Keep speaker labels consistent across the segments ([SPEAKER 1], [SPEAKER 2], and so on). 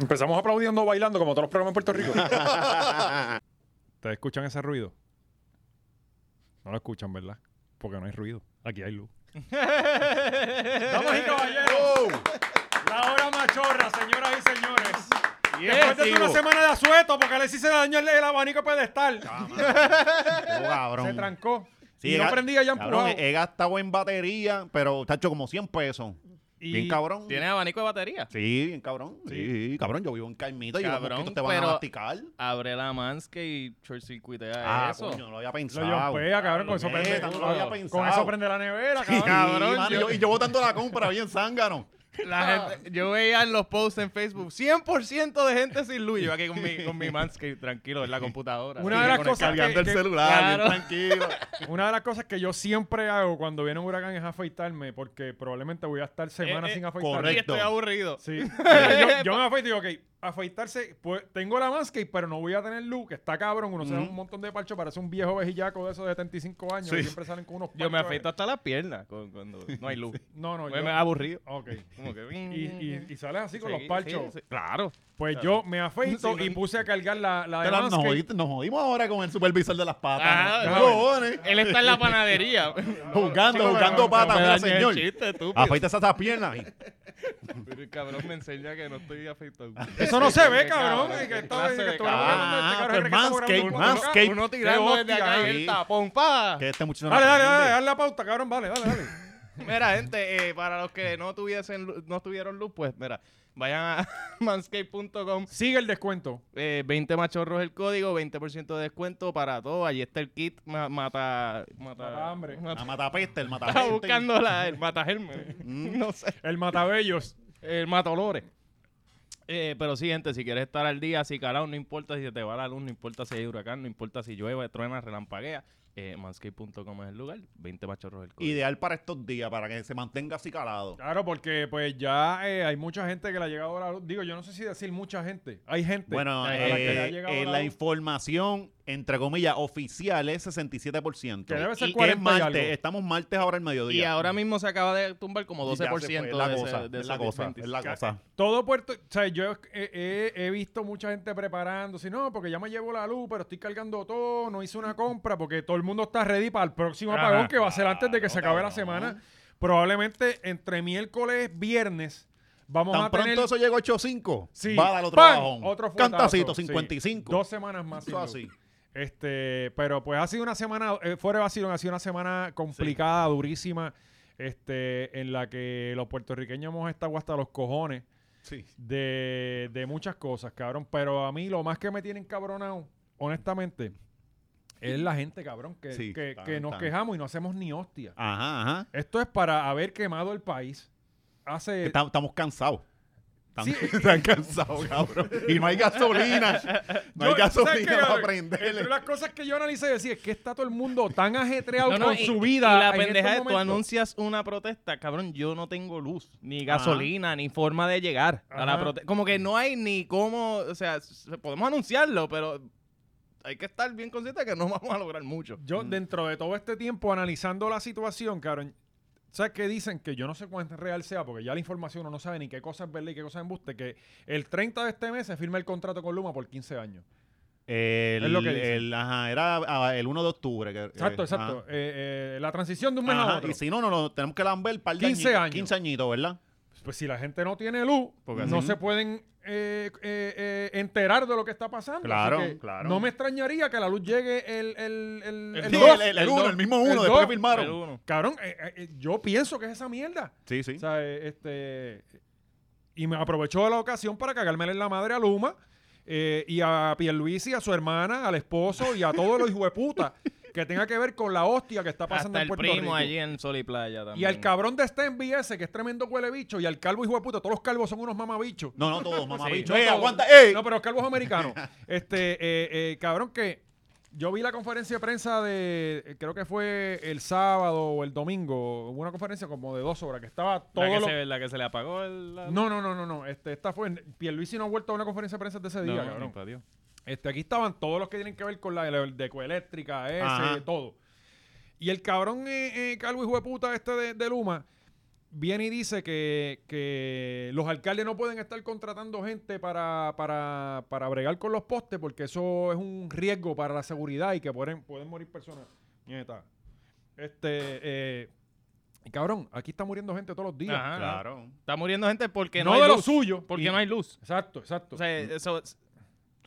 [SPEAKER 1] Empezamos aplaudiendo, bailando, como todos los programas en Puerto Rico. ¿Ustedes escuchan ese ruido? No lo escuchan, ¿verdad? Porque no hay ruido. Aquí hay luz. Damas y caballeros, la hora machorra, señoras y señores. Después de una semana de asueto, porque Alexis se dañó el, el abanico pedestal. se
[SPEAKER 2] Oh, cabrón.
[SPEAKER 1] trancó.
[SPEAKER 2] Sí,
[SPEAKER 1] y
[SPEAKER 2] he
[SPEAKER 1] no
[SPEAKER 2] ga-
[SPEAKER 1] prendía ya
[SPEAKER 2] cabrón, eh,
[SPEAKER 1] empujado.
[SPEAKER 2] he, he gastado en batería, pero está hecho como 100 pesos.
[SPEAKER 1] Y-
[SPEAKER 2] Bien cabrón.
[SPEAKER 3] ¿Tienes abanico de batería?
[SPEAKER 2] Sí, bien cabrón. Sí, cabrón, yo vivo en Carmita y los
[SPEAKER 3] Cabrón,
[SPEAKER 2] mosquitos te van
[SPEAKER 3] pero-
[SPEAKER 2] a masticar.
[SPEAKER 3] Abre la mansca y shortcircuitea
[SPEAKER 2] Ah,
[SPEAKER 3] eso.
[SPEAKER 2] coño, no lo había
[SPEAKER 1] Lo
[SPEAKER 2] pensado.
[SPEAKER 1] yompea, pues, cabrón, con eso
[SPEAKER 2] Meta,
[SPEAKER 1] prende.
[SPEAKER 2] no lo había
[SPEAKER 1] con
[SPEAKER 2] pensado.
[SPEAKER 1] eso prende la nevera,
[SPEAKER 2] Sí,
[SPEAKER 1] cabrón.
[SPEAKER 2] mano, y yo- y yo botando la compra bien zángano.
[SPEAKER 3] La gente- yo veía en los posts en Facebook 100% de gente sin luz. Yo aquí con mi, con mi Manscaped, tranquilo, en la computadora.
[SPEAKER 1] Una de las
[SPEAKER 3] Con el
[SPEAKER 1] cosas
[SPEAKER 2] Cargando
[SPEAKER 1] que-
[SPEAKER 2] el
[SPEAKER 1] que-
[SPEAKER 2] celular,
[SPEAKER 3] claro.
[SPEAKER 2] bien tranquilo.
[SPEAKER 1] Una de las cosas que yo siempre hago cuando viene un huracán es afeitarme, porque probablemente voy a estar semanas
[SPEAKER 3] eh,
[SPEAKER 1] sin afeitarme.
[SPEAKER 3] cargador. Y
[SPEAKER 2] correcto.
[SPEAKER 3] estoy aburrido.
[SPEAKER 1] Sí. yo, yo me afeito y digo, ok, afeitarse, pues tengo la manscape, pero no voy a tener look, que está cabrón, uno se da un montón de parchos, parece un viejo vejillaco de esos de 75 años,
[SPEAKER 2] Sí.
[SPEAKER 1] que siempre salen con unos parchos.
[SPEAKER 3] Yo me afeito hasta las piernas con- cuando no hay luz.
[SPEAKER 1] No, no,
[SPEAKER 3] Pues
[SPEAKER 1] yo...
[SPEAKER 3] me aburrido.
[SPEAKER 1] Ok.
[SPEAKER 3] Como que, mm,
[SPEAKER 1] Y, y, y sales así con los
[SPEAKER 3] Sí,
[SPEAKER 1] parchos.
[SPEAKER 3] sí, sí. Claro.
[SPEAKER 1] Pues yo me afeito
[SPEAKER 3] Sí, no-
[SPEAKER 1] y puse a cargar la, la de
[SPEAKER 2] Te la- nos,
[SPEAKER 1] manscape.
[SPEAKER 2] jodiste- nos jodimos ahora con el supervisor de las patas.
[SPEAKER 3] Ah,
[SPEAKER 2] ¿no?
[SPEAKER 3] no.
[SPEAKER 2] Cojones.
[SPEAKER 3] Él está en la panadería.
[SPEAKER 2] Jugando,
[SPEAKER 1] chico,
[SPEAKER 2] jugando
[SPEAKER 1] no,
[SPEAKER 2] patas,
[SPEAKER 3] me
[SPEAKER 2] mira,
[SPEAKER 3] dañes el
[SPEAKER 2] señor.
[SPEAKER 3] chiste, estúpido.
[SPEAKER 2] Afeítese esas piernas. ahí.
[SPEAKER 3] Pero el cabrón me enseña que no estoy afeitado.
[SPEAKER 1] Eso no se ve,
[SPEAKER 3] Qué
[SPEAKER 1] cabrón.
[SPEAKER 3] cabrón,
[SPEAKER 1] que
[SPEAKER 3] qué
[SPEAKER 1] esto-
[SPEAKER 3] clase
[SPEAKER 1] que
[SPEAKER 3] de
[SPEAKER 1] esto-
[SPEAKER 3] cabrón.
[SPEAKER 2] Ah,
[SPEAKER 1] este cabrón
[SPEAKER 2] pues
[SPEAKER 1] es que estamos
[SPEAKER 2] manscape,
[SPEAKER 1] grabando un podcast.
[SPEAKER 2] manscape.
[SPEAKER 3] Uno tirando
[SPEAKER 1] Qué
[SPEAKER 3] desde
[SPEAKER 1] hostia,
[SPEAKER 3] acá en
[SPEAKER 2] sí.
[SPEAKER 3] el tapón, pa.
[SPEAKER 2] Que este muchacho no
[SPEAKER 1] Dale, dale,
[SPEAKER 2] aprende.
[SPEAKER 1] dale, dale la pauta, cabrón. Vale, dale, dale.
[SPEAKER 3] Mira, gente, eh, para los que no tuviesen lu- no tuvieron luz, pues mira, vayan a manscape.com.
[SPEAKER 1] Sigue el descuento.
[SPEAKER 3] eh, 20 machorros el código, 20% de descuento para todo. Allí está el kit ma- mata, mata,
[SPEAKER 1] Mata hambre.
[SPEAKER 3] mata-
[SPEAKER 2] La matapeste, el
[SPEAKER 3] estaba
[SPEAKER 2] matapeste.
[SPEAKER 3] buscando la, el mata germen. no sé.
[SPEAKER 1] El matabellos.
[SPEAKER 3] El mata olores. Eh, pero sí, gente, si quieres estar al día, si calado, no importa si se te va la luz, no importa si hay huracán, no importa si llueve, truena, relampaguea. Eh, manscape.com es el lugar, 20 machorros el código.
[SPEAKER 2] Ideal para estos días, para que se mantenga así calado.
[SPEAKER 1] Claro, porque pues ya eh, hay mucha gente que le ha llegado la luz. Digo, yo no sé si decir mucha gente. Hay gente.
[SPEAKER 2] Bueno,
[SPEAKER 1] a la
[SPEAKER 2] eh,
[SPEAKER 1] que le ha llegado
[SPEAKER 2] eh,
[SPEAKER 1] la
[SPEAKER 2] la
[SPEAKER 1] luz.
[SPEAKER 2] información, entre comillas, oficial es 67%.
[SPEAKER 1] Que debe ser
[SPEAKER 2] Y es
[SPEAKER 1] 40 y
[SPEAKER 2] martes,
[SPEAKER 1] algo.
[SPEAKER 2] estamos martes ahora el mediodía.
[SPEAKER 3] Y ahora mismo se acaba de tumbar como
[SPEAKER 2] Y ya se
[SPEAKER 3] 12%
[SPEAKER 2] fue, es la
[SPEAKER 3] de ese-
[SPEAKER 2] cosa,
[SPEAKER 3] de
[SPEAKER 2] es la
[SPEAKER 3] esos
[SPEAKER 2] cosa,
[SPEAKER 3] 20.
[SPEAKER 2] es la cosa.
[SPEAKER 1] Todo Puerto, o sea, yo eh, eh, he visto mucha gente preparándose, no, porque ya me llevo la luz, pero estoy cargando todo, no hice una compra, porque todo el mundo está ready para el próximo
[SPEAKER 3] Ajá.
[SPEAKER 1] apagón que va a ser antes de que se acabe la
[SPEAKER 2] cabrón.
[SPEAKER 1] semana. Probablemente entre miércoles, viernes, vamos
[SPEAKER 2] Tan
[SPEAKER 1] a
[SPEAKER 2] pronto
[SPEAKER 1] tener...
[SPEAKER 2] eso llegó a 8.5,
[SPEAKER 1] Sí,
[SPEAKER 2] va a dar otro
[SPEAKER 1] ¡pam!
[SPEAKER 2] bajón.
[SPEAKER 1] Otro fuetazo,
[SPEAKER 2] Cantacito,
[SPEAKER 1] sí.
[SPEAKER 2] 55.
[SPEAKER 1] Dos semanas más. sin
[SPEAKER 2] Eso
[SPEAKER 1] luz.
[SPEAKER 2] así.
[SPEAKER 1] Este, pero pues ha sido una semana, eh, fuera de vacilón, ha sido una semana complicada, durísima, este, en la que los puertorriqueños hemos estado hasta los cojones
[SPEAKER 2] Sí.
[SPEAKER 1] de, de muchas cosas, cabrón. Pero a mí lo más que me tienen cabronado, honestamente, es la gente, cabrón, que,
[SPEAKER 2] Sí,
[SPEAKER 1] que,
[SPEAKER 2] tan,
[SPEAKER 1] que nos
[SPEAKER 2] tan.
[SPEAKER 1] quejamos y no hacemos ni hostia.
[SPEAKER 2] Ajá, ajá.
[SPEAKER 1] Esto es para haber quemado el país hace...
[SPEAKER 2] Está- estamos cansados. Están,
[SPEAKER 1] Eh, Sí. eh,
[SPEAKER 2] están cansados, cabrón. Y no hay gasolina. No hay
[SPEAKER 1] Yo- ¿sabes qué,
[SPEAKER 2] gasolina para
[SPEAKER 1] cabrón?
[SPEAKER 2] prenderle.
[SPEAKER 1] Entre las cosas que yo analicé decía es que está todo el mundo tan ajetreado
[SPEAKER 3] No, no,
[SPEAKER 1] con
[SPEAKER 3] y-
[SPEAKER 1] su
[SPEAKER 3] y
[SPEAKER 1] vida.
[SPEAKER 3] la
[SPEAKER 1] en
[SPEAKER 3] pendeja
[SPEAKER 1] estos
[SPEAKER 3] es, tú
[SPEAKER 1] momentos.
[SPEAKER 3] anuncias una protesta, cabrón, yo no tengo luz, ni gasolina, ni forma de llegar a la
[SPEAKER 1] Ajá.
[SPEAKER 3] protesta. Como que no hay ni cómo, o sea, s- podemos anunciarlo, pero hay que estar bien consciente que no vamos a lograr mucho.
[SPEAKER 1] Yo, dentro de todo este tiempo, analizando la situación, cabrón, ¿sabes qué dicen? Que yo no sé cuán real sea, porque ya la información uno no sabe ni qué cosa es verdad y qué cosa es embuste, que el 30 de este mes se firma el contrato con Luma por 15 años.
[SPEAKER 2] El,
[SPEAKER 1] Es lo que dicen.
[SPEAKER 2] el- ajá, era ah, el 1 de octubre. que-
[SPEAKER 1] Exacto,
[SPEAKER 2] eh,
[SPEAKER 1] exacto.
[SPEAKER 2] ajá.
[SPEAKER 1] Eh, eh, la transición de un mes
[SPEAKER 2] Ajá,
[SPEAKER 1] a otro.
[SPEAKER 2] Y si no, no, no tenemos que lamber para
[SPEAKER 1] 15 años.
[SPEAKER 2] 15 añitos, ¿verdad?
[SPEAKER 1] Pues si la gente no tiene luz,
[SPEAKER 2] Porque
[SPEAKER 1] no
[SPEAKER 2] así-
[SPEAKER 1] se pueden eh, eh, eh, enterar de lo que está pasando.
[SPEAKER 2] Claro,
[SPEAKER 1] Así que
[SPEAKER 2] claro.
[SPEAKER 1] No me extrañaría que la luz llegue el... el, el,
[SPEAKER 2] Sí,
[SPEAKER 1] el
[SPEAKER 2] El,
[SPEAKER 1] dos.
[SPEAKER 2] el, el
[SPEAKER 3] el
[SPEAKER 2] uno,
[SPEAKER 3] dos,
[SPEAKER 2] el mismo
[SPEAKER 1] el
[SPEAKER 2] uno,
[SPEAKER 1] dos,
[SPEAKER 2] después
[SPEAKER 3] el
[SPEAKER 2] firmaron.
[SPEAKER 3] uno.
[SPEAKER 1] Cabrón, eh, eh, eh, yo pienso que es esa mierda.
[SPEAKER 2] Sí, sí.
[SPEAKER 1] O sea, eh, este. Y me aprovechó la ocasión para cagármele en la madre a Luma eh, y a Pierluisi, a su hermana, al esposo y a todos los hijueputas que tenga que ver con la hostia que está pasando
[SPEAKER 3] Hasta
[SPEAKER 1] en
[SPEAKER 3] el
[SPEAKER 1] Puerto
[SPEAKER 3] primo
[SPEAKER 1] Rico.
[SPEAKER 3] allí en Sol y Playa
[SPEAKER 1] Y
[SPEAKER 3] también.
[SPEAKER 1] al cabrón de este NBS, que es tremendo huele bicho, y al calvo hijueputa, todos los calvos son unos mamabichos.
[SPEAKER 2] No, no, todos, mamá.
[SPEAKER 3] Sí.
[SPEAKER 2] bicho.
[SPEAKER 1] No,
[SPEAKER 2] ¡Eh,
[SPEAKER 1] todo-
[SPEAKER 2] aguanta! ¡Eh!
[SPEAKER 1] No, pero los calvos americanos. Este, eh, eh, cabrón, que yo vi la conferencia de prensa de, eh, creo que fue el sábado o el domingo, hubo una conferencia como de dos horas, que estaba todo
[SPEAKER 3] la que,
[SPEAKER 1] lo-
[SPEAKER 3] se, la que se le apagó el... la-
[SPEAKER 1] no, no, no, no, no. Este, esta fue. Pierluisi no ha vuelto a una conferencia de prensa de ese
[SPEAKER 3] No,
[SPEAKER 1] día,
[SPEAKER 3] ni
[SPEAKER 1] cabrón.
[SPEAKER 3] pa' Dios.
[SPEAKER 1] Este, aquí estaban todos los que tienen que ver con la ele- de ecoeléctrica, ese,
[SPEAKER 2] Ajá.
[SPEAKER 1] todo. Y el cabrón eh, eh, calvo hijo de puta este de, de Luma viene y dice que, que los alcaldes no pueden estar contratando gente para, para, para bregar con los postes porque eso es un riesgo para la seguridad y que pueden, pueden morir personas. Nieta. Este, eh, cabrón, aquí está muriendo gente todos los días.
[SPEAKER 3] Ajá.
[SPEAKER 2] Claro.
[SPEAKER 3] Está muriendo gente porque no,
[SPEAKER 1] no
[SPEAKER 3] hay
[SPEAKER 1] de lo
[SPEAKER 3] luz.
[SPEAKER 1] suyo.
[SPEAKER 3] Porque
[SPEAKER 1] Y-
[SPEAKER 3] no hay luz.
[SPEAKER 1] Exacto, exacto. Mm.
[SPEAKER 3] O sea, eso es-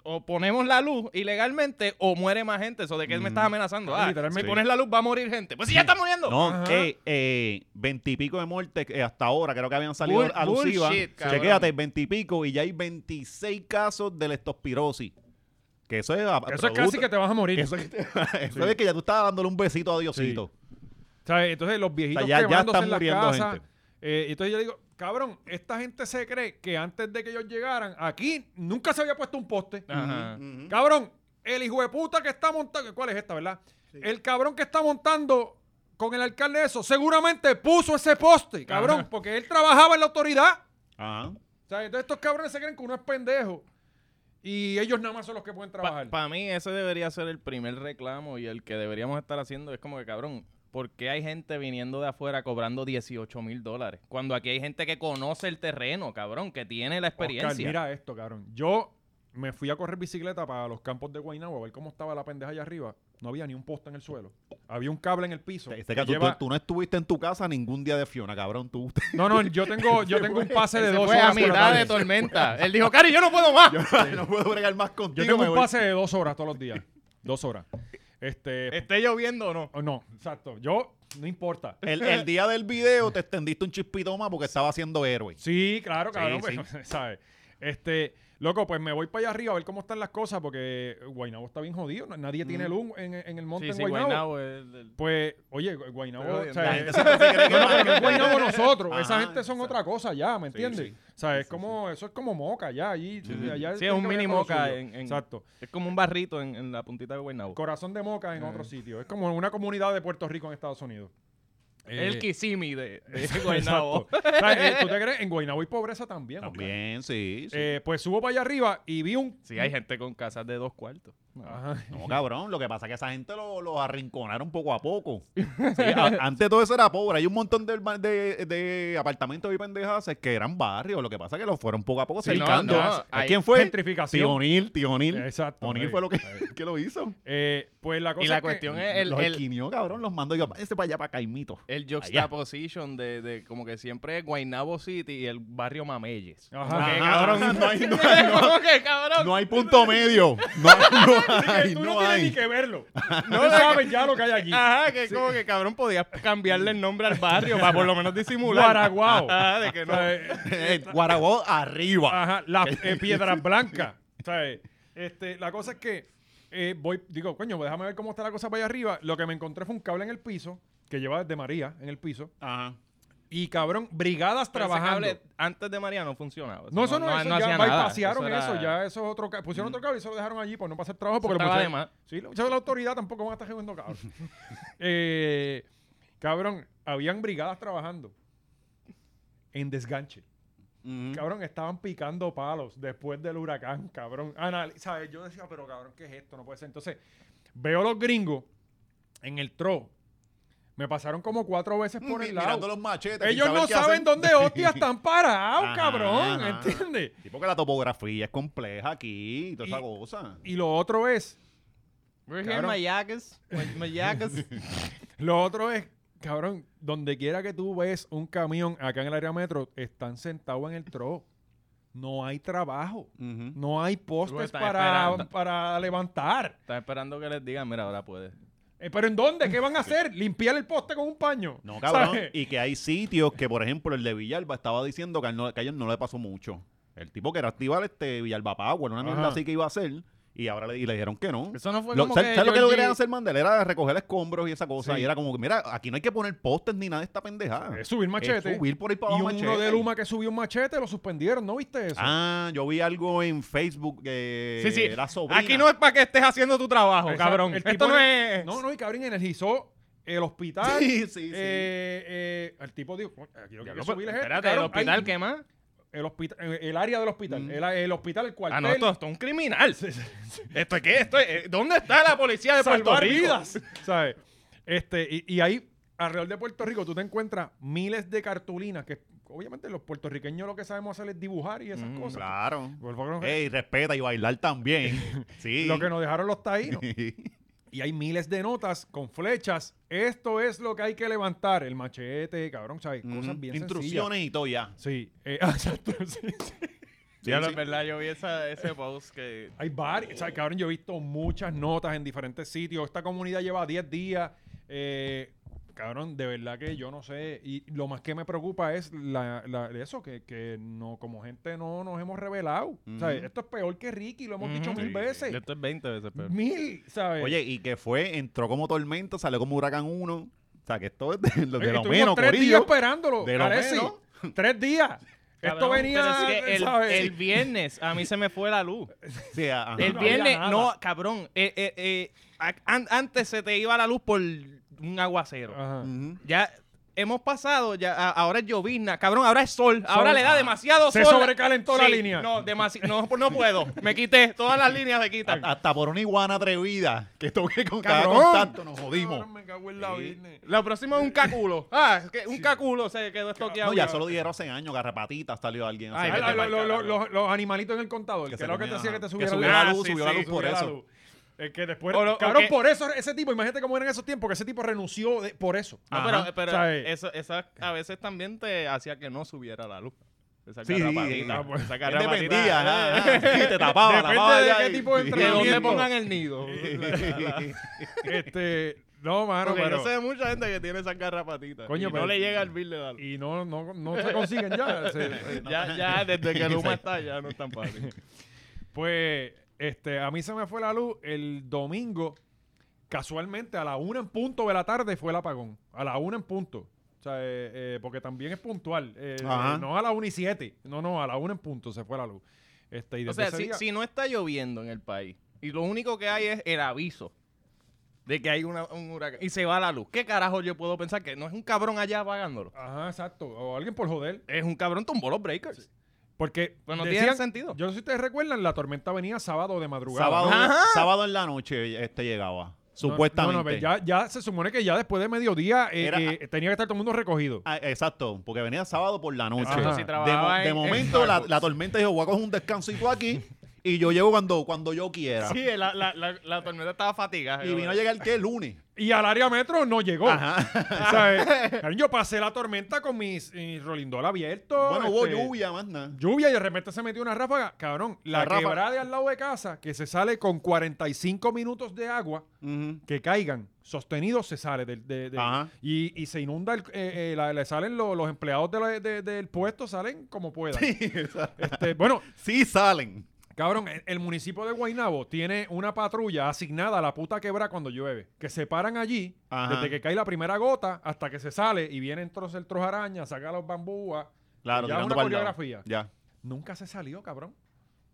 [SPEAKER 3] o ponemos la luz ilegalmente o muere más gente. Eso de que me estás amenazando. Ah,
[SPEAKER 1] Mm. Literalmente.
[SPEAKER 3] Si pones la luz va a morir gente. Pues si ya está muriendo.
[SPEAKER 2] No,
[SPEAKER 1] Ajá.
[SPEAKER 2] eh, eh, veintipico de muertes eh, hasta ahora, creo que habían salido
[SPEAKER 3] Bull-
[SPEAKER 2] alusivas.
[SPEAKER 3] bullshit, cabrón.
[SPEAKER 2] Chequéate, veintipico y ya hay 26 casos de leptospirosis. Que eso es.
[SPEAKER 1] eso
[SPEAKER 2] a-
[SPEAKER 1] es
[SPEAKER 2] producto-
[SPEAKER 1] casi que te vas a morir.
[SPEAKER 2] Eso, es que te- eso es que ya tú estabas dándole un besito a Diosito.
[SPEAKER 1] O sea, entonces los viejitos
[SPEAKER 2] O sea, ya- ya
[SPEAKER 1] quemándose
[SPEAKER 2] están
[SPEAKER 1] en las
[SPEAKER 2] muriendo
[SPEAKER 1] casas.
[SPEAKER 2] gente.
[SPEAKER 1] Eh, y entonces yo digo, cabrón, esta gente se cree que antes de que ellos llegaran, aquí nunca se había puesto un poste.
[SPEAKER 3] Ajá.
[SPEAKER 1] Mm.
[SPEAKER 2] Ujú.
[SPEAKER 1] Cabrón, el hijo de puta que está montando. ¿Cuál es esta, verdad? El cabrón que está montando con el alcalde eso, seguramente puso ese poste, cabrón,
[SPEAKER 3] Ajá.
[SPEAKER 1] porque él trabajaba en la autoridad.
[SPEAKER 2] Ajá.
[SPEAKER 1] O sea, entonces estos cabrones se creen que uno es pendejo. Y ellos nada más son los que pueden
[SPEAKER 3] Para
[SPEAKER 1] trabajar.
[SPEAKER 3] mí ese debería ser el primer reclamo y el que deberíamos estar haciendo es como que, cabrón, ¿por qué hay gente viniendo de afuera cobrando 18 mil dólares? Cuando aquí hay gente que conoce el terreno, cabrón, que tiene la
[SPEAKER 1] Oscar,
[SPEAKER 3] experiencia.
[SPEAKER 1] mira esto, cabrón. Yo me fui a correr bicicleta para los campos de Guaynabo a ver cómo estaba la pendeja allá arriba. No había ni un poste en el suelo. Había un cable en el piso.
[SPEAKER 2] Este que
[SPEAKER 1] Y
[SPEAKER 2] tú,
[SPEAKER 1] lleva-
[SPEAKER 2] tú no estuviste en tu casa ningún día de Fiona, cabrón. Tú,
[SPEAKER 1] No, no, yo tengo, yo tengo un pase de
[SPEAKER 3] Se
[SPEAKER 1] dos
[SPEAKER 3] fue a
[SPEAKER 1] horas. por la
[SPEAKER 3] mitad
[SPEAKER 1] tarde.
[SPEAKER 3] de tormenta. Él dijo, Cari, yo no puedo más.
[SPEAKER 2] no puedo bregar más contigo.
[SPEAKER 1] Yo tengo
[SPEAKER 2] me
[SPEAKER 1] un
[SPEAKER 2] voy.
[SPEAKER 1] pase de dos horas todos los días. Dos horas. Este.
[SPEAKER 3] ¿Esté lloviendo o no?
[SPEAKER 1] o no, exacto. Yo, no importa.
[SPEAKER 2] El, el día del video te extendiste un chispito más porque estaba haciendo héroe.
[SPEAKER 1] Sí, claro, cabrón.
[SPEAKER 2] sí.
[SPEAKER 1] pues, ¿sabes? Este, loco, pues me voy para allá arriba a ver cómo están las cosas porque Guaynabo está bien jodido. Nadie tiene luz en, en el monte
[SPEAKER 3] Sí,
[SPEAKER 1] en
[SPEAKER 3] sí,
[SPEAKER 1] Guaynabo.
[SPEAKER 3] Guaynabo. el- el-
[SPEAKER 1] Pues, oye, Gu- Guaynabo, o sea,
[SPEAKER 3] Estoy jodiendo.
[SPEAKER 2] La
[SPEAKER 1] eh,
[SPEAKER 2] gente siempre se cree que-
[SPEAKER 1] no, no, pero no es Guaynabo nosotros. Esa
[SPEAKER 2] Ajá,
[SPEAKER 1] gente son
[SPEAKER 2] exacto.
[SPEAKER 1] otra cosa ya, ¿me entiendes?
[SPEAKER 2] sí.
[SPEAKER 1] O sea, es como, eso es como moca ya. Allí,
[SPEAKER 3] sí.
[SPEAKER 1] allá
[SPEAKER 3] Sí, es un
[SPEAKER 1] tiene que
[SPEAKER 3] mini
[SPEAKER 1] ver con lo
[SPEAKER 3] moca
[SPEAKER 1] suyo.
[SPEAKER 3] en- en-
[SPEAKER 1] Exacto.
[SPEAKER 3] Es como un barrito en, en la puntita de Guaynabo.
[SPEAKER 1] Corazón de moca en
[SPEAKER 2] Eh.
[SPEAKER 1] otro sitio. Es como una comunidad de Puerto Rico en Estados Unidos.
[SPEAKER 3] el
[SPEAKER 1] Eh,
[SPEAKER 3] Kisimi de, de
[SPEAKER 1] exacto.
[SPEAKER 3] Guaynabo.
[SPEAKER 1] O sea, eh, ¿Tú te crees? En Guaynabo hay pobreza también. Oscar.
[SPEAKER 2] También, sí. sí.
[SPEAKER 1] Eh, pues subo para allá arriba y vi un...
[SPEAKER 3] Sí, hay gente con casas de dos cuartos. No.
[SPEAKER 1] Ajá.
[SPEAKER 2] No, cabrón, lo que pasa es que esa gente los lo arrinconaron poco a poco. Sí, a- antes todo eso era pobre. Hay un montón de, urba- de, de apartamentos y pendejas que eran barrios. Lo que pasa es que los fueron poco a poco
[SPEAKER 3] Sí,
[SPEAKER 2] cercando.
[SPEAKER 3] no, no,
[SPEAKER 2] ¿A
[SPEAKER 3] hay
[SPEAKER 2] ¿Quién fue?
[SPEAKER 1] gentrificación.
[SPEAKER 2] Tío Neil, Tío Neil.
[SPEAKER 1] Exacto.
[SPEAKER 2] O'Neill
[SPEAKER 1] ahí,
[SPEAKER 2] fue lo que,
[SPEAKER 1] ahí.
[SPEAKER 2] que lo hizo.
[SPEAKER 1] Eh, pues la cosa
[SPEAKER 3] Y la
[SPEAKER 1] es que-
[SPEAKER 3] cuestión es el,
[SPEAKER 2] los
[SPEAKER 3] el,
[SPEAKER 2] esquinió, cabrón, los mandó yo. Ese para allá, para Caimito.
[SPEAKER 1] Eh,
[SPEAKER 3] El juxtaposition de, de como que siempre es Guaynabo City y el barrio Mameyes.
[SPEAKER 1] Ajá.
[SPEAKER 3] Como que,
[SPEAKER 2] Ajá.
[SPEAKER 3] cabrón,
[SPEAKER 2] No hay- no
[SPEAKER 3] como que, cabrón.
[SPEAKER 2] No hay punto medio. No hay, no
[SPEAKER 1] que
[SPEAKER 2] hay,
[SPEAKER 1] tú
[SPEAKER 2] no
[SPEAKER 1] no, tienes
[SPEAKER 2] hay.
[SPEAKER 1] ni que verlo. No sabes ya lo que hay aquí.
[SPEAKER 3] Ajá, que como que cabrón podías cambiarle el nombre al barrio para por lo menos disimular.
[SPEAKER 1] Guaraguao.
[SPEAKER 3] Ajá, de que
[SPEAKER 1] O
[SPEAKER 3] no.
[SPEAKER 1] sea, eh,
[SPEAKER 2] El Guarabó arriba.
[SPEAKER 1] Ajá, las eh, piedras blancas. O sea, eh, este, la cosa es que eh, voy, digo, coño, pues déjame ver cómo está la cosa para allá arriba. Lo que me encontré fue un cable en el piso, que lleva desde María en el piso.
[SPEAKER 2] Ajá.
[SPEAKER 1] Y cabrón, brigadas
[SPEAKER 3] Pero ese
[SPEAKER 1] trabajando.
[SPEAKER 3] cable antes de María no funcionaba.
[SPEAKER 1] No, eso no, eso
[SPEAKER 3] hacía
[SPEAKER 1] ya
[SPEAKER 3] nada.
[SPEAKER 1] bypassearon eso,
[SPEAKER 3] era-
[SPEAKER 1] ya eso es otro ca- pusieron otro cable y eso lo dejaron allí por no pasar trabajo porque lo
[SPEAKER 3] estaba de
[SPEAKER 1] pusieron-
[SPEAKER 3] más.
[SPEAKER 1] Sí, lo- eso la autoridad tampoco van a estar jugando cabrón. Eh, cabrón, habían brigadas trabajando en desganche.
[SPEAKER 2] Ujú.
[SPEAKER 1] Cabrón, estaban picando palos después del huracán, cabrón. Anal- ¿sabes? Yo decía, pero cabrón, ¿qué es esto? No puede ser. Entonces, veo a los gringos en el tro. Me pasaron como cuatro veces por el
[SPEAKER 2] Mm, Mirando
[SPEAKER 1] lado.
[SPEAKER 2] los machetes.
[SPEAKER 1] Ellos
[SPEAKER 2] sin
[SPEAKER 1] no
[SPEAKER 2] qué
[SPEAKER 1] saben
[SPEAKER 2] hacen.
[SPEAKER 1] dónde hostias están parados,
[SPEAKER 2] Ajá,
[SPEAKER 1] cabrón.
[SPEAKER 2] ajá.
[SPEAKER 1] ¿Entiendes?
[SPEAKER 2] Sí, porque la topografía es compleja aquí y toda esa
[SPEAKER 1] Y-
[SPEAKER 2] cosa.
[SPEAKER 1] Y lo otro es,
[SPEAKER 3] We're
[SPEAKER 1] Cabrón.
[SPEAKER 3] Mayacas. Mayacas.
[SPEAKER 1] lo otro es, cabrón, donde quiera que tú ves un camión acá en el área metro, están sentados en el tro. No hay trabajo.
[SPEAKER 2] Ujú.
[SPEAKER 1] No hay postes
[SPEAKER 3] están
[SPEAKER 1] para,
[SPEAKER 3] esperando.
[SPEAKER 1] para levantar.
[SPEAKER 3] Estaba esperando que les digan, mira, ahora puedes.
[SPEAKER 1] Eh, ¿Pero en dónde? ¿Qué van a hacer? ¿Limpiar el poste con un paño?
[SPEAKER 2] No, cabrón.
[SPEAKER 1] ¿Sabes?
[SPEAKER 2] Y que hay sitios que, por ejemplo, el de Villalba estaba diciendo que, a él no, que a ellos no le pasó mucho. El tipo que era activar este Villalba Power, una mierda
[SPEAKER 1] Ajá.
[SPEAKER 2] así que iba a hacer, y ahora le, y le dijeron que no.
[SPEAKER 3] Eso no fue
[SPEAKER 2] Lo-
[SPEAKER 3] como
[SPEAKER 2] ¿Sabes
[SPEAKER 3] que
[SPEAKER 2] sabes lo que
[SPEAKER 3] Georgie-
[SPEAKER 2] querían hacer Mandela? Era recoger escombros y esa cosa.
[SPEAKER 1] Sí.
[SPEAKER 2] Y era como que, mira, aquí no hay que poner postes ni nada de esta pendejada.
[SPEAKER 1] Es subir machete.
[SPEAKER 2] Es subir por ahí para
[SPEAKER 1] y
[SPEAKER 2] abajo
[SPEAKER 1] uno
[SPEAKER 2] machete.
[SPEAKER 1] de Luma que subió un machete lo suspendieron, ¿no viste eso?
[SPEAKER 2] Ah, yo vi algo en Facebook que
[SPEAKER 3] Sí, sí.
[SPEAKER 2] era sobrina.
[SPEAKER 3] Aquí no es para que estés haciendo tu trabajo,
[SPEAKER 1] Exacto.
[SPEAKER 3] cabrón.
[SPEAKER 1] El tipo
[SPEAKER 3] Esto no es.
[SPEAKER 1] No, no, y cabrón energizó el hospital.
[SPEAKER 2] Sí, sí, sí.
[SPEAKER 1] Eh, eh, el tipo dijo, "Coño, aquí lo que hay que subir es esto,
[SPEAKER 3] pues, Espérate, el
[SPEAKER 1] cabrón,
[SPEAKER 3] hospital,
[SPEAKER 1] hay-
[SPEAKER 3] ¿qué más?
[SPEAKER 1] el hospital, eh, el área del hospital,
[SPEAKER 2] Mm.
[SPEAKER 1] el, el hospital, el cuartel.
[SPEAKER 3] Ah, no, esto, esto es un criminal. ¿Esto eh, es qué? Esto es- ¿Dónde está la policía de Puerto
[SPEAKER 1] salvar
[SPEAKER 3] Rico?
[SPEAKER 1] vidas, ¿sabes? Este, y, y ahí alrededor de Puerto Rico tú te encuentras miles de cartulinas que obviamente los puertorriqueños lo que sabemos hacer es dibujar y esas
[SPEAKER 3] Mm,
[SPEAKER 1] cosas.
[SPEAKER 2] Claro.
[SPEAKER 1] Por favor,
[SPEAKER 2] Ey, respeta y bailar también. Sí.
[SPEAKER 1] Lo que nos dejaron los taínos. Y hay miles de notas con flechas. Esto es lo que hay que levantar. El machete, cabrón, ¿sabes? Cosas bien
[SPEAKER 2] Mm, Instrucciones y todo ya.
[SPEAKER 1] sencillas. Sí, eh, exacto, sí, sí.
[SPEAKER 3] Ya
[SPEAKER 2] Sí,
[SPEAKER 3] lo
[SPEAKER 2] sí.
[SPEAKER 3] es verdad, yo vi esa, ese post que.
[SPEAKER 1] Hay varios, ¿sabes? Cabrón, yo he visto muchas notas en diferentes sitios. Esta comunidad lleva 10 días. Eh, cabrón, de verdad que yo no sé. Y lo más que me preocupa es la, la- eso, que, que no, como gente no nos hemos revelado. ¿Sabes?
[SPEAKER 2] Ujú.
[SPEAKER 1] Esto es peor que Ricky, lo hemos
[SPEAKER 3] Ujú.
[SPEAKER 1] dicho mil
[SPEAKER 2] Sí,
[SPEAKER 1] veces.
[SPEAKER 3] Esto es 20 veces peor.
[SPEAKER 1] Mil, ¿sabes?
[SPEAKER 2] Oye, y que fue, entró como tormenta, salió como huracán 1. O sea, que esto es de, lo-
[SPEAKER 1] Oye,
[SPEAKER 2] de lo
[SPEAKER 1] Eh, estuvimos
[SPEAKER 2] menos,
[SPEAKER 1] tres días pues.
[SPEAKER 2] Corillo.
[SPEAKER 1] esperándolo.
[SPEAKER 2] De lo
[SPEAKER 1] Alexis. Tres días. Esto
[SPEAKER 3] Cabrón,
[SPEAKER 1] venía,
[SPEAKER 3] pero es que el,
[SPEAKER 1] ¿sabes?
[SPEAKER 3] el viernes a mí se me fue la luz.
[SPEAKER 2] Sí, ajá.
[SPEAKER 3] El
[SPEAKER 1] no había
[SPEAKER 3] viernes,
[SPEAKER 1] nada.
[SPEAKER 3] no, cabrón. eh, eh, eh, a- an- antes se te iba la luz por un aguacero.
[SPEAKER 1] Ajá.
[SPEAKER 2] Ujú.
[SPEAKER 3] Ya hemos pasado, ya a- ahora es llovizna, cabrón, ahora es sol, ahora
[SPEAKER 1] Sol. Ah.
[SPEAKER 3] le da demasiado
[SPEAKER 1] Se
[SPEAKER 3] sol.
[SPEAKER 1] sobrecalentó la línea.
[SPEAKER 3] No, demasi- no, no puedo. Me quité, todas las líneas se quitan.
[SPEAKER 2] A- Hasta por una iguana atrevida que toque con cada
[SPEAKER 1] Cabrón.
[SPEAKER 2] contacto nos jodimos.
[SPEAKER 1] Cabrón, me cago en la
[SPEAKER 3] Sí.
[SPEAKER 1] business.
[SPEAKER 3] La próxima es un caculo. Ah, es que un caculo se quedó estoqueado.
[SPEAKER 2] No, ya solo dijeron hace años, garrapatita salió alguien. así.
[SPEAKER 3] Ay,
[SPEAKER 1] Ah,
[SPEAKER 3] vete
[SPEAKER 1] lo-
[SPEAKER 3] pa'l
[SPEAKER 1] lo- lo-
[SPEAKER 3] carajo.
[SPEAKER 1] los, los animalitos en el contador, que,
[SPEAKER 2] se
[SPEAKER 1] era lo que te
[SPEAKER 2] comían,
[SPEAKER 1] hacía que te
[SPEAKER 2] ajá.
[SPEAKER 1] subiera
[SPEAKER 2] subió
[SPEAKER 1] la
[SPEAKER 2] la
[SPEAKER 1] luz. Ah,
[SPEAKER 2] luz,
[SPEAKER 3] sí,
[SPEAKER 2] subió la
[SPEAKER 3] sí,
[SPEAKER 2] luz por
[SPEAKER 1] Subía la
[SPEAKER 2] eso.
[SPEAKER 1] luz. Es que después,
[SPEAKER 3] O lo- o
[SPEAKER 1] cabrón,
[SPEAKER 3] que-
[SPEAKER 1] por eso ese tipo, imagínate cómo eran esos tiempos, que ese tipo renunció de- por eso.
[SPEAKER 3] No,
[SPEAKER 2] Ajá.
[SPEAKER 3] Ah, pero, pero
[SPEAKER 1] ¿Sabes?
[SPEAKER 3] eso, esa a veces también te hacía que no subiera la luz. Esa
[SPEAKER 2] Sí, sí,
[SPEAKER 3] garrapatita,
[SPEAKER 2] ah,
[SPEAKER 1] pues,
[SPEAKER 3] esa
[SPEAKER 2] Él
[SPEAKER 3] garrapatita.
[SPEAKER 2] dependía, ajá, ajá. Sí, te tapaba,
[SPEAKER 1] eh. Depende
[SPEAKER 2] tapaba
[SPEAKER 1] de
[SPEAKER 2] ya
[SPEAKER 1] qué
[SPEAKER 2] y-
[SPEAKER 1] tipo de
[SPEAKER 2] y-
[SPEAKER 3] De donde
[SPEAKER 1] entrenamiento.
[SPEAKER 3] pongan el nido.
[SPEAKER 1] este, no, mano,
[SPEAKER 3] Porque
[SPEAKER 1] pero-
[SPEAKER 3] yo sé de mucha gente que tiene esas garrapatitas.
[SPEAKER 1] Coño,
[SPEAKER 3] y
[SPEAKER 1] pero-
[SPEAKER 3] no le llega el bill de la luz.
[SPEAKER 1] Y no, no, no se consiguen ya. se-
[SPEAKER 3] Ya, ya, desde que Luma está, ya no es tan fácil.
[SPEAKER 1] Pues, este, a mí se me fue la luz el domingo. Casualmente, a la una en punto de la tarde fue el apagón. A la una en punto. O sea, eh, eh, porque también es puntual. Eh,
[SPEAKER 2] Ajá.
[SPEAKER 1] eh, no a la una y siete. No, no, a la una en punto se fue la luz. Este, y
[SPEAKER 3] O
[SPEAKER 1] desde
[SPEAKER 3] sea,
[SPEAKER 1] ese
[SPEAKER 3] si,
[SPEAKER 1] día-
[SPEAKER 3] si no está lloviendo en el país y lo único que hay es el aviso de que hay una- un huracán y se va la luz, ¿qué carajo yo puedo pensar que no es un cabrón allá apagándolo?
[SPEAKER 1] Ajá, exacto. O alguien por joder.
[SPEAKER 3] Es un cabrón tumbó los breakers.
[SPEAKER 1] Porque.
[SPEAKER 3] Pues no tiene sentido.
[SPEAKER 1] Yo no sé si ustedes recuerdan, la tormenta venía sábado de madrugada.
[SPEAKER 2] Sábado,
[SPEAKER 1] No,
[SPEAKER 3] Ajá.
[SPEAKER 2] sábado en la noche este llegaba,
[SPEAKER 1] no,
[SPEAKER 2] supuestamente.
[SPEAKER 1] No, no, pero ya, ya se supone que ya después de mediodía eh,
[SPEAKER 2] Era-
[SPEAKER 1] eh, tenía que estar todo el mundo recogido.
[SPEAKER 2] Ah, exacto, porque venía sábado por la noche.
[SPEAKER 1] Exacto, si
[SPEAKER 2] De mo-
[SPEAKER 3] trabajaba
[SPEAKER 2] de,
[SPEAKER 3] en- en
[SPEAKER 2] momento la,
[SPEAKER 3] Starbucks.
[SPEAKER 2] la tormenta dijo, voy a coger un descansito aquí y yo llego cuando, cuando yo quiera.
[SPEAKER 3] Sí, eh, la, la, la, la tormenta estaba fatigada.
[SPEAKER 2] Y vino a llegar que el lunes.
[SPEAKER 1] Y al área metro no llegó.
[SPEAKER 2] Ajá.
[SPEAKER 1] ¿Sabes? Cabrón, Yo pasé la tormenta con mis, mis rolindol abiertos.
[SPEAKER 2] Bueno, hubo
[SPEAKER 1] este,
[SPEAKER 2] lluvia, más nada.
[SPEAKER 1] Lluvia y de repente se metió una ráfaga. Cabrón, la,
[SPEAKER 2] La ráfaga.
[SPEAKER 1] quebrada de al lado de casa que se sale con 45 minutos de agua
[SPEAKER 2] Ujú.
[SPEAKER 1] que caigan, sostenidos se sale del- de, de-
[SPEAKER 2] Ajá.
[SPEAKER 1] y, y se inunda, el- eh, eh, la- le salen lo- los empleados de la- de- del puesto, salen como puedan. Este, bueno,
[SPEAKER 2] Sí salen.
[SPEAKER 1] Cabrón, e, el, el municipio de Guaynabo tiene una patrulla asignada a la puta quebra cuando llueve, que se paran allí
[SPEAKER 2] Ajá.
[SPEAKER 1] desde que cae la primera gota hasta que se sale y viene entonces el trozo araña, saca los bambúas.
[SPEAKER 2] Claro,
[SPEAKER 1] ya es
[SPEAKER 2] tirando
[SPEAKER 1] una
[SPEAKER 2] para el lado.
[SPEAKER 1] coreografía.
[SPEAKER 2] Ya.
[SPEAKER 1] Nunca se salió, cabrón.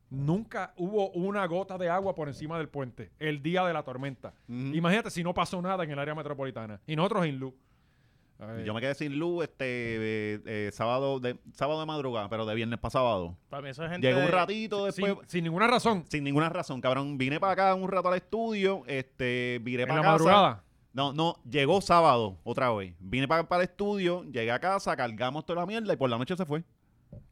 [SPEAKER 1] Nunca hubo una gota de agua por encima del puente el día de la tormenta.
[SPEAKER 2] Ujú.
[SPEAKER 1] Imagínate si no pasó nada en el área metropolitana y nosotros en luz.
[SPEAKER 2] Y
[SPEAKER 1] Ay.
[SPEAKER 2] Yo me quedé sin luz este eh, eh, sábado de sábado de madrugada, pero de viernes para sábado.
[SPEAKER 3] Para mí eso es gente.
[SPEAKER 2] Llegó un ratito después.
[SPEAKER 1] sin, sin ninguna razón.
[SPEAKER 2] Sin ninguna razón, cabrón. Vine para acá un rato al estudio, este, viré
[SPEAKER 1] En
[SPEAKER 2] para
[SPEAKER 1] la
[SPEAKER 2] casa.
[SPEAKER 1] madrugada.
[SPEAKER 2] No, no, llegó sábado otra vez. Vine para, para el estudio, llegué a casa, cargamos toda la mierda y por la noche se fue.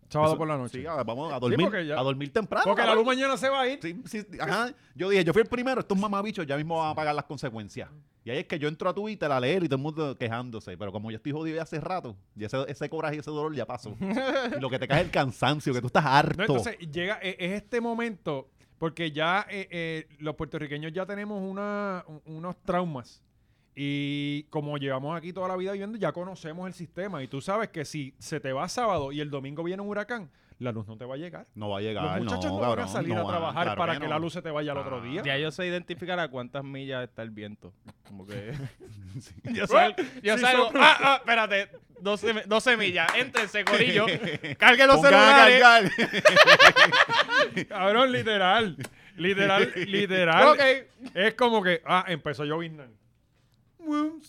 [SPEAKER 1] Sábado
[SPEAKER 2] Eso-
[SPEAKER 1] por la noche.
[SPEAKER 2] Sí, ah, a- vamos a
[SPEAKER 1] Sí,
[SPEAKER 2] dormir,
[SPEAKER 1] porque ya-
[SPEAKER 2] a dormir temprano.
[SPEAKER 1] Porque la
[SPEAKER 2] cabrón.
[SPEAKER 1] luz mañana se va a ir.
[SPEAKER 2] Sí, sí, ajá. Yo dije, yo fui el primero, estos mamabichos ya mismo van a pagar las consecuencias. Y ahí es que yo entro a Twitter a leer y todo el mundo quejándose. Pero como yo estoy jodido ya hace rato, y ese, ese coraje y ese dolor ya pasó. Y lo que te cae es el cansancio, que tú estás harto.
[SPEAKER 1] No, entonces llega, e- es este momento, porque ya eh, eh, los puertorriqueños ya tenemos una, un- unos traumas. Y como llevamos aquí toda la vida viviendo, ya conocemos el sistema. Y tú sabes que si se te va sábado y el domingo viene un huracán, la luz no te va a llegar.
[SPEAKER 2] no va a llegar,
[SPEAKER 1] Los muchachos no,
[SPEAKER 2] no,
[SPEAKER 1] van
[SPEAKER 2] cabrón,
[SPEAKER 1] a salir
[SPEAKER 2] no
[SPEAKER 1] a
[SPEAKER 2] van,
[SPEAKER 1] trabajar
[SPEAKER 2] claro
[SPEAKER 1] para que,
[SPEAKER 2] no. Ah.
[SPEAKER 1] la luz se te vaya al otro día.
[SPEAKER 3] Ya yo sé identificar a cuántas millas está el viento. Como que. Yo salgo. Yo
[SPEAKER 1] Sí,
[SPEAKER 3] salgo.
[SPEAKER 1] sopla.
[SPEAKER 3] Ah, ah, espérate. 12, mi- 12 millas. Éntrense, corillo. Carguen los
[SPEAKER 2] Pongan a
[SPEAKER 3] celulares.
[SPEAKER 2] cargar.
[SPEAKER 1] Cabrón, literal. Literal, literal.
[SPEAKER 3] Ok.
[SPEAKER 1] Es como que, ah, empezó llovizna.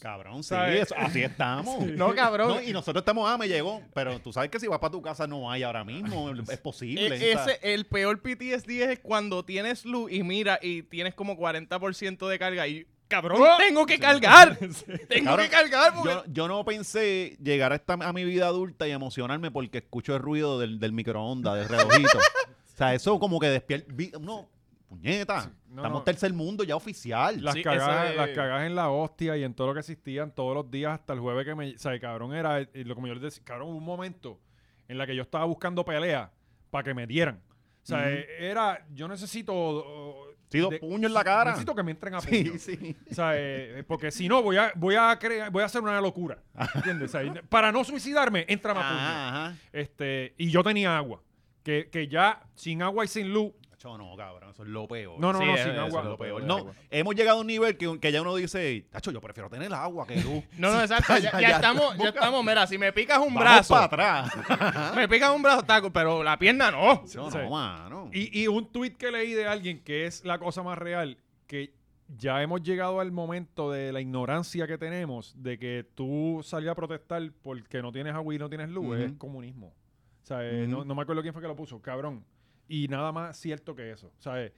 [SPEAKER 2] Cabrón, sí,
[SPEAKER 1] ¿Sabes?
[SPEAKER 2] eso- así estamos.
[SPEAKER 3] No, cabrón.
[SPEAKER 2] No, y nosotros estamos, ah, me llegó. Pero tú sabes que si vas para tu casa no hay ahora mismo. Es posible.
[SPEAKER 3] E-
[SPEAKER 2] o sea.
[SPEAKER 3] ese, el peor PTSD es cuando tienes luz y mira y tienes como 40% de carga y
[SPEAKER 1] ¡Cabrón!
[SPEAKER 3] ¡Tengo que cargar!
[SPEAKER 1] Sí.
[SPEAKER 3] ¡Tengo
[SPEAKER 2] Cabrón,
[SPEAKER 3] que cargar! Porque...
[SPEAKER 2] Yo, yo no pensé llegar a, esta, a mi vida adulta y emocionarme porque escucho el ruido del, del microondas, del relojito. o sea, eso como que despierta. vi- No, puñeta.
[SPEAKER 1] no,
[SPEAKER 2] estamos
[SPEAKER 1] no.
[SPEAKER 2] tercer mundo ya oficial.
[SPEAKER 1] Las,
[SPEAKER 3] Sí,
[SPEAKER 1] cagadas,
[SPEAKER 3] ese-
[SPEAKER 1] las cagadas en la hostia y en todo lo que existían todos los días hasta el jueves que me... O sea, cabrón, era... y lo como yo les decía, cabrón, hubo un momento en la que yo estaba buscando pelea para que me dieran. O sea,
[SPEAKER 2] Ujú.
[SPEAKER 1] eh, era... Yo necesito... oh,
[SPEAKER 2] Sí, dos
[SPEAKER 1] de-
[SPEAKER 2] puños en la cara.
[SPEAKER 1] Necesito que me entren a puños.
[SPEAKER 2] Sí, sí.
[SPEAKER 1] O sea, eh, eh, porque si no, voy a, voy a crear, voy a hacer una locura. ¿Entiendes? O sea, para no suicidarme, entra más puño.
[SPEAKER 2] Ajá, ajá.
[SPEAKER 1] Este, y yo tenía agua. Que, que ya, sin agua y sin luz.
[SPEAKER 2] Tacho, no, cabrón, eso es lo peor.
[SPEAKER 1] No, no,
[SPEAKER 3] Sí,
[SPEAKER 1] no,
[SPEAKER 3] es-
[SPEAKER 1] sin
[SPEAKER 3] eso
[SPEAKER 1] agua.
[SPEAKER 3] es lo peor.
[SPEAKER 2] No,
[SPEAKER 3] Agua.
[SPEAKER 2] hemos llegado a un nivel que, que ya uno dice, Tacho, yo prefiero tener agua que luz.
[SPEAKER 3] No, no, exacto. Ya,
[SPEAKER 2] ya,
[SPEAKER 3] ya
[SPEAKER 2] ya.
[SPEAKER 3] estamos, ya estamos. Mira, si me picas un
[SPEAKER 2] Vamos
[SPEAKER 3] brazo, ¿Ah?
[SPEAKER 2] para atrás.
[SPEAKER 3] me picas un brazo, taco, pero la pierna no.
[SPEAKER 2] no,
[SPEAKER 1] Sí.
[SPEAKER 2] no, mano.
[SPEAKER 1] Y, y un tuit que leí de alguien que es la cosa más real, que ya hemos llegado al momento de la ignorancia que tenemos de que tú salgas a protestar porque no tienes agua y no tienes luz,
[SPEAKER 2] Ujú.
[SPEAKER 1] es comunismo. O sea, eh,
[SPEAKER 2] Ujú.
[SPEAKER 1] no, no me acuerdo quién fue que lo puso, cabrón. Y nada más cierto que eso. O sea, eh,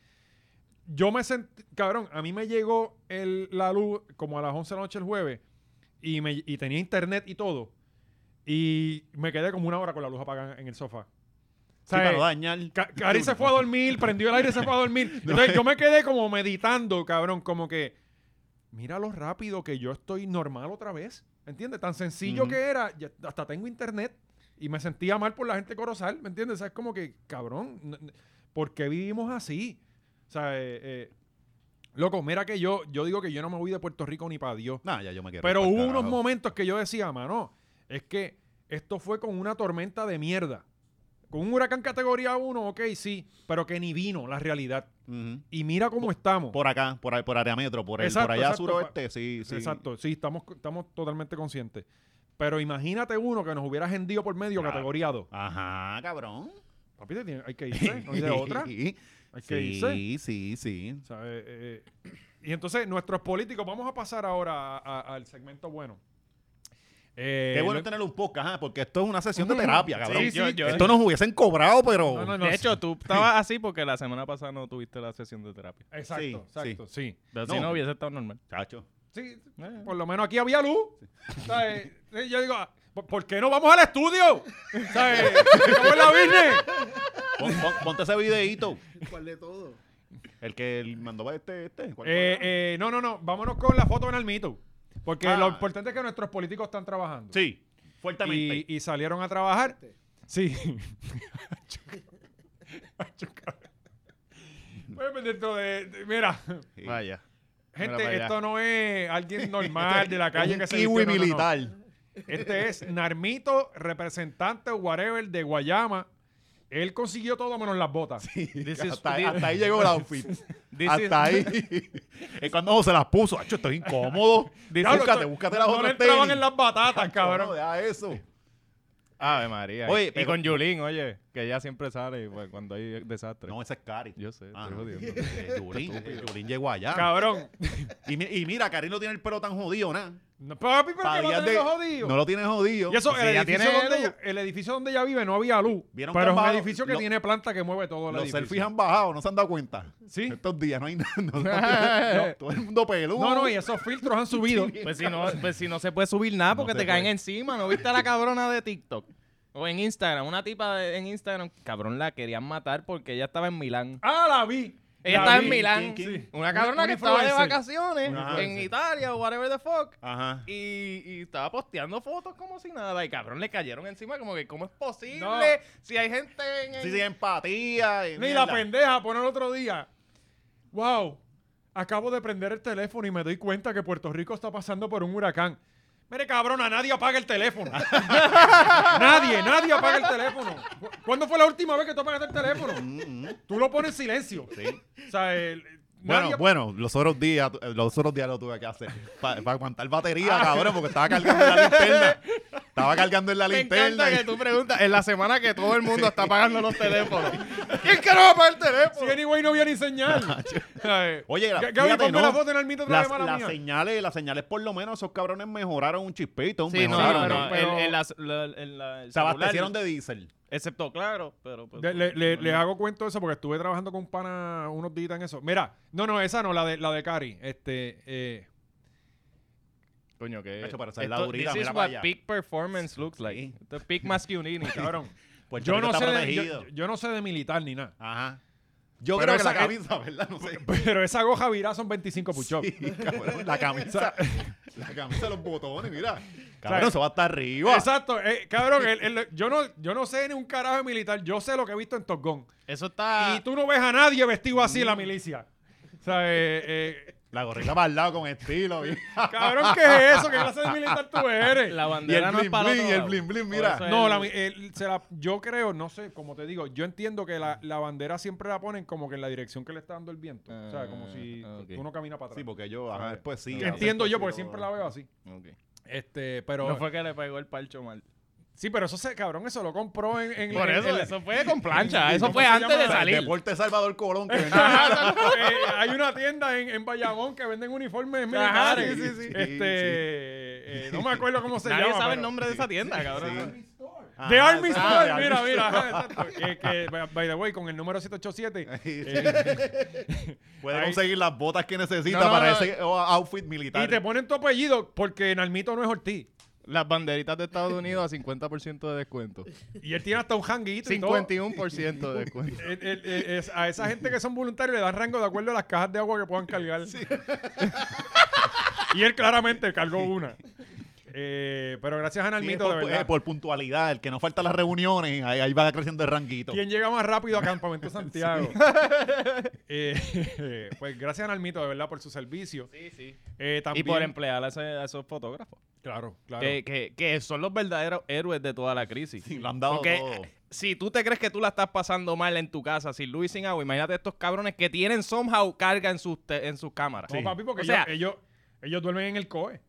[SPEAKER 1] yo me sentí, cabrón, a mí me llegó el- la luz como a las 11 de la noche el jueves y, me, y tenía internet y todo. Y me quedé como una hora con la luz apagada en el sofá. eh,
[SPEAKER 2] Sí, para no dañar.
[SPEAKER 1] Ca- Cari se fue a dormir, prendió el aire y se fue a dormir. Entonces yo me quedé como meditando, cabrón, como que mira lo rápido que yo estoy normal otra vez. ¿Entiendes? Tan sencillo
[SPEAKER 2] Ujú.
[SPEAKER 1] que era, ya- hasta tengo internet y me sentía mal por la gente de corozal, ¿me entiendes? O sea, es como que, cabrón, n- n- ¿por qué vivimos así? O sea, eh, eh, loco, mira que yo, yo digo que yo no me voy de Puerto Rico ni para Dios.
[SPEAKER 2] Nah, ya yo me quiero
[SPEAKER 1] Pero
[SPEAKER 2] ir
[SPEAKER 1] hubo
[SPEAKER 2] pa'l
[SPEAKER 1] unos
[SPEAKER 2] carajo.
[SPEAKER 1] momentos que yo decía, mano, es que esto fue con una tormenta de mierda. Con un huracán categoría 1, ok, sí, pero que ni vino la realidad.
[SPEAKER 2] Ujú.
[SPEAKER 1] Y mira cómo estamos.
[SPEAKER 2] Por acá, por, ahí- por área metro, por, el,
[SPEAKER 1] Exacto,
[SPEAKER 2] por allá
[SPEAKER 1] exacto,
[SPEAKER 2] suroeste, sí, sí.
[SPEAKER 1] Exacto, sí, estamos, estamos totalmente conscientes. Pero imagínate uno que nos hubiera hendido por medio
[SPEAKER 2] Claro.
[SPEAKER 1] categoría 2.
[SPEAKER 2] Ajá, cabrón.
[SPEAKER 1] Papi, te tiene- hay que irse, no hay de otra. Hay
[SPEAKER 2] Sí,
[SPEAKER 1] que irse.
[SPEAKER 2] sí, sí, sí.
[SPEAKER 1] O sea, eh, eh, y entonces, nuestros políticos, vamos a pasar ahora a- a- al segmento bueno. Eh,
[SPEAKER 2] Qué bueno
[SPEAKER 1] lo-
[SPEAKER 2] tener un podcast, ajá, porque esto es una sesión de terapia, cabrón.
[SPEAKER 1] Sí, sí,
[SPEAKER 3] Yo- yo-
[SPEAKER 2] Esto nos hubiesen cobrado, pero...
[SPEAKER 1] No, no, no,
[SPEAKER 3] De hecho, tú estabas así porque la semana pasada no tuviste la sesión de terapia.
[SPEAKER 1] Exacto,
[SPEAKER 2] Sí,
[SPEAKER 1] exacto, sí.
[SPEAKER 3] Pero si
[SPEAKER 2] No.
[SPEAKER 3] no hubiese estado normal.
[SPEAKER 2] Chacho.
[SPEAKER 1] Sí,
[SPEAKER 3] Eh.
[SPEAKER 1] por lo menos aquí había luz. ¿Sabes? Sí, Yo digo, ah, ¿por- ¿por qué no vamos al estudio? ¿Sabes? ¿Cómo es la business?
[SPEAKER 2] Pon- pon- ponte ese videíto.
[SPEAKER 4] ¿Cuál de todo?
[SPEAKER 2] El que él mandó para este, este. ¿Cuál
[SPEAKER 1] Eh,
[SPEAKER 2] fue?
[SPEAKER 1] eh, no, no, no. Vámonos con la foto en Almito. Porque
[SPEAKER 2] Ah.
[SPEAKER 1] lo importante es que nuestros políticos están trabajando.
[SPEAKER 2] sí, fuertemente.
[SPEAKER 1] Y, y salieron a trabajar. Sí. Bueno, Pues, dentro de- de- mira,
[SPEAKER 2] Sí.
[SPEAKER 3] Vaya. Mira para
[SPEAKER 1] gente,
[SPEAKER 3] allá.
[SPEAKER 1] esto no es alguien normal de la calle
[SPEAKER 2] Un
[SPEAKER 1] que se
[SPEAKER 2] kiwi
[SPEAKER 1] viste, no, no, no.
[SPEAKER 2] militar.
[SPEAKER 1] Este es Narmito, representante whatever de Guayama. Él consiguió todo menos las botas.
[SPEAKER 3] This is-
[SPEAKER 2] Hasta, ahí-
[SPEAKER 3] this-
[SPEAKER 2] hasta ahí llegó el outfit.
[SPEAKER 3] this is-
[SPEAKER 2] hasta ahí. es cuando se las puso. Hacho, estoy incómodo.
[SPEAKER 1] Diablo,
[SPEAKER 2] búscate,
[SPEAKER 1] esto-
[SPEAKER 2] búscate
[SPEAKER 1] no,
[SPEAKER 2] las
[SPEAKER 1] no le
[SPEAKER 2] otras
[SPEAKER 1] entraban
[SPEAKER 2] tenis.
[SPEAKER 1] en las batatas,
[SPEAKER 2] Hacho, no,
[SPEAKER 1] cabrón.
[SPEAKER 2] deja eso.
[SPEAKER 3] Ave María.
[SPEAKER 2] Oye,
[SPEAKER 3] Y- y
[SPEAKER 2] pero-
[SPEAKER 3] con Yulín, oye, que ella siempre sale pues, cuando hay desastre.
[SPEAKER 2] No, ese es Cari.
[SPEAKER 3] Yo sé,
[SPEAKER 2] Ah,
[SPEAKER 3] estoy
[SPEAKER 2] no.
[SPEAKER 3] jodiendo.
[SPEAKER 2] Eh, Yulín, Yulín llegó allá.
[SPEAKER 1] Cabrón.
[SPEAKER 2] Y, mi- y mira, Cari no tiene el pelo tan jodido, nada.
[SPEAKER 1] No, papi, pero
[SPEAKER 2] Pa'
[SPEAKER 1] que no
[SPEAKER 2] días
[SPEAKER 1] tenés
[SPEAKER 2] de-
[SPEAKER 1] los jodidos.
[SPEAKER 2] No lo tiene jodido.
[SPEAKER 1] y eso,
[SPEAKER 3] si
[SPEAKER 1] el,
[SPEAKER 3] ya
[SPEAKER 1] edificio
[SPEAKER 3] tiene
[SPEAKER 1] donde
[SPEAKER 3] luz.
[SPEAKER 1] ella, el edificio donde ella vive no había luz.
[SPEAKER 2] Vieron que
[SPEAKER 1] Pero es un
[SPEAKER 2] han bajado-
[SPEAKER 1] edificio que
[SPEAKER 2] lo-
[SPEAKER 1] tiene planta que mueve todo el
[SPEAKER 2] Los
[SPEAKER 1] edificio.
[SPEAKER 2] selfies han bajado, no se han dado cuenta.
[SPEAKER 1] Sí.
[SPEAKER 2] Estos días no hay nada. no- no- todo el mundo peludo.
[SPEAKER 1] No, no, y esos filtros han subido.
[SPEAKER 3] Pues si, no, pues si no se puede subir nada porque
[SPEAKER 2] se
[SPEAKER 3] te caen
[SPEAKER 2] puede.
[SPEAKER 3] encima. ¿No viste a la cabrona de TikTok? O en Instagram. Una tipa de- en Instagram. Cabrón, la querían matar porque ella estaba en Milán.
[SPEAKER 1] Ah, la vi.
[SPEAKER 3] Ella
[SPEAKER 1] La
[SPEAKER 3] estaba en
[SPEAKER 1] vi.
[SPEAKER 3] Milán.
[SPEAKER 2] ¿Quién, quién?
[SPEAKER 3] Una cabrona
[SPEAKER 1] Un
[SPEAKER 3] que estaba de
[SPEAKER 1] influencer.
[SPEAKER 3] vacaciones
[SPEAKER 1] Un
[SPEAKER 3] en
[SPEAKER 1] influencer.
[SPEAKER 3] Italia o whatever the fuck.
[SPEAKER 2] Ajá.
[SPEAKER 3] Y, y estaba posteando fotos como si nada. Y cabrón, le cayeron encima como que, ¿cómo es posible?
[SPEAKER 1] No.
[SPEAKER 3] Si hay gente en... en-
[SPEAKER 2] Sí, sí, empatía. y
[SPEAKER 1] Ni la
[SPEAKER 2] mierda.
[SPEAKER 1] pendeja pone el otro día. Wow, acabo de prender el teléfono y me doy cuenta que Puerto Rico está pasando por un huracán. Mire, cabrona, nadie apaga el teléfono. nadie, nadie apaga el teléfono. ¿Cu- ¿Cuándo fue la última vez que tú apagaste el teléfono?
[SPEAKER 2] Mm, mm.
[SPEAKER 1] Tú lo pones en silencio.
[SPEAKER 2] Sí.
[SPEAKER 1] O sea, el-
[SPEAKER 2] Bueno,
[SPEAKER 1] nadie-
[SPEAKER 2] bueno, los otros días, eh, los otros días lo tuve que hacer. Para aguantar batería, cabrón, porque estaba cargando la linterna. Estaba cargando en la
[SPEAKER 3] Me
[SPEAKER 2] linterna.
[SPEAKER 3] encanta
[SPEAKER 2] y-
[SPEAKER 3] que tú preguntas en la semana que todo el mundo está pagando los teléfonos. ¿Quién que no va a pagar el
[SPEAKER 1] Si
[SPEAKER 3] teléfono?
[SPEAKER 1] anyway no había ni señal. Ay.
[SPEAKER 2] Oye, la-
[SPEAKER 1] G- Gaby,
[SPEAKER 2] fíjate,
[SPEAKER 1] ponme
[SPEAKER 2] no.
[SPEAKER 1] la foto en el mito otra
[SPEAKER 2] Las,
[SPEAKER 1] vez, mala
[SPEAKER 2] las
[SPEAKER 1] mía.
[SPEAKER 2] señales, las señales, por lo menos, esos cabrones mejoraron un chispito.
[SPEAKER 3] Sí, no,
[SPEAKER 1] eh.
[SPEAKER 2] mejoraron.
[SPEAKER 3] pero, pero- el- el as- la- el- la- el
[SPEAKER 2] se
[SPEAKER 3] celular,
[SPEAKER 2] abastecieron de diésel.
[SPEAKER 3] Excepto, claro, pero... pues,
[SPEAKER 1] De- le, le-
[SPEAKER 3] no,
[SPEAKER 1] le
[SPEAKER 3] no.
[SPEAKER 1] hago cuento de eso porque estuve trabajando con un pana unos días en eso. Mira, no, no, esa no, la de, la de Cari. Este, eh,
[SPEAKER 3] Coño, que...
[SPEAKER 2] Macho, para salir la
[SPEAKER 3] esto-
[SPEAKER 2] durita,
[SPEAKER 3] this
[SPEAKER 2] mira
[SPEAKER 3] is
[SPEAKER 2] para
[SPEAKER 3] what
[SPEAKER 2] allá.
[SPEAKER 3] peak performance looks like.
[SPEAKER 2] Sí.
[SPEAKER 3] Esto es peak masculinity, cabrón.
[SPEAKER 2] Pues
[SPEAKER 1] yo, no
[SPEAKER 2] está
[SPEAKER 1] sé de,
[SPEAKER 2] protegido.
[SPEAKER 1] yo, yo no sé de militar ni nada.
[SPEAKER 2] Ajá. Yo
[SPEAKER 1] Pero
[SPEAKER 2] creo que
[SPEAKER 1] esa
[SPEAKER 2] la
[SPEAKER 1] que-
[SPEAKER 2] camisa, ¿verdad? No sé.
[SPEAKER 1] Pero esa goja virá son 25 push-ups.
[SPEAKER 2] Sí, cabrón, la camisa. la camisa, los botones, mira.
[SPEAKER 1] O sea,
[SPEAKER 2] Cabrón, eso va hasta arriba.
[SPEAKER 1] Exacto, eh, cabrón, el- el- yo, no, yo no sé ni un carajo de militar, yo sé lo que he visto en Top Gun.
[SPEAKER 3] Eso está...
[SPEAKER 1] Y tú no ves a nadie vestido así en
[SPEAKER 3] Mm.
[SPEAKER 1] la milicia. O sea, eh, eh,
[SPEAKER 2] La gorrita para el lado con estilo. bien.
[SPEAKER 1] cabrón, ¿qué es eso? ¿Qué clase de militar tú eres?
[SPEAKER 3] La
[SPEAKER 2] y el
[SPEAKER 3] bandera no es
[SPEAKER 2] bling
[SPEAKER 3] para
[SPEAKER 2] bling,
[SPEAKER 3] otro
[SPEAKER 2] y el
[SPEAKER 3] lado.
[SPEAKER 2] bling bling,
[SPEAKER 3] Por
[SPEAKER 2] mira.
[SPEAKER 3] eso es-
[SPEAKER 1] No, la, mi- el- se la- yo creo, no sé, como te digo, yo entiendo que la, la bandera siempre la ponen como que en la dirección que le está dando el viento. o sea, como si
[SPEAKER 3] Ah, ok.
[SPEAKER 1] tú no caminas para
[SPEAKER 2] Sí,
[SPEAKER 1] atrás.
[SPEAKER 2] porque yo, ajá,
[SPEAKER 1] ¿Sabes?
[SPEAKER 2] después sí.
[SPEAKER 1] entiendo
[SPEAKER 2] después
[SPEAKER 1] yo,
[SPEAKER 2] sí,
[SPEAKER 1] porque
[SPEAKER 2] yo-
[SPEAKER 1] siempre la veo así.
[SPEAKER 3] Ok.
[SPEAKER 1] Este, pero.
[SPEAKER 3] No fue que le pegó el palcho mal.
[SPEAKER 1] Sí, pero eso se, cabrón, eso lo compró en. en-
[SPEAKER 3] Por
[SPEAKER 1] en-
[SPEAKER 3] eso,
[SPEAKER 1] en la-
[SPEAKER 3] eso fue con plancha. Eso
[SPEAKER 1] ¿Cómo
[SPEAKER 3] fue
[SPEAKER 1] se
[SPEAKER 3] antes
[SPEAKER 1] llama?
[SPEAKER 3] de salir.
[SPEAKER 2] Deporte Salvador Colón. Que vendía-
[SPEAKER 1] Eh, hay una tienda en, en Bayamón que venden uniformes
[SPEAKER 3] Ajá,
[SPEAKER 1] militares.
[SPEAKER 2] sí, sí, sí.
[SPEAKER 1] Este,
[SPEAKER 2] Sí, sí.
[SPEAKER 1] eh, no me acuerdo cómo se
[SPEAKER 3] Nadie
[SPEAKER 1] llama.
[SPEAKER 3] sabe el
[SPEAKER 1] pero-
[SPEAKER 3] nombre de esa tienda, cabrón.
[SPEAKER 2] Sí.
[SPEAKER 1] The
[SPEAKER 2] Ajá,
[SPEAKER 1] Army
[SPEAKER 2] exacto,
[SPEAKER 1] Store,
[SPEAKER 2] Ah, The Army
[SPEAKER 1] mira,
[SPEAKER 2] Store.
[SPEAKER 1] mira. ajá, exacto. Eh, que, by- by the way, con el número 787.
[SPEAKER 2] Puede
[SPEAKER 1] Ahí.
[SPEAKER 2] conseguir las botas que necesita
[SPEAKER 3] No, no,
[SPEAKER 2] para
[SPEAKER 3] no.
[SPEAKER 2] ese oh, outfit militar.
[SPEAKER 1] Y te ponen tu apellido porque Nalmito no es Ortiz.
[SPEAKER 3] Las banderitas de Estados Unidos a 50% de descuento.
[SPEAKER 1] Y él tiene hasta un hanguito y todo.
[SPEAKER 3] 51% de descuento.
[SPEAKER 1] El- el- el- es- a esa gente que son voluntarios le dan rango de acuerdo a las cajas de agua que puedan cargar. y él claramente cargó una. Eh, pero gracias a
[SPEAKER 2] Sí, es
[SPEAKER 1] Nalmito,
[SPEAKER 2] por,
[SPEAKER 1] de verdad.
[SPEAKER 2] eh, por puntualidad, el que no falta a las reuniones, ahí, ahí va creciendo el ranguito.
[SPEAKER 1] ¿Quién llega más rápido a Campamento Santiago? Eh, pues gracias a Nalmito, de verdad, por su servicio.
[SPEAKER 3] Sí, sí.
[SPEAKER 1] Eh,
[SPEAKER 3] Y
[SPEAKER 1] también,
[SPEAKER 3] por emplear a, ese- a esos fotógrafos.
[SPEAKER 1] Claro, claro.
[SPEAKER 3] Que, que- que son los verdaderos héroes de toda la crisis.
[SPEAKER 2] Sí, lo han dado
[SPEAKER 3] Porque
[SPEAKER 2] todo.
[SPEAKER 3] si tú te crees que tú la estás pasando mal en tu casa, sin luz y sin agua, imagínate estos cabrones que tienen somehow carga en sus, te- en sus cámaras.
[SPEAKER 1] No, papi, porque
[SPEAKER 3] O sea-
[SPEAKER 1] ellos, ellos, ellos duermen en el COE.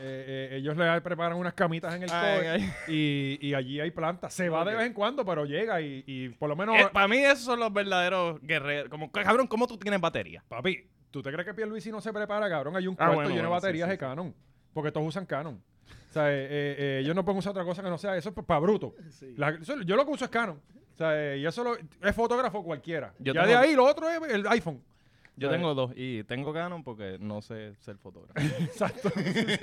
[SPEAKER 1] Eh, eh, ellos le preparan unas camitas en el
[SPEAKER 3] Ay,
[SPEAKER 1] COE
[SPEAKER 3] ay.
[SPEAKER 1] Y, y allí hay plantas. Se va de vez en cuando, pero llega y, y por lo menos...
[SPEAKER 3] para mí esos son los verdaderos guerreros. Como, cabrón, ¿cómo tú tienes batería?
[SPEAKER 1] papi, ¿tú te crees que Pierluisi no se prepara, cabrón? Hay un
[SPEAKER 3] Ah,
[SPEAKER 1] cuarto
[SPEAKER 3] bueno,
[SPEAKER 1] lleno de
[SPEAKER 3] bueno, sí,
[SPEAKER 1] baterías
[SPEAKER 3] sí,
[SPEAKER 1] de
[SPEAKER 3] sí.
[SPEAKER 1] Canon. Porque todos usan Canon. O sea, eh, eh, eh, ellos no pueden usar otra cosa que no sea eso, es para bruto. La- eso- yo lo que uso es Canon. O sea, eh, y eso lo- es fotógrafo cualquiera.
[SPEAKER 3] Yo
[SPEAKER 1] ya de
[SPEAKER 3] tengo-
[SPEAKER 1] ahí lo otro es el iPhone.
[SPEAKER 3] Yo
[SPEAKER 1] Ay.
[SPEAKER 3] tengo dos y tengo Canon porque no sé ser fotógrafo.
[SPEAKER 1] Exacto.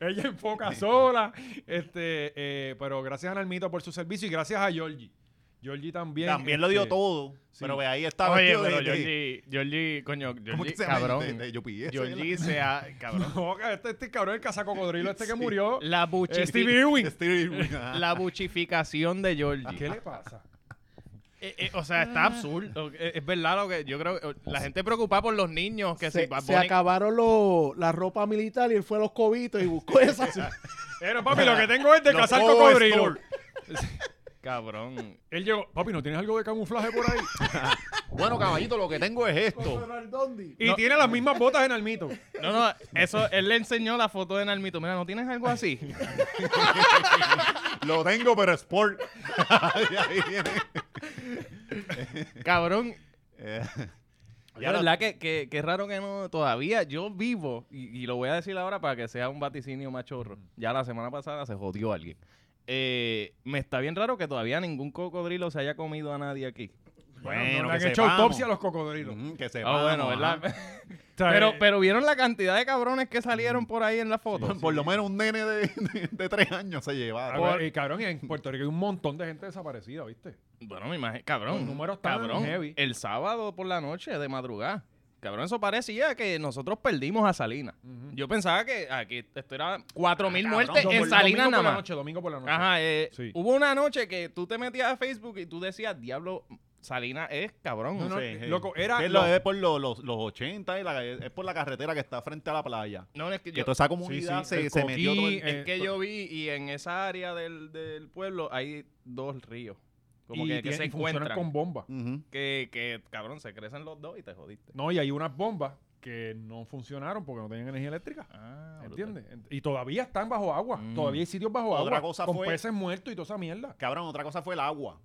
[SPEAKER 1] Ella enfoca sola. Este, eh, pero gracias a Nalmito por su servicio y gracias a Georgie. Georgie también.
[SPEAKER 2] También lo dio
[SPEAKER 1] este,
[SPEAKER 2] todo. Pero ve, ahí está
[SPEAKER 3] Oye,
[SPEAKER 2] vestido de-
[SPEAKER 3] pero
[SPEAKER 2] de-
[SPEAKER 3] Georgie, Georgie, coño,
[SPEAKER 2] ¿Cómo que
[SPEAKER 3] Georgie,
[SPEAKER 2] se llama?
[SPEAKER 3] cabrón.
[SPEAKER 2] De- de UPS,
[SPEAKER 3] Georgie se ha, cabrón.
[SPEAKER 1] No, que este, este cabrón, el cazacocodrilo este que murió.
[SPEAKER 3] La,
[SPEAKER 1] eh,
[SPEAKER 3] buchifi-
[SPEAKER 1] Steve Irwin.
[SPEAKER 2] ¿verdad? Steve Irwin, ajá.
[SPEAKER 3] la buchificación de
[SPEAKER 1] ¿Qué
[SPEAKER 3] Georgie.
[SPEAKER 1] le pasa?
[SPEAKER 3] Eh, eh, o sea, está absurdo. Eh, Es verdad lo que yo creo. eh, La gente preocupada por los niños que
[SPEAKER 4] se,
[SPEAKER 3] si Bad
[SPEAKER 4] se
[SPEAKER 3] Bunny-
[SPEAKER 4] acabaron lo- la ropa militar y él fue a los cobitos y buscó esa.
[SPEAKER 1] Pero papi, lo que tengo es de
[SPEAKER 2] Los
[SPEAKER 1] cazar
[SPEAKER 2] Power
[SPEAKER 1] cocodrilo.
[SPEAKER 2] Store.
[SPEAKER 3] Cabrón.
[SPEAKER 1] Él llegó, papi, ¿no tienes algo de camuflaje por ahí?
[SPEAKER 2] Bueno, caballito, lo que tengo es esto.
[SPEAKER 4] Ronald Dondi.
[SPEAKER 1] Y
[SPEAKER 3] No.
[SPEAKER 1] tiene las mismas botas en Almito.
[SPEAKER 3] No, no, eso, él le enseñó la foto de Narmito. Mira, ¿no tienes algo así?
[SPEAKER 2] Lo tengo, pero sport. Y ahí viene.
[SPEAKER 3] Cabrón,
[SPEAKER 2] Eh,
[SPEAKER 3] Ya la verdad que, que, que raro que no todavía. Yo vivo, y, y lo voy a decir ahora para que sea un vaticinio machorro. Ya la semana pasada se jodió alguien. Eh, me está bien raro que todavía ningún cocodrilo se haya comido a nadie aquí.
[SPEAKER 1] no,
[SPEAKER 2] Bueno,
[SPEAKER 1] le han
[SPEAKER 2] que
[SPEAKER 1] hecho
[SPEAKER 2] sepamos.
[SPEAKER 1] autopsia a los cocodrilos.
[SPEAKER 2] Ujú, que se
[SPEAKER 3] Ah, bueno, ¿verdad?
[SPEAKER 1] O sea,
[SPEAKER 3] pero,
[SPEAKER 1] eh,
[SPEAKER 3] pero vieron la cantidad de cabrones que salieron por ahí en la foto.
[SPEAKER 2] Por lo menos un nene de, de, de tres años se lleva. Pues,
[SPEAKER 1] a ver, eh, cabrón, y en Puerto Rico hay un montón de gente desaparecida, ¿viste?
[SPEAKER 3] Bueno, me imagino, cabrón.
[SPEAKER 1] Los números tan
[SPEAKER 3] cabrón.
[SPEAKER 1] heavy.
[SPEAKER 3] El sábado por la noche de madrugada. Cabrón, eso parecía que nosotros perdimos a Salinas. Yo pensaba que aquí esto era 4.000 mil
[SPEAKER 2] Ah, cabrón,
[SPEAKER 3] muertes
[SPEAKER 2] domingo
[SPEAKER 3] en Salinas
[SPEAKER 1] domingo
[SPEAKER 3] nada
[SPEAKER 1] por la
[SPEAKER 3] más.
[SPEAKER 1] noche, domingo por la noche.
[SPEAKER 3] Ajá, eh,
[SPEAKER 1] Sí.
[SPEAKER 3] hubo una noche que tú te metías a Facebook y tú decías, diablo, Salina es cabrón.
[SPEAKER 1] No,
[SPEAKER 3] No,
[SPEAKER 1] no,
[SPEAKER 2] Sí, sí.
[SPEAKER 1] loco, era
[SPEAKER 2] Que Es,
[SPEAKER 1] lo-
[SPEAKER 2] lo- es por lo- los, los 80, y la- es por la carretera que está frente a la playa.
[SPEAKER 3] es que
[SPEAKER 2] Que
[SPEAKER 3] yo,
[SPEAKER 2] toda esa comunidad
[SPEAKER 1] sí,
[SPEAKER 2] se,
[SPEAKER 1] el
[SPEAKER 2] se metió todo el-
[SPEAKER 1] coquí,
[SPEAKER 3] es que
[SPEAKER 1] eh,
[SPEAKER 3] yo vi y en esa área del, del pueblo hay dos ríos, como
[SPEAKER 1] y
[SPEAKER 3] que, que
[SPEAKER 1] tiene-
[SPEAKER 3] se
[SPEAKER 1] y funcionan
[SPEAKER 3] encuentran.
[SPEAKER 1] con bombas.
[SPEAKER 2] Ujú.
[SPEAKER 3] Que, que, cabrón, se crecen los dos y te jodiste.
[SPEAKER 1] No, y hay unas bombas que no funcionaron porque no tenían energía eléctrica.
[SPEAKER 3] Ah,
[SPEAKER 1] ¿Entiendes? Ent- Y todavía están bajo agua.
[SPEAKER 3] Mm.
[SPEAKER 1] Todavía hay sitios bajo
[SPEAKER 2] Otra
[SPEAKER 1] agua.
[SPEAKER 2] cosa
[SPEAKER 1] con
[SPEAKER 2] fue-
[SPEAKER 1] peces muertos y toda esa mierda.
[SPEAKER 2] Cabrón, otra cosa fue el agua.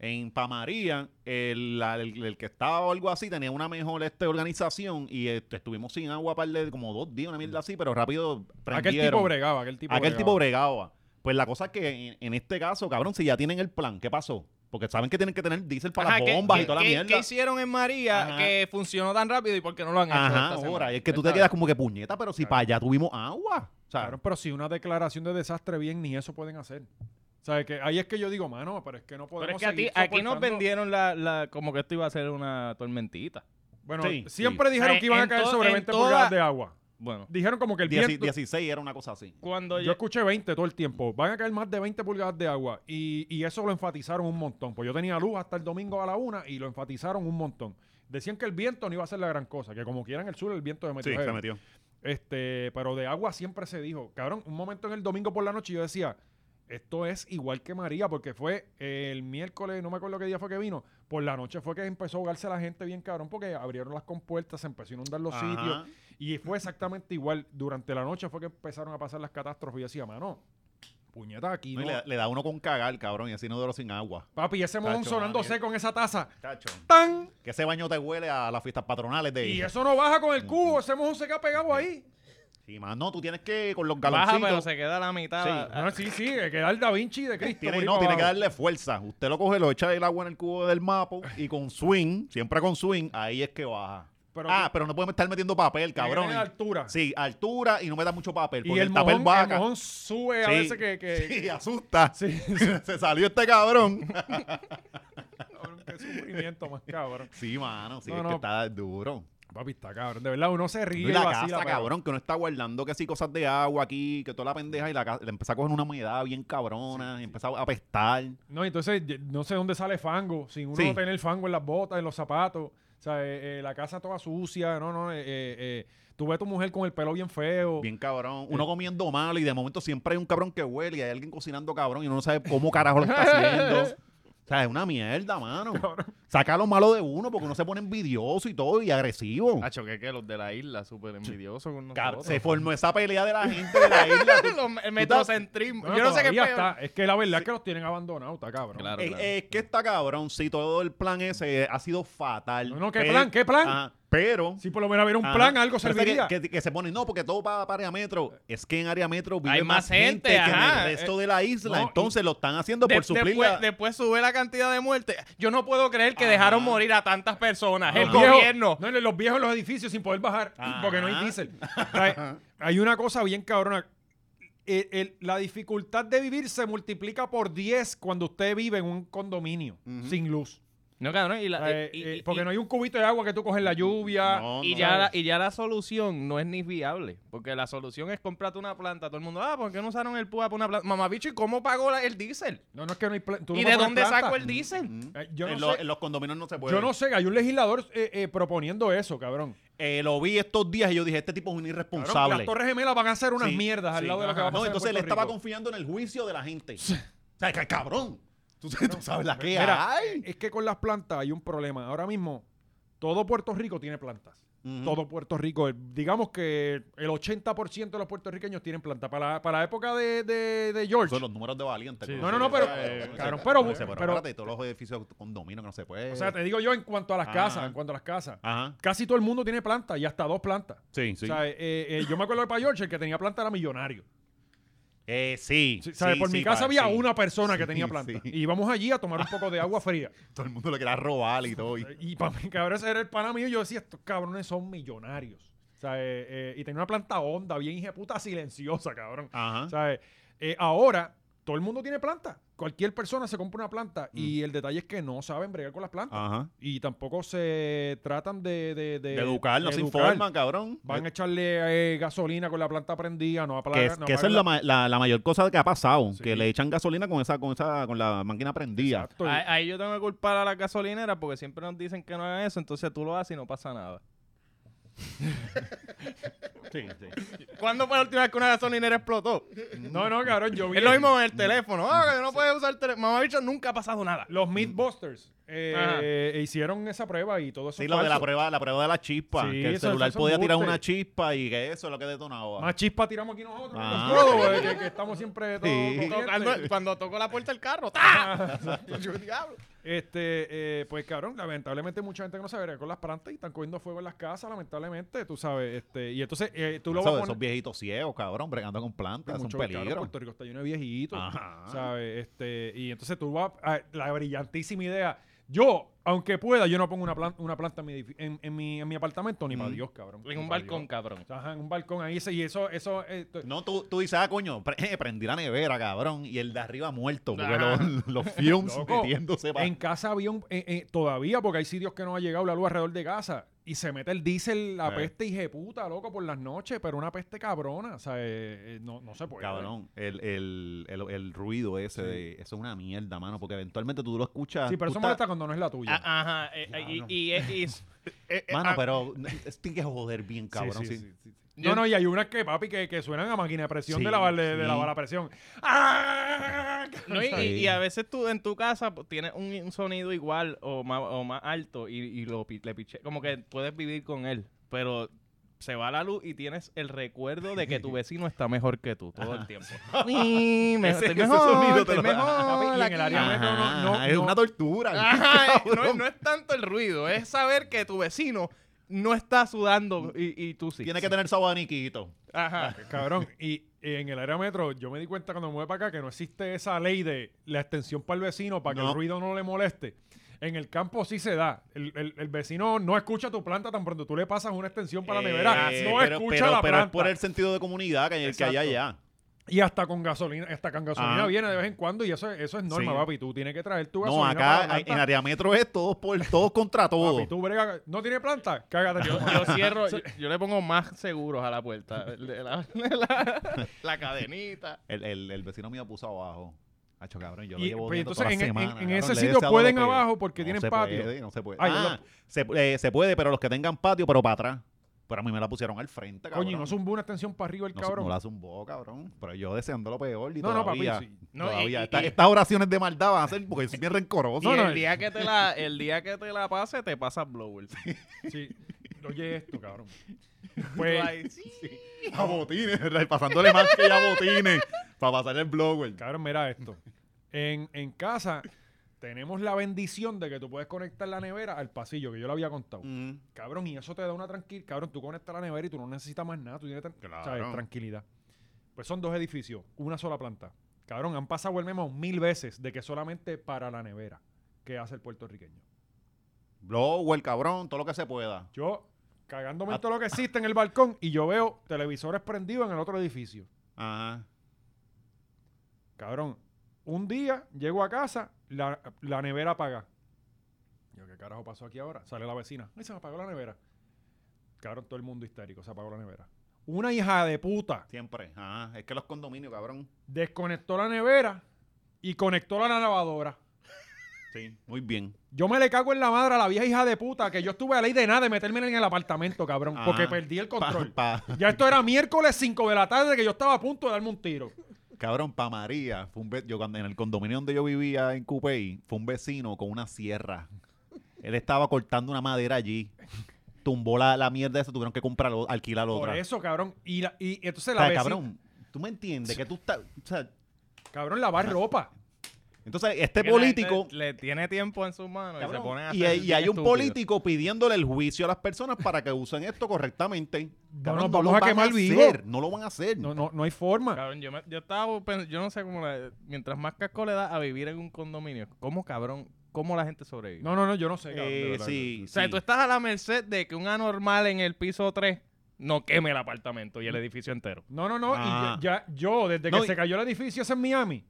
[SPEAKER 2] En Pamaría, el, la- el- el que estaba o algo así tenía una mejor este, organización y este, estuvimos sin agua par de como dos días, una mierda así, pero rápido
[SPEAKER 1] Aquel
[SPEAKER 2] prendieron.
[SPEAKER 1] Ah, tipo bregaba, aquel tipo
[SPEAKER 2] Aquel
[SPEAKER 1] bregaba.
[SPEAKER 2] tipo bregaba. Pues la cosa es que en, en este caso, cabrón, si ya tienen el plan, ¿qué pasó? Porque saben que tienen que tener diésel para
[SPEAKER 3] Ajá,
[SPEAKER 2] las
[SPEAKER 3] ¿qué-
[SPEAKER 2] bombas
[SPEAKER 3] qué-
[SPEAKER 2] y toda la
[SPEAKER 3] qué-
[SPEAKER 2] mierda.
[SPEAKER 3] ¿Qué hicieron en María
[SPEAKER 2] Ajá.
[SPEAKER 3] que funcionó tan rápido y por qué no lo han hecho?
[SPEAKER 2] Ajá,
[SPEAKER 3] esta semana?
[SPEAKER 2] ahora. Y es que tú
[SPEAKER 3] Está
[SPEAKER 2] te
[SPEAKER 3] bien.
[SPEAKER 2] quedas como que puñeta, pero si
[SPEAKER 1] Claro.
[SPEAKER 2] para allá tuvimos agua. O sea,
[SPEAKER 1] Claro, pero si una declaración de desastre bien, ni eso pueden hacer. O sea, que ahí es que yo digo, mano, pero es que no
[SPEAKER 3] Pero es
[SPEAKER 1] podemos
[SPEAKER 3] que a ti-
[SPEAKER 1] seguir
[SPEAKER 3] aquí nos
[SPEAKER 1] soportando-
[SPEAKER 3] vendieron la, la- como que esto iba a ser una tormentita.
[SPEAKER 1] Bueno,
[SPEAKER 2] Sí,
[SPEAKER 1] siempre dijeron
[SPEAKER 3] Eh,
[SPEAKER 1] que iban a
[SPEAKER 3] en
[SPEAKER 1] caer
[SPEAKER 3] to-
[SPEAKER 1] sobre
[SPEAKER 3] en
[SPEAKER 1] 20
[SPEAKER 3] toda-
[SPEAKER 1] pulgadas de agua.
[SPEAKER 3] Bueno,
[SPEAKER 1] Dijeron como que el
[SPEAKER 2] dieci-
[SPEAKER 1] viento...
[SPEAKER 2] 16 era una cosa así.
[SPEAKER 3] cuando
[SPEAKER 1] Yo
[SPEAKER 3] yo...
[SPEAKER 1] escuché 20 todo el tiempo. Van a caer más de 20 pulgadas de agua. Y, y eso lo enfatizaron un montón. Pues yo tenía luz hasta el domingo a la una y lo enfatizaron un montón. Decían que el viento no iba a ser la gran cosa, que como quieran el sur, el viento se metió. heavy.
[SPEAKER 2] metió.
[SPEAKER 1] Este, pero de agua siempre se dijo. Cabrón, un momento en el domingo por la noche yo decía, esto es igual que María, porque fue el miércoles, no me acuerdo qué día fue que vino, por la noche fue que empezó a ahogarse la gente bien cabrón, porque abrieron las compuertas, se empezó a inundar los
[SPEAKER 2] Ajá.
[SPEAKER 1] sitios. Y fue exactamente igual. Durante la noche fue que empezaron a pasar las catástrofes. Y yo decía, mano, puñeta aquí.
[SPEAKER 2] No,
[SPEAKER 1] No.
[SPEAKER 2] y le, le da uno con cagar, cabrón, y así no duró sin agua.
[SPEAKER 1] Papi, ese mojón
[SPEAKER 2] Tacho,
[SPEAKER 1] sonándose
[SPEAKER 2] Daniel.
[SPEAKER 1] con esa taza.
[SPEAKER 2] Cacho.
[SPEAKER 1] ¡Tan!
[SPEAKER 2] Que ese baño te huele a las fiestas patronales de.
[SPEAKER 1] Y eso no baja con el
[SPEAKER 2] Mm.
[SPEAKER 1] cubo. Ese mojón se queda pegado ahí.
[SPEAKER 2] Sí, más no, tú tienes que con los
[SPEAKER 3] Baja, pero
[SPEAKER 2] galoncitos.
[SPEAKER 3] se queda a la mitad.
[SPEAKER 2] Sí.
[SPEAKER 3] Ah,
[SPEAKER 1] Ah, sí, sí, que queda el Da Vinci de Cristo.
[SPEAKER 2] tiene,
[SPEAKER 1] por ahí
[SPEAKER 2] no,
[SPEAKER 1] para
[SPEAKER 2] tiene que
[SPEAKER 1] abajo.
[SPEAKER 2] darle fuerza. Usted lo coge, lo echa el agua en el cubo del mapa y con swing, siempre con swing, ahí es que baja.
[SPEAKER 1] Pero-
[SPEAKER 2] ah, pero no podemos estar metiendo papel,
[SPEAKER 1] Tiene que
[SPEAKER 2] cabrón.
[SPEAKER 1] tener altura.
[SPEAKER 2] Sí, altura y no metas mucho papel.
[SPEAKER 1] y
[SPEAKER 2] Porque
[SPEAKER 1] el
[SPEAKER 2] el, papel
[SPEAKER 1] mojón,
[SPEAKER 2] baja.
[SPEAKER 1] el mojón sube a
[SPEAKER 2] Sí,
[SPEAKER 1] veces que... que
[SPEAKER 2] sí, asusta.
[SPEAKER 1] Sí.
[SPEAKER 2] se salió este cabrón.
[SPEAKER 1] Cabrón, qué sufrimiento más cabrón.
[SPEAKER 2] Sí, mano, sí,
[SPEAKER 1] No,
[SPEAKER 2] es
[SPEAKER 1] no.
[SPEAKER 2] que está duro.
[SPEAKER 1] Papi, está cabrón. De verdad, uno se ríe
[SPEAKER 2] Y la
[SPEAKER 1] y vacila,
[SPEAKER 2] casa,
[SPEAKER 1] pero-
[SPEAKER 2] cabrón, que uno está guardando que sí, cosas de agua aquí, que toda la pendeja y la casa, le empezó a coger una humedad bien cabrona, y empezó a apestar.
[SPEAKER 1] No, entonces ye- no sé dónde sale fango. Sin uno
[SPEAKER 2] Sí.
[SPEAKER 1] tener fango en las botas, en los zapatos. O sea, eh, eh, la casa toda sucia. No, no. eh, eh, eh, tú ves a tu mujer con el pelo bien feo.
[SPEAKER 2] Bien cabrón. Uno
[SPEAKER 1] Eh.
[SPEAKER 2] comiendo mal y de momento siempre hay un cabrón que huele y hay alguien cocinando cabrón y uno no sabe cómo carajo lo está haciendo. O sea, es una mierda, mano. Saca lo malo de uno porque uno se pone envidioso y todo y agresivo.
[SPEAKER 3] Hacho, ah, que que los de la isla, súper envidiosos con
[SPEAKER 2] Cab-
[SPEAKER 3] nosotros.
[SPEAKER 2] Se formó esa pelea de la gente de la isla.
[SPEAKER 3] Los- el metrocentrismo.
[SPEAKER 1] Bueno,
[SPEAKER 3] Yo no sé qué
[SPEAKER 1] todavía
[SPEAKER 3] peor.
[SPEAKER 1] está. Es que la verdad es que los tienen abandonados, está cabrón.
[SPEAKER 3] Claro.
[SPEAKER 2] Es, es que está cabrón, sí, todo el plan ese ha sido fatal.
[SPEAKER 1] No, no, ¿qué
[SPEAKER 2] Pe-
[SPEAKER 1] plan? ¿Qué plan?
[SPEAKER 2] Ajá, pero...
[SPEAKER 1] Si por lo menos hubiera un
[SPEAKER 2] Ajá.
[SPEAKER 1] plan, algo
[SPEAKER 2] Pero es
[SPEAKER 1] serviría.
[SPEAKER 2] Que, que- que se pone, no, porque todo va para área metro. Es que en área metro vive
[SPEAKER 3] Hay más gente,
[SPEAKER 2] que
[SPEAKER 3] ajá.
[SPEAKER 2] en el resto de la isla.
[SPEAKER 1] no,
[SPEAKER 2] Entonces lo están haciendo
[SPEAKER 3] De-
[SPEAKER 2] por suplir
[SPEAKER 3] después,
[SPEAKER 2] la-
[SPEAKER 3] después sube la cantidad de muertes. Yo no puedo creer que
[SPEAKER 2] Ajá.
[SPEAKER 3] dejaron morir a tantas personas.
[SPEAKER 1] Los
[SPEAKER 3] El
[SPEAKER 1] viejos-
[SPEAKER 3] gobierno.
[SPEAKER 1] No, los viejos en los edificios sin poder bajar
[SPEAKER 2] Ajá.
[SPEAKER 1] porque no hay diésel. O sea, hay una cosa bien cabrona. El- el- la dificultad de vivir se multiplica por 10 cuando usted vive en un condominio
[SPEAKER 2] Ujú.
[SPEAKER 1] sin luz.
[SPEAKER 3] No, cabrón. Y,
[SPEAKER 1] O
[SPEAKER 3] la,
[SPEAKER 1] sea,
[SPEAKER 3] y-
[SPEAKER 1] eh,
[SPEAKER 3] y-
[SPEAKER 1] porque
[SPEAKER 3] y-
[SPEAKER 1] no hay un cubito de agua que tú coges en la lluvia.
[SPEAKER 2] No,
[SPEAKER 3] y
[SPEAKER 2] no,
[SPEAKER 3] ya, la,
[SPEAKER 1] sabes.
[SPEAKER 3] y ya la solución no es ni viable. Porque la solución es comprarte una planta. Todo el mundo, ah, ¿por qué no usaron el PUA para una planta? Mamabicho, ¿y cómo pagó la- el diésel?
[SPEAKER 1] No, no es que no hay pla- tú no
[SPEAKER 3] ¿Y
[SPEAKER 1] puedes
[SPEAKER 3] de
[SPEAKER 1] poner
[SPEAKER 3] dónde
[SPEAKER 1] planta.
[SPEAKER 3] saco el diésel?
[SPEAKER 2] Ujú.
[SPEAKER 1] Eh, yo no
[SPEAKER 2] en, los-
[SPEAKER 1] sé.
[SPEAKER 2] en los condominios no se puede.
[SPEAKER 1] Yo no sé, hay un legislador eh, eh, proponiendo eso, cabrón.
[SPEAKER 2] Eh, lo vi estos días y yo dije, este tipo es un
[SPEAKER 1] Cabrón,
[SPEAKER 2] irresponsable.
[SPEAKER 1] Las Torres Gemelas van a ser unas
[SPEAKER 2] Sí,
[SPEAKER 1] mierdas al
[SPEAKER 2] sí,
[SPEAKER 1] lado de lo que
[SPEAKER 2] ajá.
[SPEAKER 1] va a pasar.
[SPEAKER 2] No,
[SPEAKER 1] en
[SPEAKER 2] entonces él
[SPEAKER 1] Puerto
[SPEAKER 2] estaba
[SPEAKER 1] Rico.
[SPEAKER 2] confiando en el juicio de la gente. o sea, que cabrón. Tú, tú sabes la que
[SPEAKER 1] Mira, eh,
[SPEAKER 2] hay.
[SPEAKER 1] es que con las plantas hay un problema. Ahora mismo, todo Puerto Rico tiene plantas.
[SPEAKER 2] Ujú.
[SPEAKER 1] Todo Puerto Rico, el- digamos que el 80% de los puertorriqueños tienen plantas. Para, la- para la época de, de- de George.
[SPEAKER 2] Son los números de valiente.
[SPEAKER 1] Sí.
[SPEAKER 2] con-
[SPEAKER 1] No, no, no, pero-
[SPEAKER 2] Eh,
[SPEAKER 1] cabrón, pero-
[SPEAKER 2] dice,
[SPEAKER 1] pero-
[SPEAKER 2] espérate, todos los edificios condominios que no se puede.
[SPEAKER 1] O sea, te digo yo en cuanto a las
[SPEAKER 2] Ah.
[SPEAKER 1] casas, en cuanto a las casas.
[SPEAKER 2] Ajá.
[SPEAKER 1] Casi todo el mundo tiene plantas y hasta dos plantas.
[SPEAKER 2] Sí, sí.
[SPEAKER 1] O sea, eh, eh, yo me acuerdo que para George el que tenía planta era millonario.
[SPEAKER 2] Eh, sí.
[SPEAKER 1] Sí, ¿sabes?
[SPEAKER 2] sí,
[SPEAKER 1] Por
[SPEAKER 2] sí,
[SPEAKER 1] mi casa
[SPEAKER 2] pa-
[SPEAKER 1] había
[SPEAKER 2] sí.
[SPEAKER 1] una persona que tenía
[SPEAKER 2] Sí,
[SPEAKER 1] planta.
[SPEAKER 2] sí.
[SPEAKER 1] Y íbamos allí a tomar un poco de agua fría.
[SPEAKER 2] Todo el mundo lo quería robar y todo. y-
[SPEAKER 1] Y para mí, cabrón, ese era el pana mío. y Yo decía, estos cabrones son millonarios. O sea, eh, eh, y tenía una planta honda, bien hija de puta silenciosa, cabrón. O
[SPEAKER 2] Ajá.
[SPEAKER 1] sea, eh, eh, ahora todo el mundo tiene planta. Cualquier persona se compra una planta.
[SPEAKER 2] Mm.
[SPEAKER 1] Y el detalle es que no saben bregar con las plantas.
[SPEAKER 2] Ajá.
[SPEAKER 1] Y tampoco se tratan de. De, de-
[SPEAKER 2] Ah. De educar, no
[SPEAKER 1] de
[SPEAKER 2] se
[SPEAKER 1] Eh, educar.
[SPEAKER 2] informan, cabrón.
[SPEAKER 1] Van a echarle eh, gasolina con la planta prendida, no apagan.
[SPEAKER 2] que es-
[SPEAKER 1] no
[SPEAKER 2] que esa es
[SPEAKER 1] apagan
[SPEAKER 2] la, ma- la- la mayor cosa que ha pasado,
[SPEAKER 1] Sí.
[SPEAKER 2] que le echan gasolina con esa con esa con la máquina prendida.
[SPEAKER 1] Exacto.
[SPEAKER 3] Ahí, ahí yo tengo que culpar a la gasolinera porque siempre nos dicen que no hagan eso, entonces tú lo haces y no pasa nada. ¿Cuándo fue la última vez que una gasolinera explotó?
[SPEAKER 1] No, no, cabrón, yo vi.
[SPEAKER 3] Es lo mismo con el teléfono. Ah, que no puedes usar el teléfono. Mamá bicho, nunca ha pasado nada.
[SPEAKER 1] Los Meatbusters eh, hicieron esa prueba y todo eso.
[SPEAKER 2] Sí,
[SPEAKER 1] es
[SPEAKER 2] lo de la
[SPEAKER 1] falso.
[SPEAKER 2] prueba, la prueba de la chispa.
[SPEAKER 1] Sí,
[SPEAKER 2] que el
[SPEAKER 1] eso-
[SPEAKER 2] celular
[SPEAKER 1] eso es
[SPEAKER 2] podía tirar
[SPEAKER 1] embuste.
[SPEAKER 2] una chispa y que eso es lo que detonaba.
[SPEAKER 1] Más chispa tiramos aquí nosotros.
[SPEAKER 2] Ah.
[SPEAKER 1] nosotros, eh, que, que estamos siempre todos
[SPEAKER 2] Sí.
[SPEAKER 1] calientes.
[SPEAKER 3] Tocando- cuando tocó la puerta del carro. ¡tá! Yo, diablo.
[SPEAKER 1] Este, eh, pues cabrón, lamentablemente mucha gente que no se verá con las plantas y están cogiendo fuego en las casas, lamentablemente, tú sabes. Este, y entonces eh, tú lo vas a
[SPEAKER 2] Esos,
[SPEAKER 1] poner.
[SPEAKER 2] esos viejitos ciegos, cabrón, bregando con plantas, es un
[SPEAKER 1] mucho, pues, cabrón,
[SPEAKER 2] peligro.
[SPEAKER 1] Puerto Rico está lleno de viejitos,
[SPEAKER 2] Ajá.
[SPEAKER 1] ¿sabes? Este, y entonces tú vas a la brillantísima idea. Yo, aunque pueda, yo no pongo una planta, una planta en, mi, edifi- en, en mi, en mi apartamento ni para Dios, cabrón.
[SPEAKER 3] En
[SPEAKER 1] Ni
[SPEAKER 3] un
[SPEAKER 1] pa'
[SPEAKER 3] balcón,
[SPEAKER 1] Dios.
[SPEAKER 3] cabrón.
[SPEAKER 1] Ajá, en un balcón ahí. se- Y eso, eso. eh, t-
[SPEAKER 2] No, tú, tú dices, ah, coño, pre- prendí la nevera, cabrón, y el de arriba muerto, porque
[SPEAKER 3] Ajá.
[SPEAKER 2] los, los fumes
[SPEAKER 1] Loco,
[SPEAKER 2] metiéndose para...
[SPEAKER 1] En casa había un. eh, eh, todavía, porque hay sitios que no ha llegado la luz alrededor de casa. Y se mete el diésel, la
[SPEAKER 2] Sí.
[SPEAKER 1] peste y puta, loco, por las noches, pero una peste cabrona. O sea, eh, eh, no, no se puede.
[SPEAKER 2] Cabrón, el, el, el, el ruido ese, de, eso es una mierda, mano, porque eventualmente tú lo escuchas...
[SPEAKER 1] Sí, pero
[SPEAKER 2] tú
[SPEAKER 1] eso
[SPEAKER 2] estás-
[SPEAKER 1] molesta cuando no es la tuya.
[SPEAKER 3] Ah, Ajá. eh, eh, y- y- y- y- eh, eh,
[SPEAKER 2] Mano,
[SPEAKER 3] ah,
[SPEAKER 2] pero es- tiene que joder bien,
[SPEAKER 1] Sí,
[SPEAKER 2] cabrón.
[SPEAKER 1] sí,
[SPEAKER 2] Sí,
[SPEAKER 1] sí, sí, sí. No, no, y hay unas que, papi, que, que suenan a máquina de presión
[SPEAKER 2] Sí,
[SPEAKER 1] de, la, de, de
[SPEAKER 2] sí.
[SPEAKER 1] la bala presión. ¡Ah!
[SPEAKER 3] No, y,
[SPEAKER 2] Sí.
[SPEAKER 3] y- y a veces tú en tu casa pues, tienes un, un sonido igual o más, o más alto y, y lo, pi- le piche, como que puedes vivir con él, pero se va la luz y tienes el recuerdo de que tu vecino está mejor que tú todo el tiempo. Y me,
[SPEAKER 2] Ese-
[SPEAKER 3] estoy
[SPEAKER 2] ese
[SPEAKER 3] mejor,
[SPEAKER 2] sonido te
[SPEAKER 3] estoy
[SPEAKER 2] lo da.
[SPEAKER 1] Papi,
[SPEAKER 3] mejor.
[SPEAKER 1] y en
[SPEAKER 3] aquí.
[SPEAKER 1] el área
[SPEAKER 2] Ajá,
[SPEAKER 1] metro no- no-
[SPEAKER 2] es
[SPEAKER 1] no-
[SPEAKER 2] una tortura.
[SPEAKER 3] Ajá, eh, no, es- no es tanto el ruido, es saber que tu vecino no está sudando y, y tú sí.
[SPEAKER 2] Tiene que tener su abaniquito.
[SPEAKER 3] Ajá.
[SPEAKER 1] Ah, Cabrón, y en el área metro yo me di cuenta cuando me mueve para acá que no existe esa ley de la extensión para el vecino para que
[SPEAKER 2] No.
[SPEAKER 1] el ruido no le moleste. En el campo sí se da. El, el- el vecino no escucha tu planta tan pronto tú le pasas una extensión para la nevera.
[SPEAKER 2] Eh,
[SPEAKER 1] no
[SPEAKER 2] pero-
[SPEAKER 1] escucha
[SPEAKER 2] pero-
[SPEAKER 1] la
[SPEAKER 2] pero es
[SPEAKER 1] planta.
[SPEAKER 2] por el sentido de comunidad que, que hay
[SPEAKER 3] Exacto.
[SPEAKER 2] allá.
[SPEAKER 1] Y hasta con gasolina, hasta con gasolina
[SPEAKER 2] Ah.
[SPEAKER 1] viene de vez en cuando y eso, es- eso es norma,
[SPEAKER 2] Sí.
[SPEAKER 1] papi. Tú tienes que traer tu
[SPEAKER 2] No,
[SPEAKER 1] gasolina. para la
[SPEAKER 2] acá hay- en
[SPEAKER 1] planta.
[SPEAKER 2] Ariametro es todos por todos contra
[SPEAKER 1] Papi,
[SPEAKER 2] todos.
[SPEAKER 1] tú brega- ¿No tiene planta? Cágate.
[SPEAKER 3] Yo, yo cierro, yo, yo le pongo más seguros a la puerta. el de la, la- la cadenita.
[SPEAKER 2] El, el, el vecino mío puso abajo. Hacho, cabrón, yo lo
[SPEAKER 1] Y,
[SPEAKER 2] llevo
[SPEAKER 1] pues,
[SPEAKER 2] viendo
[SPEAKER 1] entonces,
[SPEAKER 2] toda la
[SPEAKER 1] en- en-
[SPEAKER 2] semana,
[SPEAKER 1] en
[SPEAKER 2] cabrón,
[SPEAKER 1] ese
[SPEAKER 2] le he
[SPEAKER 1] sitio
[SPEAKER 2] deseado
[SPEAKER 1] pueden
[SPEAKER 2] lo peor.
[SPEAKER 1] abajo porque
[SPEAKER 2] No
[SPEAKER 1] tienen
[SPEAKER 2] se
[SPEAKER 1] patio.
[SPEAKER 2] puede, no se puede.
[SPEAKER 1] Ay,
[SPEAKER 2] Ah, se, eh, se puede, pero los que tengan patio, pero para atrás. Pero a mí me la pusieron al frente, cabrón.
[SPEAKER 1] Coño, no zumbó una extensión para arriba el
[SPEAKER 2] No,
[SPEAKER 1] cabrón.
[SPEAKER 2] no la zumbó, cabrón. Pero yo deseando lo peor y
[SPEAKER 1] No, no, papi,
[SPEAKER 2] todavía...
[SPEAKER 1] sí.
[SPEAKER 3] No, y-
[SPEAKER 2] todavía.
[SPEAKER 3] y-
[SPEAKER 2] Esta-
[SPEAKER 3] y-
[SPEAKER 2] Estas oraciones de maldad van a ser porque yo soy bien
[SPEAKER 3] Y
[SPEAKER 2] rencoroso.
[SPEAKER 1] No, no,
[SPEAKER 3] el, día que te la, el día que te la pase, te pasa blower.
[SPEAKER 1] Sí. Oye esto, cabrón.
[SPEAKER 3] Tú
[SPEAKER 1] Pues,
[SPEAKER 3] ahí, sí.
[SPEAKER 2] A botines, pasándole más que ya botines para pasar el blower.
[SPEAKER 1] Cabrón, mira esto. En, en casa tenemos la bendición de que tú puedes conectar la nevera al pasillo, que yo lo había contado.
[SPEAKER 2] Mm.
[SPEAKER 1] Cabrón, y eso te da una tranquilidad. Cabrón, tú conectas la nevera y tú no necesitas más nada. Tú tienes tran-
[SPEAKER 2] Claro.
[SPEAKER 1] ¿sabes? tranquilidad. Pues son dos edificios, una sola planta. Cabrón, han pasado el memo mil veces de que solamente para la nevera que hace el puertorriqueño.
[SPEAKER 2] Blower, cabrón, todo lo que se pueda.
[SPEAKER 1] Yo
[SPEAKER 2] Ah.
[SPEAKER 1] cagándome en todo lo que existe en el balcón y yo veo televisores prendidos en el otro edificio.
[SPEAKER 2] Ajá.
[SPEAKER 1] Cabrón, un día llego a casa, la, la nevera apaga. Yo, ¿qué carajo pasó aquí ahora? Sale la vecina. Ay, se me apagó la nevera. Cabrón, todo el mundo histérico, se apagó la nevera. Una hija de puta
[SPEAKER 2] Siempre. Ajá. Es que los condominios, cabrón.
[SPEAKER 1] desconectó la nevera y conectó la lavadora.
[SPEAKER 2] Sí. Muy bien.
[SPEAKER 1] Yo me le cago en la madre a la vieja hija de puta que yo estuve a ley de nada de meterme en el apartamento, cabrón,
[SPEAKER 2] Ah,
[SPEAKER 1] porque perdí el
[SPEAKER 2] pa-
[SPEAKER 1] control.
[SPEAKER 2] pa-
[SPEAKER 1] Ya esto era miércoles 5 de la tarde que yo estaba a punto de darme un tiro.
[SPEAKER 2] cabrón, pa María. Fue un ve- yo cuando en el condominio donde yo vivía en Cupey, fue un vecino con una sierra. Él estaba cortando una madera allí. Tumbó la, la mierda esa, tuvieron que comprar, alquilar
[SPEAKER 1] Por
[SPEAKER 2] otra.
[SPEAKER 1] eso, cabrón. Y, la- y entonces
[SPEAKER 2] O
[SPEAKER 1] la
[SPEAKER 2] sea,
[SPEAKER 1] vecina- cabrón.
[SPEAKER 2] cabrón, tú me entiendes que tú estás. o sea,
[SPEAKER 1] lavar ropa.
[SPEAKER 2] entonces, este
[SPEAKER 3] Que la
[SPEAKER 2] político.
[SPEAKER 3] gente Le tiene tiempo en sus manos y
[SPEAKER 2] Cabrón,
[SPEAKER 3] se ponen a
[SPEAKER 2] y,
[SPEAKER 3] hacer
[SPEAKER 2] hay- y
[SPEAKER 3] bien
[SPEAKER 2] hay un
[SPEAKER 3] estúpidos.
[SPEAKER 2] político pidiéndole el juicio a las personas para que usen esto correctamente.
[SPEAKER 1] No
[SPEAKER 2] Cabrón,
[SPEAKER 1] nos vamos
[SPEAKER 2] lo
[SPEAKER 1] a
[SPEAKER 2] van
[SPEAKER 1] quemar vivo.
[SPEAKER 2] hacer, No lo van a hacer.
[SPEAKER 1] No, no, no hay forma.
[SPEAKER 3] Cabrón, yo, me- yo estaba pen- yo no sé cómo la- mientras más casco le da a vivir en un condominio, ¿cómo cabrón? ¿Cómo la gente sobrevive?
[SPEAKER 1] No, no, no, yo no sé, cabrón. de
[SPEAKER 2] Eh,
[SPEAKER 1] verdad.
[SPEAKER 2] sí,
[SPEAKER 3] o sea,
[SPEAKER 2] sí.
[SPEAKER 3] tú estás a la merced de que un anormal en el piso 3 no queme el apartamento y el edificio entero.
[SPEAKER 1] No, no, no.
[SPEAKER 2] Ah.
[SPEAKER 1] Y ya, ya- yo, desde
[SPEAKER 2] No,
[SPEAKER 1] que
[SPEAKER 2] y-
[SPEAKER 1] se cayó el edificio ese en Miami,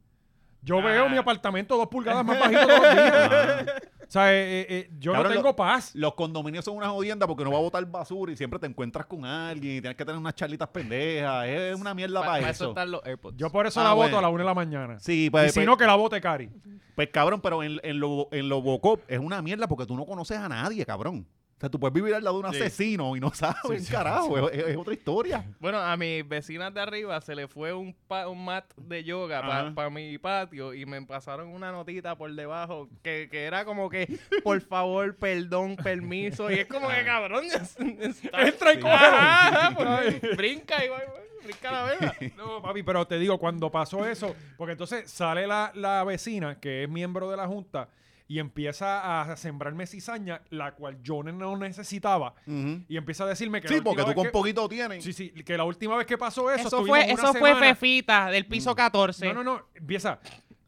[SPEAKER 1] yo
[SPEAKER 3] Ah.
[SPEAKER 1] veo mi apartamento dos pulgadas más bajito todos los días. O sea, eh, eh, eh, yo
[SPEAKER 2] Ah. Cabrón,
[SPEAKER 1] no
[SPEAKER 2] lo-
[SPEAKER 1] tengo paz.
[SPEAKER 2] Los condominios son una jodienda porque no va a botar basura y siempre te encuentras con alguien y tienes que tener unas charlitas pendejas. Es una mierda
[SPEAKER 3] Pa-
[SPEAKER 2] para
[SPEAKER 3] pa'
[SPEAKER 2] eso.
[SPEAKER 3] están los AirPods.
[SPEAKER 1] Yo por eso
[SPEAKER 2] Ah,
[SPEAKER 1] la voto
[SPEAKER 2] bueno.
[SPEAKER 1] a la una de la mañana.
[SPEAKER 2] Sí,
[SPEAKER 1] y
[SPEAKER 2] pues,
[SPEAKER 1] si
[SPEAKER 2] pues-
[SPEAKER 1] no, que la vote Cari.
[SPEAKER 2] pues, cabrón, pero en, en lo en lo bocop es una mierda porque tú no conoces a nadie, cabrón. O sea, tú puedes vivir al lado de un
[SPEAKER 1] Sí.
[SPEAKER 2] asesino y no sabes,
[SPEAKER 1] Sí, sí,
[SPEAKER 2] carajo. Es, es otra historia.
[SPEAKER 3] Bueno, a mis vecinas de arriba se le fue un, pa- un mat de yoga para
[SPEAKER 2] Ajá.
[SPEAKER 3] mi patio y me pasaron una notita por debajo que, que era como que, por favor, perdón, permiso. Y es como que, cabrón, entra
[SPEAKER 1] y
[SPEAKER 3] pues, Brinca y va- va- brinca la vela.
[SPEAKER 1] No, papi, pero te digo, cuando pasó eso, porque entonces sale la, la vecina, que es miembro de la junta, y empieza a sembrarme cizaña, la cual yo no necesitaba, y empieza a decirme que... la
[SPEAKER 2] Sí, porque
[SPEAKER 1] última
[SPEAKER 2] tú
[SPEAKER 1] vez
[SPEAKER 2] con
[SPEAKER 1] que-
[SPEAKER 2] poquito tienes.
[SPEAKER 1] Sí, sí, que la última vez que pasó eso...
[SPEAKER 5] Eso
[SPEAKER 1] estuvimos una
[SPEAKER 5] fue, eso fue
[SPEAKER 1] semana-
[SPEAKER 5] Fefita del piso 14.
[SPEAKER 1] No, no, no, empieza...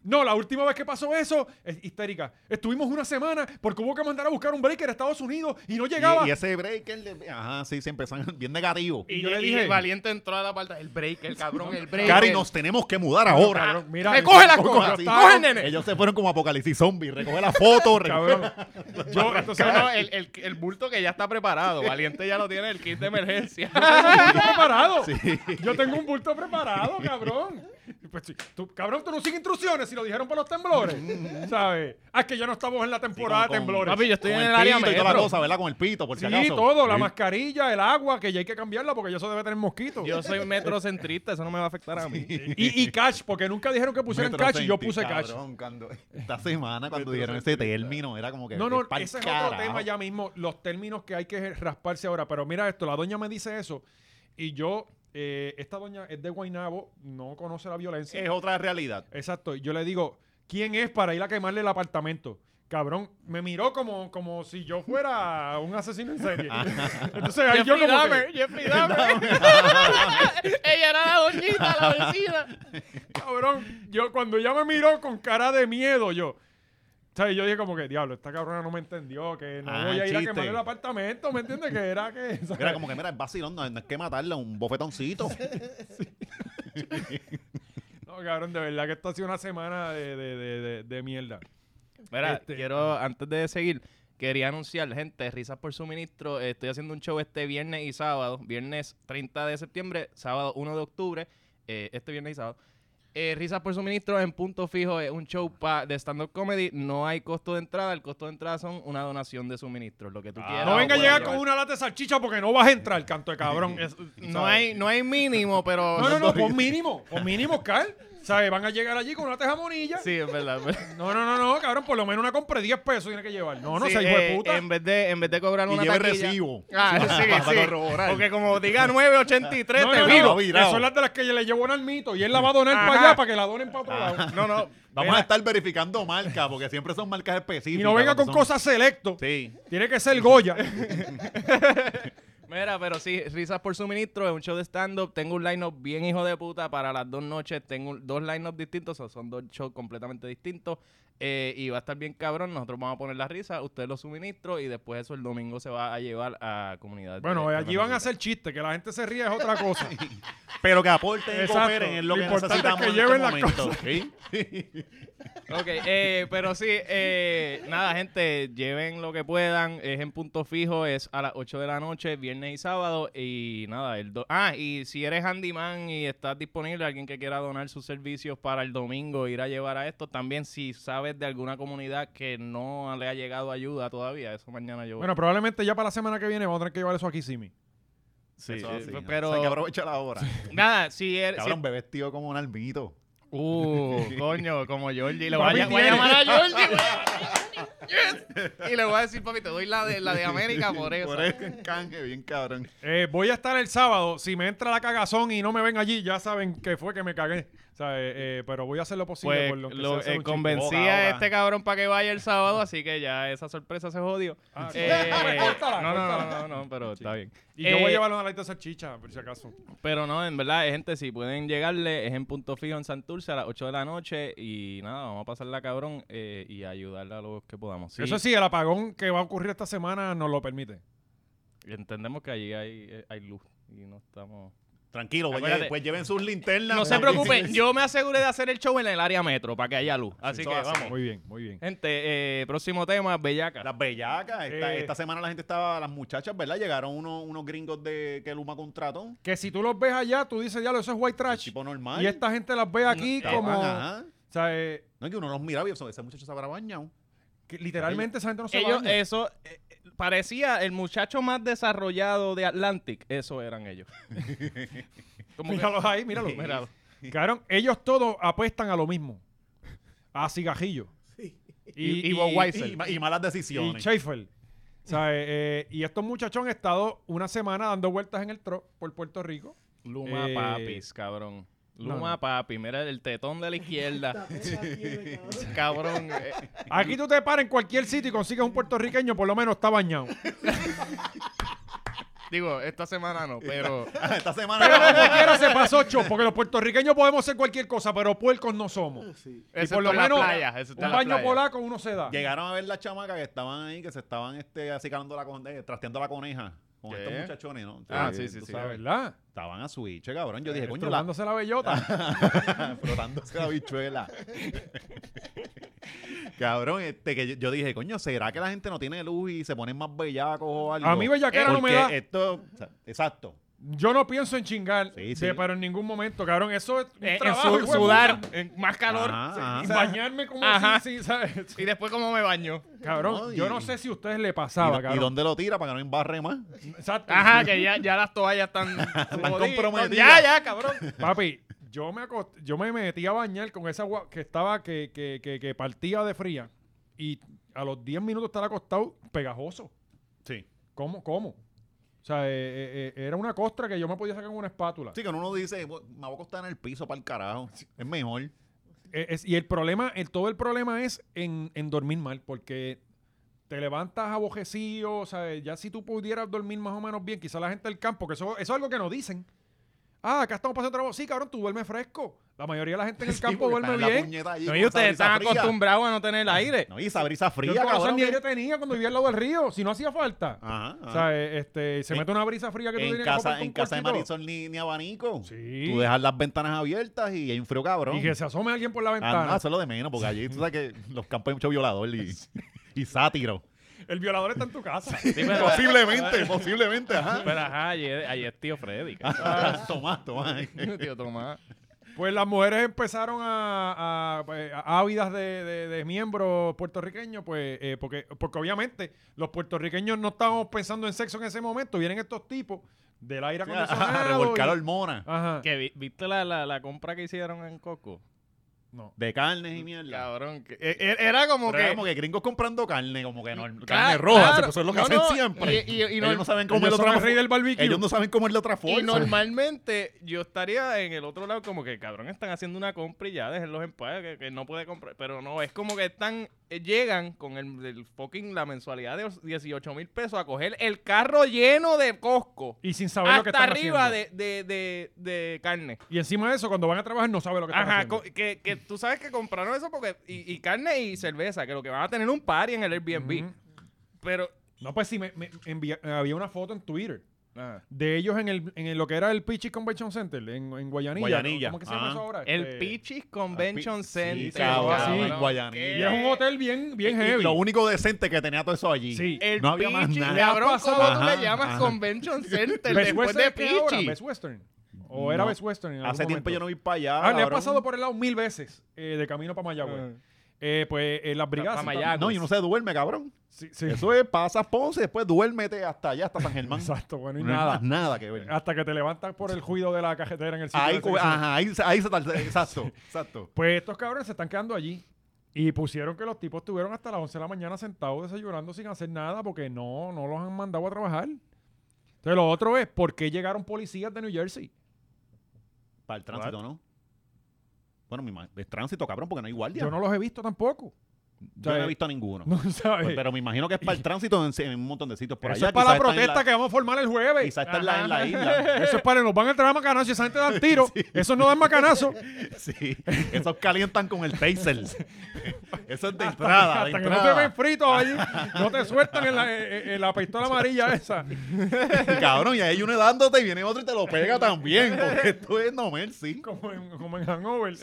[SPEAKER 1] No, la última vez que pasó eso, es histérica. Estuvimos una semana porque hubo que mandar a buscar un breaker a Estados Unidos y no llegaba.
[SPEAKER 2] Y, y ese breaker de... Ajá, sí, siempre son bien negativo.
[SPEAKER 3] Y,
[SPEAKER 1] Y yo
[SPEAKER 3] yo
[SPEAKER 1] le dije-
[SPEAKER 3] el valiente entró a la parte, el break, el cabrón, el break.
[SPEAKER 2] Cari, nos tenemos que mudar
[SPEAKER 1] No,
[SPEAKER 2] ahora.
[SPEAKER 1] eh. cabrón, Ah, mira,
[SPEAKER 5] Recoge las
[SPEAKER 1] yo-
[SPEAKER 2] Como
[SPEAKER 5] cosas,
[SPEAKER 2] así.
[SPEAKER 5] coge el nene.
[SPEAKER 2] Ellos se fueron como apocalipsis zombie. Recoge la foto. recoge-
[SPEAKER 1] Cabrón. Yo, entonces,
[SPEAKER 3] No, no, el, el, el bulto que ya está preparado. Valiente ya lo tiene, el kit de emergencia.
[SPEAKER 1] bulto preparado. Yo tengo un bulto preparado, cabrón. Pues sí, tú- cabrón, tú no sigues instrucciones si lo dijeron para los temblores. ¿Sabes? Ah, es que ya no estamos en la temporada
[SPEAKER 2] con-
[SPEAKER 1] de temblores.
[SPEAKER 3] Papi, yo estoy
[SPEAKER 2] con
[SPEAKER 3] en el área
[SPEAKER 2] pito y toda la
[SPEAKER 3] metro.
[SPEAKER 2] cosa, ¿verdad? Con el pito, por si
[SPEAKER 1] sí,
[SPEAKER 2] acaso.
[SPEAKER 1] todo, la
[SPEAKER 2] Sí.
[SPEAKER 1] mascarilla, el agua, que ya hay que cambiarla porque ya eso debe tener mosquitos.
[SPEAKER 3] Yo soy metrocentrista, eso no me va a afectar a mí.
[SPEAKER 1] Y, y cash, porque nunca dijeron que pusieran
[SPEAKER 2] Metro
[SPEAKER 1] cash y yo
[SPEAKER 2] Centi,
[SPEAKER 1] puse cash.
[SPEAKER 2] cabrón, cuando- esta semana cuando dieron ese término era como que
[SPEAKER 1] No, no,
[SPEAKER 2] es pa'l
[SPEAKER 1] ese es
[SPEAKER 2] carajo.
[SPEAKER 1] otro tema ya mismo, los términos que hay que rasparse ahora. Pero mira esto, la doña me dice eso y yo, eh, esta doña es de Guaynabo, no conoce la violencia.
[SPEAKER 2] Es otra realidad.
[SPEAKER 1] Exacto. y Yo le digo, ¿quién es para ir a quemarle el apartamento? Cabrón, me miró como, como si yo fuera un asesino en serie. Entonces ahí yo
[SPEAKER 3] Jeffrey
[SPEAKER 1] como que,
[SPEAKER 3] Dahmer, Jeffrey Dahmer. Ella era la doñita, la vecina.
[SPEAKER 1] cabrón, yo cuando ella me miró con cara de miedo, yo, ¿sabes? Yo dije como que, diablo, esta cabrona no me entendió, que no
[SPEAKER 2] Ah,
[SPEAKER 1] voy a ir a
[SPEAKER 2] chiste.
[SPEAKER 1] quemarle el apartamento, ¿me entiendes? Que era que... ¿sabes?
[SPEAKER 2] Era como que, mira, el vacilón no, no es que matarle un bofetoncito.
[SPEAKER 1] No, cabrón, de verdad que esto ha sido una semana de, de, de, de, de mierda.
[SPEAKER 3] Mira,
[SPEAKER 1] Este-
[SPEAKER 3] quiero, antes de seguir, quería anunciar, gente, Risas por Suministro, eh, estoy haciendo un show este viernes y sábado, viernes 30 de septiembre, sábado 1 de octubre, eh, este viernes y sábado. Eh, Risas por Suministro en punto fijo es un show pa- de stand-up comedy, no hay costo de entrada, el costo de entrada son una donación de suministros, lo que tú quieras.
[SPEAKER 1] Ah, no
[SPEAKER 3] lo
[SPEAKER 1] venga a
[SPEAKER 3] puedes
[SPEAKER 1] llegar
[SPEAKER 3] llevar.
[SPEAKER 1] con una lata de salchicha porque no vas a entrar, canto de cabrón.
[SPEAKER 3] No hay, no hay mínimo, pero...
[SPEAKER 1] No, no, no, por mínimo, por mínimo, Carl. ¿Sabes? Van a llegar allí con una tejamonilla.
[SPEAKER 3] Sí, es verdad. pues. es verdad.
[SPEAKER 1] No, no, no, no, cabrón, por lo menos una compra de 10 pesos tiene que llevar. No, no,
[SPEAKER 3] Sí,
[SPEAKER 1] se hijo
[SPEAKER 3] eh,
[SPEAKER 1] de puta.
[SPEAKER 3] En vez de, en vez de cobrar
[SPEAKER 2] y
[SPEAKER 3] una
[SPEAKER 2] lleve
[SPEAKER 3] taquilla-
[SPEAKER 2] recibo.
[SPEAKER 3] Ah, sí,
[SPEAKER 2] Para
[SPEAKER 3] sí.
[SPEAKER 2] corroborar.
[SPEAKER 3] Porque como diga 983,
[SPEAKER 1] no,
[SPEAKER 3] te
[SPEAKER 1] no, no,
[SPEAKER 3] viro.
[SPEAKER 2] viro, virado.
[SPEAKER 1] Eso es las de las que le llevó en mito y él la va a donar
[SPEAKER 3] Ajá.
[SPEAKER 1] para allá para que la donen para otro lado.
[SPEAKER 3] No, no.
[SPEAKER 2] Vamos a
[SPEAKER 3] Mira,
[SPEAKER 2] estar verificando marcas, porque siempre son marcas específicas.
[SPEAKER 1] Y no venga con
[SPEAKER 2] cuando son-
[SPEAKER 1] cosas selecto.
[SPEAKER 2] Sí.
[SPEAKER 1] Tiene que ser Goya.
[SPEAKER 3] Mira, pero sí, Risas por Suministro es un show de stand-up. Tengo un line-up bien hijo de puta para las dos noches. Tengo un- dos line-up distintos, o sea, son dos shows completamente distintos. Eh, y va a estar bien cabrón. Nosotros vamos a poner la risa, usted lo suministro y después eso el domingo se va a llevar a comunidad.
[SPEAKER 1] Bueno, eh,
[SPEAKER 3] Eh,
[SPEAKER 1] allí van a hacer chistes, que la gente se ríe es otra cosa.
[SPEAKER 2] Pero que aporten y
[SPEAKER 1] Exacto.
[SPEAKER 2] cooperen es lo
[SPEAKER 1] Lo
[SPEAKER 2] que
[SPEAKER 1] importante es
[SPEAKER 2] necesitamos
[SPEAKER 1] que
[SPEAKER 2] en
[SPEAKER 1] lleven las
[SPEAKER 2] este momento. ¿sí?
[SPEAKER 3] Ok, eh, pero sí, eh, nada, gente, lleven lo que puedan. Es en punto fijo, es a las 8 de la noche, viernes y sábado. Y nada, el do- ah, y si eres handyman y estás disponible, alguien que quiera donar sus servicios para el domingo, ir a llevar a esto. También, si sabes de alguna comunidad que no le ha llegado ayuda todavía, eso mañana yo voy.
[SPEAKER 1] Bueno, probablemente ya para la semana que viene vamos a tener que llevar eso aquí, Simi.
[SPEAKER 2] Sí,
[SPEAKER 3] Eso
[SPEAKER 2] sí,
[SPEAKER 3] así.
[SPEAKER 2] sí.
[SPEAKER 3] Pero-
[SPEAKER 2] O sea, hay que aprovechar ahora.
[SPEAKER 3] nada, si eres. si-
[SPEAKER 2] Cabrón, bebés tío como un almito.
[SPEAKER 3] Uh, coño, como Georgie. Le voy a,
[SPEAKER 1] Papi,
[SPEAKER 3] llam- voy a
[SPEAKER 1] tiene.
[SPEAKER 3] llamar a Georgie. güey. Yes. Y le voy a decir, papi, te doy la de, la de América por eso.
[SPEAKER 2] Por eso canje, bien cabrón.
[SPEAKER 1] Eh, voy a estar el sábado. Si me entra la cagazón y no me ven allí, ya saben que fue que me cagué. O sea, eh, eh, pero voy a hacer lo posible
[SPEAKER 3] Pues
[SPEAKER 1] por lo que sea
[SPEAKER 3] lo,
[SPEAKER 1] hacer
[SPEAKER 3] eh,
[SPEAKER 1] un chiste.
[SPEAKER 3] convencí
[SPEAKER 2] Boga,
[SPEAKER 3] a
[SPEAKER 2] boga.
[SPEAKER 3] este cabrón para que vaya el sábado, así que ya esa sorpresa se jodió.
[SPEAKER 1] Ah,
[SPEAKER 3] Eh,
[SPEAKER 1] córtala, córtala,
[SPEAKER 3] no, no, no,
[SPEAKER 1] córtala.
[SPEAKER 3] no, no, pero está bien.
[SPEAKER 1] Y yo voy a
[SPEAKER 3] Eh,
[SPEAKER 1] llevar una lata de salchicha, por si acaso.
[SPEAKER 3] Pero no, en verdad, eh, gente, si pueden llegarle, es en Punto Fijo en Santurce a las 8 de la noche y nada, vamos a pasarla cabrón eh, y ayudarle a los que podamos. Sí,
[SPEAKER 1] Eso sí, el apagón que va a ocurrir esta semana nos lo permite.
[SPEAKER 3] Entendemos que allí hay, eh, hay luz y no estamos...
[SPEAKER 2] Tranquilo, vaya,
[SPEAKER 3] Acuérdate.
[SPEAKER 2] pues lleven sus linternas. pues,
[SPEAKER 3] No se
[SPEAKER 2] porque-
[SPEAKER 3] preocupen, yo me aseguré de hacer el show en el área metro para que haya luz. Así
[SPEAKER 2] eso
[SPEAKER 3] que
[SPEAKER 2] hace.
[SPEAKER 3] vamos.
[SPEAKER 1] Muy bien, muy bien.
[SPEAKER 3] Gente, eh, próximo tema, Bellaca.
[SPEAKER 2] Las bellacas. Esta,
[SPEAKER 1] Eh.
[SPEAKER 2] esta semana la gente estaba, las muchachas, ¿verdad? Llegaron unos, unos gringos de que Luma contrató.
[SPEAKER 1] Que si tú los ves allá, tú dices, ya, eso es white trash.
[SPEAKER 2] Tipo normal.
[SPEAKER 1] Y esta gente las ve aquí
[SPEAKER 2] Estaban,
[SPEAKER 1] como... O
[SPEAKER 2] ajá.
[SPEAKER 1] sea, eh,
[SPEAKER 2] No es que uno los miraba y eso, ese muchacho se habrá bañado.
[SPEAKER 1] Que literalmente esa gente no se
[SPEAKER 3] Ellos,
[SPEAKER 1] baña.
[SPEAKER 3] eso, eh, eh, parecía el muchacho más desarrollado de Atlantic. Eso eran ellos. Como que-
[SPEAKER 1] Míralos ahí, míralos.
[SPEAKER 3] Míralo.
[SPEAKER 1] Cabrón, ellos todos apuestan a lo mismo. A cigajillo.
[SPEAKER 2] Y, y Bob Weiser. Y, ma- y malas decisiones.
[SPEAKER 1] Y Schaefer. O sea, eh, eh, y estos muchachos han estado una semana dando vueltas en el tro por Puerto Rico.
[SPEAKER 3] Luma
[SPEAKER 1] Eh,
[SPEAKER 3] Papis, cabrón. Luma
[SPEAKER 1] no, no.
[SPEAKER 3] Papi, mira el tetón de la izquierda.
[SPEAKER 4] Cabrón.
[SPEAKER 3] cabrón. eh,
[SPEAKER 1] Aquí tú te paras en cualquier sitio y consigues un puertorriqueño, por lo menos está bañado.
[SPEAKER 3] digo, esta semana no, pero.
[SPEAKER 2] Esta semana.
[SPEAKER 1] Pero como quiera se pasó ocho, porque los puertorriqueños podemos ser cualquier cosa, pero puercos no somos.
[SPEAKER 4] Sí.
[SPEAKER 3] excepto
[SPEAKER 1] por lo
[SPEAKER 3] en la
[SPEAKER 1] menos,
[SPEAKER 3] playa, excepto
[SPEAKER 1] Un
[SPEAKER 3] en la
[SPEAKER 1] baño
[SPEAKER 3] playa.
[SPEAKER 1] polaco uno se da.
[SPEAKER 2] Llegaron a ver las chamacas que estaban ahí, que se estaban este, acicalando la coneja, eh, trasteando la coneja con
[SPEAKER 3] ¿Qué?
[SPEAKER 2] estos muchachones, ¿no?
[SPEAKER 3] Ah,
[SPEAKER 2] Eh,
[SPEAKER 3] sí, sí,
[SPEAKER 2] tú
[SPEAKER 3] sí.
[SPEAKER 1] La
[SPEAKER 2] sabes,
[SPEAKER 1] verdad.
[SPEAKER 2] Estaban a switch, eh, cabrón. Yo dije, coño, la,
[SPEAKER 1] Estrujándose la bellota.
[SPEAKER 2] frotándose la bichuela. Cabrón, este, que yo, yo dije, coño, ¿será que la gente no tiene luz y se ponen más bellacos o
[SPEAKER 3] Ah,
[SPEAKER 2] algo?
[SPEAKER 1] A mí bellaquera no me
[SPEAKER 2] Porque
[SPEAKER 1] da.
[SPEAKER 2] Esto, o sea, exacto.
[SPEAKER 1] Yo no pienso en chingar,
[SPEAKER 2] Sí,
[SPEAKER 1] de-
[SPEAKER 2] sí.
[SPEAKER 1] pero en ningún momento, cabrón. Eso es un
[SPEAKER 3] Eh, en
[SPEAKER 1] trabajo,
[SPEAKER 3] su-
[SPEAKER 1] hijo de
[SPEAKER 3] sudar,
[SPEAKER 1] puta.
[SPEAKER 3] en más calor.
[SPEAKER 2] Ajá,
[SPEAKER 3] sí,
[SPEAKER 2] ajá.
[SPEAKER 1] Y bañarme como
[SPEAKER 3] Ajá.
[SPEAKER 1] así, sí, ¿sabes?
[SPEAKER 3] Y después, ¿cómo me baño?
[SPEAKER 1] Cabrón,
[SPEAKER 2] No, y-
[SPEAKER 1] yo no sé si a ustedes le
[SPEAKER 2] ¿Y,
[SPEAKER 1] pasaba,
[SPEAKER 2] y Ah.
[SPEAKER 1] cabrón.
[SPEAKER 2] dónde lo tira para que no embarre más?
[SPEAKER 1] Exacto.
[SPEAKER 3] Ajá, que ya, ya las toallas están. Están
[SPEAKER 2] comprometidas.
[SPEAKER 3] Ya, ya, cabrón.
[SPEAKER 1] Papi, yo me, acost- yo me metí a bañar con esa agua que estaba, que, que, que, que partía de fría. Y a los 10 minutos estar acostado pegajoso.
[SPEAKER 2] Sí.
[SPEAKER 1] ¿Cómo? ¿Cómo? O sea, eh, eh, eh, era una costra que yo me podía sacar con una espátula.
[SPEAKER 2] Sí, que uno dice, "Bu- me voy a acostar en el piso para el carajo. Es mejor.
[SPEAKER 1] Eh, es- y el problema, el, todo el problema es en, en dormir mal, porque te levantas abojecido, o sea, ya si tú pudieras dormir más o menos bien, quizá la gente del campo, que eso, eso es algo que nos dicen. Ah, acá estamos pasando trabajo. Sí, cabrón, tú duermes fresco. La mayoría de la gente en el
[SPEAKER 2] Sí,
[SPEAKER 1] campo duerme
[SPEAKER 2] porque están en la
[SPEAKER 1] bien.
[SPEAKER 2] puñeta allí
[SPEAKER 3] No,
[SPEAKER 2] con
[SPEAKER 3] y
[SPEAKER 2] esa
[SPEAKER 3] ustedes
[SPEAKER 2] brisa
[SPEAKER 3] están
[SPEAKER 2] fría.
[SPEAKER 3] acostumbrados a no tener aire.
[SPEAKER 2] No, y esa brisa
[SPEAKER 1] Yo
[SPEAKER 2] fría,
[SPEAKER 1] el corazón
[SPEAKER 2] cabrón.
[SPEAKER 1] ni
[SPEAKER 2] que-
[SPEAKER 1] aire tenía cuando vivía al lado del río, si no hacía falta.
[SPEAKER 2] Ajá,
[SPEAKER 1] O
[SPEAKER 2] ajá.
[SPEAKER 1] sea, eh, este, se
[SPEAKER 2] En-
[SPEAKER 1] mete una brisa fría que tú
[SPEAKER 2] en
[SPEAKER 1] tienes que
[SPEAKER 2] casa,
[SPEAKER 1] comprar
[SPEAKER 2] en casa de
[SPEAKER 1] con un
[SPEAKER 2] Marisol ni, ni abanico.
[SPEAKER 1] Sí.
[SPEAKER 2] Tú dejas las ventanas abiertas y hay un frío cabrón.
[SPEAKER 1] cuartito. Y que se asome alguien por la
[SPEAKER 2] Ah,
[SPEAKER 1] ventana.
[SPEAKER 2] no, eso es lo de menos, porque allí tú sabes que en los campos hay mucho violador y, y sátiro.
[SPEAKER 1] El violador está en tu casa.
[SPEAKER 3] Sí, pero-
[SPEAKER 2] Posiblemente, posiblemente, ajá.
[SPEAKER 3] Pero ajá, ayer, ayer es tío Freddy. cabrón.
[SPEAKER 2] Tomás, Tomás.
[SPEAKER 3] tío Tomás.
[SPEAKER 1] Pues las mujeres empezaron a, a- a- ávidas de, de- de miembros puertorriqueños, pues, eh, porque, porque obviamente los puertorriqueños no estábamos pensando en sexo en ese momento. Vienen estos tipos del aire
[SPEAKER 2] A
[SPEAKER 1] acondicionado.
[SPEAKER 2] revolcar
[SPEAKER 1] y-
[SPEAKER 2] hormonas
[SPEAKER 1] Ajá.
[SPEAKER 3] Que vi- ¿Viste la, la, la compra que hicieron en Coco?
[SPEAKER 1] No.
[SPEAKER 2] de carnes y mierda.
[SPEAKER 3] Cabrón. que- e- e- era como
[SPEAKER 2] Pero era
[SPEAKER 3] que.
[SPEAKER 2] como que gringos comprando carne, como que no, carne
[SPEAKER 3] Claro,
[SPEAKER 2] roja,
[SPEAKER 3] claro.
[SPEAKER 2] pues eso es lo que
[SPEAKER 3] No,
[SPEAKER 2] hacen
[SPEAKER 3] no,
[SPEAKER 2] siempre.
[SPEAKER 3] y- y- y
[SPEAKER 2] ellos
[SPEAKER 3] no-
[SPEAKER 2] no saben cómo
[SPEAKER 1] Ellos
[SPEAKER 2] es
[SPEAKER 1] son
[SPEAKER 2] otra
[SPEAKER 1] el rey del barbecue.
[SPEAKER 2] Ellos no saben cómo es la otra forma.
[SPEAKER 3] Y normalmente yo estaría en el otro lado como que, cabrón, están haciendo una compra y ya, déjenlos en paz, que, que no puede comprar. Pero no, es como que están, eh, llegan con el, el fucking, la mensualidad de los 18 mil pesos a coger el carro lleno de Costco.
[SPEAKER 1] Y sin saber lo que
[SPEAKER 3] Hasta
[SPEAKER 1] están
[SPEAKER 3] arriba
[SPEAKER 1] haciendo.
[SPEAKER 3] de, de, de, de carne.
[SPEAKER 1] Y encima de eso, cuando van a trabajar no saben lo que están
[SPEAKER 3] Ajá,
[SPEAKER 1] haciendo.
[SPEAKER 3] co- que, que tú sabes que compraron eso porque y, y carne y cerveza, que lo que van a tener un party en el Airbnb.
[SPEAKER 1] Ujú.
[SPEAKER 3] Pero
[SPEAKER 1] No, pues sí, me, me envía- había una foto en Twitter
[SPEAKER 3] ajá.
[SPEAKER 1] de ellos en, el, en el- lo que era el Pichi Convention Center, en, en Guayanilla.
[SPEAKER 2] Guayanilla,
[SPEAKER 1] ¿Cómo que se llama
[SPEAKER 2] ajá.
[SPEAKER 1] eso ahora?
[SPEAKER 3] el
[SPEAKER 1] Este-
[SPEAKER 3] Pichis Convention
[SPEAKER 2] Sí,
[SPEAKER 3] Center.
[SPEAKER 2] cabrón,
[SPEAKER 1] sí,
[SPEAKER 2] Guayanilla.
[SPEAKER 1] Y es
[SPEAKER 3] Eh,
[SPEAKER 1] un hotel bien, bien
[SPEAKER 2] Y
[SPEAKER 1] heavy.
[SPEAKER 2] Lo único decente que tenía todo eso allí.
[SPEAKER 1] Sí.
[SPEAKER 3] El
[SPEAKER 2] no había más
[SPEAKER 3] Pichi,
[SPEAKER 2] nada.
[SPEAKER 1] ¿Le
[SPEAKER 3] Cabrón,
[SPEAKER 1] ha
[SPEAKER 3] ¿cómo
[SPEAKER 1] pasado?
[SPEAKER 3] tú
[SPEAKER 2] Ajá,
[SPEAKER 3] le llamas
[SPEAKER 2] ajá.
[SPEAKER 3] Convention Center
[SPEAKER 1] Best
[SPEAKER 3] después de
[SPEAKER 1] Western, ¿qué ahora?
[SPEAKER 3] Pichi?
[SPEAKER 1] Best Western. ¿O era
[SPEAKER 2] No.
[SPEAKER 1] Best Western? en
[SPEAKER 2] Hace
[SPEAKER 1] algún momento?
[SPEAKER 2] tiempo yo no voy para allá.
[SPEAKER 1] Ah, le ha
[SPEAKER 2] cabrón. Ah.
[SPEAKER 1] pasado por el lado mil veces eh, de camino para Mayagüez. Eh, pues eh, las brigadas.
[SPEAKER 3] Pa- pa'
[SPEAKER 1] sí,
[SPEAKER 3] Mayagüez.
[SPEAKER 2] No, y no se duerme, cabrón.
[SPEAKER 1] Sí, sí.
[SPEAKER 2] Eso es, pasas Ponce, después duérmete hasta allá, hasta San Germán.
[SPEAKER 1] Exacto, bueno, y
[SPEAKER 2] No hay más
[SPEAKER 1] nada.
[SPEAKER 2] nada Ah, que ver.
[SPEAKER 1] Hasta que te levantas por el juido de la cajetera en el sitio.
[SPEAKER 2] Ahí,
[SPEAKER 1] de
[SPEAKER 2] cu-
[SPEAKER 1] servicio.
[SPEAKER 2] ajá, ahí, se- ahí se tal- Exacto, exacto.
[SPEAKER 1] Pues estos cabrones se están quedando allí. Y pusieron que los tipos estuvieron hasta las 11 de la mañana sentados desayunando sin hacer nada porque no, no los han mandado a trabajar. Entonces lo otro es, ¿por qué llegaron policías de New Jersey?
[SPEAKER 2] Para el tránsito, ¿no? Bueno, mi ma- es tránsito, cabrón, porque no hay guardia.
[SPEAKER 1] Yo no los he visto tampoco.
[SPEAKER 2] Yo no he visto a ninguno.
[SPEAKER 1] No sabes.
[SPEAKER 2] Pues, pero me imagino que es para el tránsito en, en un montón de sitios por
[SPEAKER 1] Eso
[SPEAKER 2] allá.
[SPEAKER 1] es para la
[SPEAKER 2] Quizás está en
[SPEAKER 1] protesta que vamos a formar el jueves.
[SPEAKER 2] Quizás está en la, en la
[SPEAKER 1] Ajá.
[SPEAKER 2] isla.
[SPEAKER 1] Eso es para, nos van a entrar a macanazos y esa gente dan tiro. Eso no dan macanazos.
[SPEAKER 2] Sí, esos calientan con el taser. Eso es de
[SPEAKER 1] Hasta
[SPEAKER 2] entrada, de
[SPEAKER 1] que no te ven
[SPEAKER 2] entrada.
[SPEAKER 1] frito allí, no te sueltan en la, en- en la pistola amarilla esa.
[SPEAKER 2] Cabrón, y ahí hay uno dándote y viene otro y te lo pega también. Porque esto es no mercy.
[SPEAKER 1] Como en, como en Hangover.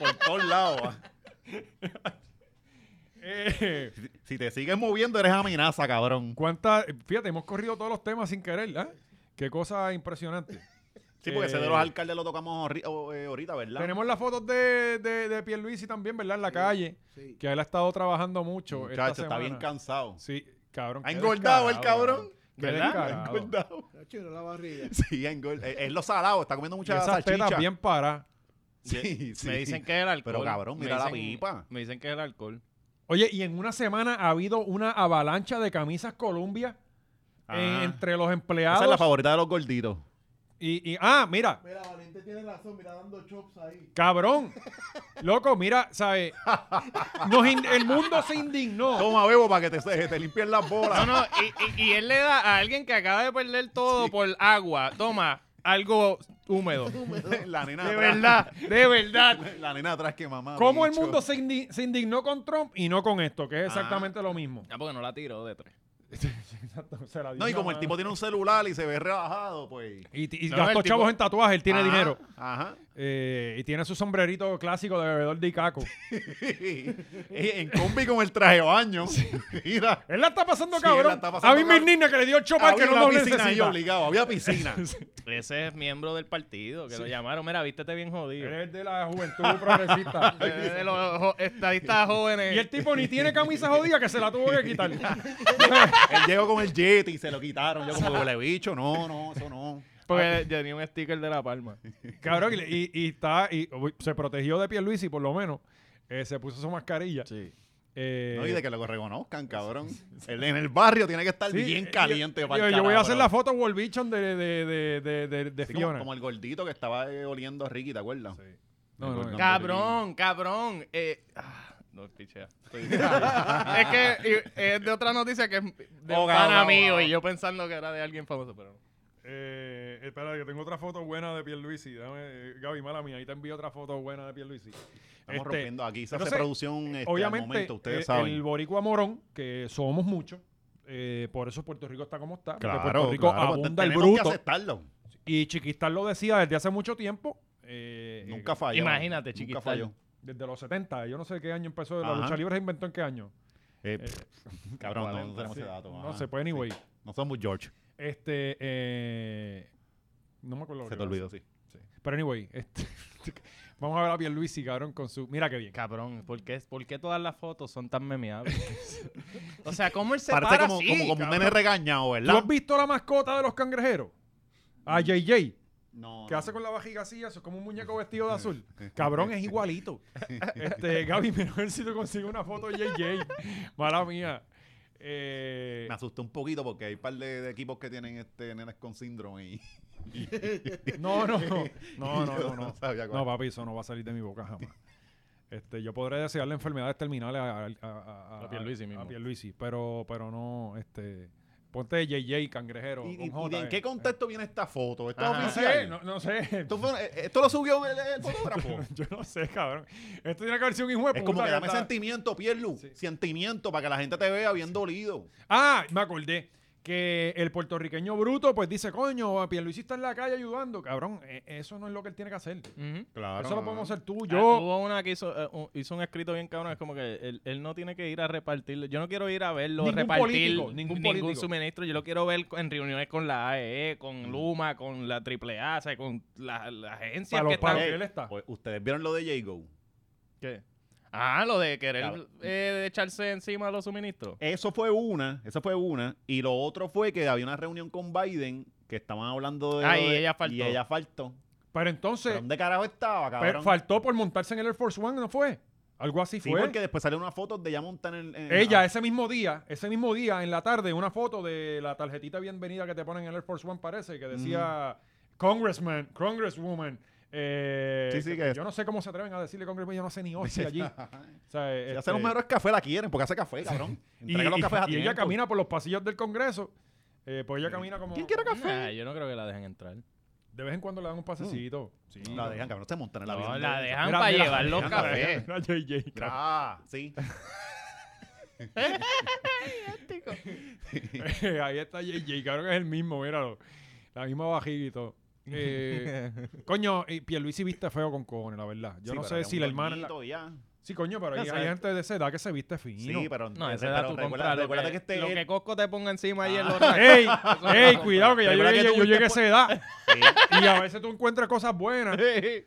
[SPEAKER 2] Por todos lados. ah.
[SPEAKER 1] Eh,
[SPEAKER 2] Si- Si te sigues moviendo, eres amenaza, cabrón.
[SPEAKER 1] ¿Cuántas? Fíjate, hemos corrido todos los temas sin querer, ¿eh? Qué cosa ¿ah? impresionante.
[SPEAKER 2] Sí, porque ese de los
[SPEAKER 1] Eh,
[SPEAKER 2] alcaldes lo tocamos ahorri- o- eh, ahorita, ¿verdad?
[SPEAKER 1] Tenemos las fotos de, de, de Pierluisi también, ¿verdad? En la calle.
[SPEAKER 4] Sí.
[SPEAKER 1] Que él ha estado trabajando mucho. esta
[SPEAKER 2] Muchacho, está bien
[SPEAKER 1] semana.
[SPEAKER 2] cansado.
[SPEAKER 1] Sí, cabrón.
[SPEAKER 2] Ha
[SPEAKER 1] qué
[SPEAKER 2] engordado el
[SPEAKER 1] descarado,
[SPEAKER 2] cabrón.
[SPEAKER 1] Qué
[SPEAKER 3] ¿Verdad?
[SPEAKER 2] Ha
[SPEAKER 1] descarado.
[SPEAKER 2] engordado.
[SPEAKER 4] Cacho, mira la barriga.
[SPEAKER 2] Sí, ha engordado. Es es lo salado, está comiendo
[SPEAKER 1] Y
[SPEAKER 2] mucha
[SPEAKER 1] esas
[SPEAKER 2] salchicha.
[SPEAKER 1] tetas bien paradas.
[SPEAKER 2] Sí, sí.
[SPEAKER 3] Me dicen que es el alcohol.
[SPEAKER 2] Pero, cabrón,
[SPEAKER 3] Me
[SPEAKER 2] mira la
[SPEAKER 3] dicen-
[SPEAKER 2] pipa.
[SPEAKER 3] Me dicen que es el alcohol.
[SPEAKER 1] Oye, y en una semana ha habido una avalancha de camisas Columbia en-
[SPEAKER 2] Ajá.
[SPEAKER 1] entre los
[SPEAKER 2] Ah. Esa es la
[SPEAKER 1] empleados.
[SPEAKER 2] favorita de los gorditos.
[SPEAKER 1] y, y- ah, mira,
[SPEAKER 4] Mira, Valente tiene razón, mira dando chops ahí.
[SPEAKER 1] cabrón. Loco, mira, ¿sabes? Nos in- el mundo se indignó.
[SPEAKER 2] Toma, bebo, para que te, te limpien las bolas.
[SPEAKER 5] No, no, y, y- y él le da a alguien que acaba de perder todo por agua. Toma, algo húmedo.
[SPEAKER 2] la nena
[SPEAKER 5] De
[SPEAKER 2] atrás.
[SPEAKER 5] verdad, de verdad.
[SPEAKER 2] La nena atrás que mamá.
[SPEAKER 1] ¿Cómo el
[SPEAKER 2] bicho.
[SPEAKER 1] mundo se, indi- se indignó con Trump y no con esto?
[SPEAKER 2] Ah.
[SPEAKER 1] Que es exactamente lo mismo.
[SPEAKER 3] Ah, porque no la tiró de tres.
[SPEAKER 1] Exacto, se la dio
[SPEAKER 2] No, y
[SPEAKER 1] una
[SPEAKER 2] como el
[SPEAKER 1] mano.
[SPEAKER 2] tipo tiene un celular y se ve rebajado, pues.
[SPEAKER 1] Y, y
[SPEAKER 3] No,
[SPEAKER 1] gastó
[SPEAKER 3] el tipo-
[SPEAKER 1] chavos en tatuajes, él tiene
[SPEAKER 2] Ajá,
[SPEAKER 1] dinero.
[SPEAKER 2] Ajá.
[SPEAKER 1] Eh, y tiene su sombrerito clásico de bebedor de Icaco.
[SPEAKER 2] en combi con el traje de baño. Mira.
[SPEAKER 1] Él la está pasando
[SPEAKER 2] Sí, él la
[SPEAKER 1] cabrón.
[SPEAKER 2] está pasando
[SPEAKER 1] a mí
[SPEAKER 2] cabrón.
[SPEAKER 1] mis niñas que le dio el chopar que
[SPEAKER 2] Había
[SPEAKER 1] no
[SPEAKER 2] una
[SPEAKER 1] lo
[SPEAKER 2] piscina ahí
[SPEAKER 1] necesita.
[SPEAKER 2] obligado, había piscina.
[SPEAKER 3] Ese es miembro del partido, que lo llamaron. Mira, vístete bien jodido.
[SPEAKER 1] Él es de la juventud progresista.
[SPEAKER 5] De, de los jo- estadistas jóvenes.
[SPEAKER 1] y el tipo ni tiene camisa jodida que se la tuvo que quitar.
[SPEAKER 2] Él llegó con el jet y se lo quitaron. Yo como huele bicho. No, no, eso no.
[SPEAKER 3] Porque tenía un sticker de La Palma.
[SPEAKER 1] cabrón, y, le- y- y está, y uy, se protegió de Pierluisi por lo menos. Eh, se puso su mascarilla.
[SPEAKER 3] Sí.
[SPEAKER 1] Eh,
[SPEAKER 2] No, y de que lo reconozcan, cabrón. Él en el barrio tiene que estar
[SPEAKER 1] sí,
[SPEAKER 2] bien
[SPEAKER 1] eh,
[SPEAKER 2] caliente.
[SPEAKER 1] yo,
[SPEAKER 2] pa'l
[SPEAKER 1] yo- yo voy a
[SPEAKER 2] carajo,
[SPEAKER 1] hacer
[SPEAKER 2] pero-
[SPEAKER 1] la foto Wall Bichon de, de, de, de, de- de
[SPEAKER 2] Sí,
[SPEAKER 1] Fiona.
[SPEAKER 2] como, como el gordito que estaba eh, oliendo a Ricky, ¿te acuerdas?
[SPEAKER 1] Sí. No, no, no.
[SPEAKER 5] Cabrón, cabrón. eh, ah, no, pichea. Estoy- es que y- es de otra noticia que es de
[SPEAKER 2] Oh,
[SPEAKER 5] un pana
[SPEAKER 2] cabrón,
[SPEAKER 5] mío
[SPEAKER 2] cabrón.
[SPEAKER 5] y yo pensando que era de alguien famoso, pero no.
[SPEAKER 1] Eh, espera, que tengo otra foto buena de Pierluisi. Dame, eh, Gaby, mala mía, ahí te envío otra foto buena de Pierluisi.
[SPEAKER 2] Estamos
[SPEAKER 1] Este,
[SPEAKER 2] rompiendo aquí. Se hace
[SPEAKER 1] entonces,
[SPEAKER 2] producción este,
[SPEAKER 1] Obviamente,
[SPEAKER 2] al momento, ustedes
[SPEAKER 1] eh,
[SPEAKER 2] saben.
[SPEAKER 1] el boricua morón, que somos muchos, eh, por eso Puerto Rico está como está. porque
[SPEAKER 2] Claro,
[SPEAKER 1] Puerto Rico
[SPEAKER 2] claro, pues,
[SPEAKER 1] abunda el
[SPEAKER 2] tenemos que
[SPEAKER 1] bruto.
[SPEAKER 2] aceptarlo.
[SPEAKER 1] Y Chiquistán lo decía desde hace mucho tiempo. eh,
[SPEAKER 2] Nunca
[SPEAKER 1] eh,
[SPEAKER 2] falló.
[SPEAKER 3] Imagínate,
[SPEAKER 2] Nunca
[SPEAKER 3] Chiquistán.
[SPEAKER 2] falló.
[SPEAKER 1] Desde los 70, yo no sé qué año empezó. La
[SPEAKER 2] Ajá.
[SPEAKER 1] lucha libre se inventó en qué año.
[SPEAKER 2] Eh, cabrón, no, no tenemos
[SPEAKER 1] Sí,
[SPEAKER 2] ese dato.
[SPEAKER 1] No
[SPEAKER 2] ajá.
[SPEAKER 1] se puede ni güey.
[SPEAKER 2] No somos George.
[SPEAKER 1] Este, eh, no me acuerdo. lo que
[SPEAKER 2] Se te
[SPEAKER 1] iba a
[SPEAKER 2] olvidó, sí.
[SPEAKER 1] Sí. Pero anyway, este, vamos a ver a Pierluisi, cabrón, con su... Mira qué bien.
[SPEAKER 3] Cabrón, ¿por qué, por qué todas las fotos son tan memeables?
[SPEAKER 5] O sea, ¿cómo él se
[SPEAKER 2] Parece
[SPEAKER 5] para
[SPEAKER 2] como,
[SPEAKER 5] así,
[SPEAKER 2] como, como un
[SPEAKER 5] cabrón?
[SPEAKER 2] nene regañado,
[SPEAKER 1] ¿Tú
[SPEAKER 2] ¿verdad?
[SPEAKER 1] has visto la mascota de los cangrejeros? A
[SPEAKER 2] Mm.
[SPEAKER 1] JJ,
[SPEAKER 2] No.
[SPEAKER 1] que
[SPEAKER 2] no.
[SPEAKER 1] hace con la vajiga así, eso, como un muñeco vestido de azul. Cabrón, es igualito. Este, Gaby, mira a ver si te consigo una foto de JJ. Mala mía. Eh,
[SPEAKER 2] Me asusté un poquito porque hay un par de, de equipos que tienen este nenes con síndrome y.
[SPEAKER 1] no, no, no, no,
[SPEAKER 2] yo
[SPEAKER 1] no, no.
[SPEAKER 2] sabía cuál.
[SPEAKER 1] No, papi, eso no va a salir de mi boca jamás. Este, yo podré desearle enfermedades terminales a, a, a, a,
[SPEAKER 3] A Pierluisi mismo.
[SPEAKER 1] a Pierluisi, pero, pero no, este, ponte JJ, cangrejero.
[SPEAKER 2] ¿Y,
[SPEAKER 1] con
[SPEAKER 2] y- y
[SPEAKER 1] J,
[SPEAKER 2] en
[SPEAKER 1] eh,
[SPEAKER 2] qué
[SPEAKER 1] eh.
[SPEAKER 2] contexto viene esta foto? ¿Esto
[SPEAKER 1] No
[SPEAKER 2] es oficial?
[SPEAKER 1] sé, no, no sé.
[SPEAKER 2] ¿Esto, fue- eh, esto lo subió el, el fotógrafo?
[SPEAKER 1] Yo no sé, cabrón. Esto tiene que haber sido un hijo de
[SPEAKER 2] es como
[SPEAKER 1] puta
[SPEAKER 2] que dame
[SPEAKER 1] está-
[SPEAKER 2] sentimiento, Pierlu.
[SPEAKER 1] Sí.
[SPEAKER 2] Sentimiento para que la gente te vea bien dolido.
[SPEAKER 1] Ah, me acordé. Que el puertorriqueño bruto, pues dice, coño, Pierluisi está en la calle ayudando. Cabrón, eh, eso no es lo que él tiene que hacer.
[SPEAKER 3] Ujú.
[SPEAKER 2] Claro.
[SPEAKER 1] eso lo podemos hacer tú,
[SPEAKER 3] Ah,
[SPEAKER 1] yo.
[SPEAKER 3] hubo una que hizo, eh, un, hizo un escrito bien cabrón. Es como que él, él no tiene que ir a repartirlo. Yo no quiero ir a verlo,
[SPEAKER 1] Ningún
[SPEAKER 3] repartir
[SPEAKER 1] político, ningún político.
[SPEAKER 3] suministro. Yo lo quiero ver en reuniones con la AEE, con Luma, con la AAA, o sea, con la- las agencias
[SPEAKER 1] Para
[SPEAKER 3] que
[SPEAKER 1] los
[SPEAKER 3] están.
[SPEAKER 1] palos. él está.
[SPEAKER 2] pues, Ustedes vieron lo de Jago.
[SPEAKER 3] ¿Qué? Ah, lo de querer
[SPEAKER 2] Cabrón.
[SPEAKER 3] eh, echarse encima los suministros.
[SPEAKER 2] Eso fue una, esa fue una. Y lo otro fue que había una reunión con Biden que estaban hablando de.
[SPEAKER 3] Ah,
[SPEAKER 2] lo
[SPEAKER 3] y
[SPEAKER 2] de-
[SPEAKER 3] ella faltó.
[SPEAKER 2] Y ella faltó.
[SPEAKER 1] Pero
[SPEAKER 2] ¿Pero
[SPEAKER 1] entonces,
[SPEAKER 2] ¿Dónde carajo estaba,
[SPEAKER 1] pero
[SPEAKER 2] cabrón?
[SPEAKER 1] faltó por montarse en el Air Force One, ¿no fue? Algo así
[SPEAKER 2] sí,
[SPEAKER 1] fue.
[SPEAKER 2] porque después salió una foto de ella montada en el. en-
[SPEAKER 1] Ella,
[SPEAKER 2] ah,
[SPEAKER 1] ese mismo día, ese mismo día, en la tarde, una foto de la tarjetita bienvenida que te ponen en el Air Force One, parece, que decía Congressman, Congresswoman. eh,
[SPEAKER 2] Sí, sí,
[SPEAKER 1] que-
[SPEAKER 2] que-
[SPEAKER 1] yo no sé cómo se atreven a decirle Congressman, yo no sé ni hostia allí. O sea,
[SPEAKER 2] Si
[SPEAKER 1] este,
[SPEAKER 2] hacen los mejores cafés, la quieren, porque hace café, cabrón.
[SPEAKER 1] y,
[SPEAKER 2] Entrega los
[SPEAKER 1] y-
[SPEAKER 2] cafés a
[SPEAKER 1] y ella
[SPEAKER 2] tiempo.
[SPEAKER 1] camina por los pasillos del Congreso, eh, pues ella camina como...
[SPEAKER 2] ¿Quién quiere café?
[SPEAKER 3] Nah, yo no creo que la dejen entrar.
[SPEAKER 1] De vez en cuando le
[SPEAKER 2] Mm.
[SPEAKER 1] dan un pasecito. Sí.
[SPEAKER 2] La dejan, cabrón. Se montan en la
[SPEAKER 3] No,
[SPEAKER 2] avión.
[SPEAKER 3] la dejan
[SPEAKER 1] Mira,
[SPEAKER 3] para
[SPEAKER 1] mira,
[SPEAKER 3] llevar los
[SPEAKER 1] mira,
[SPEAKER 3] cafés.
[SPEAKER 1] mira, JJ, cabrón.
[SPEAKER 2] Ah, sí.
[SPEAKER 1] Eh, Ahí está JJ, cabrón, es el mismo, míralo. La misma bajita y todo. Eh, coño, y Pierluisi viste feo con cojones, la verdad. Yo
[SPEAKER 2] Sí,
[SPEAKER 1] no
[SPEAKER 2] pero
[SPEAKER 1] sé
[SPEAKER 2] era
[SPEAKER 1] si
[SPEAKER 2] un
[SPEAKER 1] la hermana...
[SPEAKER 2] doñito ya.
[SPEAKER 1] Sí, coño, pero hay,
[SPEAKER 3] No,
[SPEAKER 1] hay
[SPEAKER 3] ¿sabes?
[SPEAKER 1] gente de seda que se viste fino.
[SPEAKER 2] Sí, pero,
[SPEAKER 3] No, ese
[SPEAKER 2] pero
[SPEAKER 3] da tu
[SPEAKER 2] recuerda,
[SPEAKER 3] compra. Lo
[SPEAKER 2] recuerda
[SPEAKER 3] que,
[SPEAKER 2] que este
[SPEAKER 3] lo que Costco te ponga encima ahí
[SPEAKER 2] Ah.
[SPEAKER 3] el horno.
[SPEAKER 1] ¡Ey! ¡Ey! Cuidado, que ya yo
[SPEAKER 2] Recuerda
[SPEAKER 1] llegué,
[SPEAKER 2] que
[SPEAKER 1] yo,
[SPEAKER 2] tú
[SPEAKER 1] yo
[SPEAKER 2] te
[SPEAKER 1] llegué a
[SPEAKER 2] pu-
[SPEAKER 1] esa edad. Y a veces tú encuentras cosas buenas. O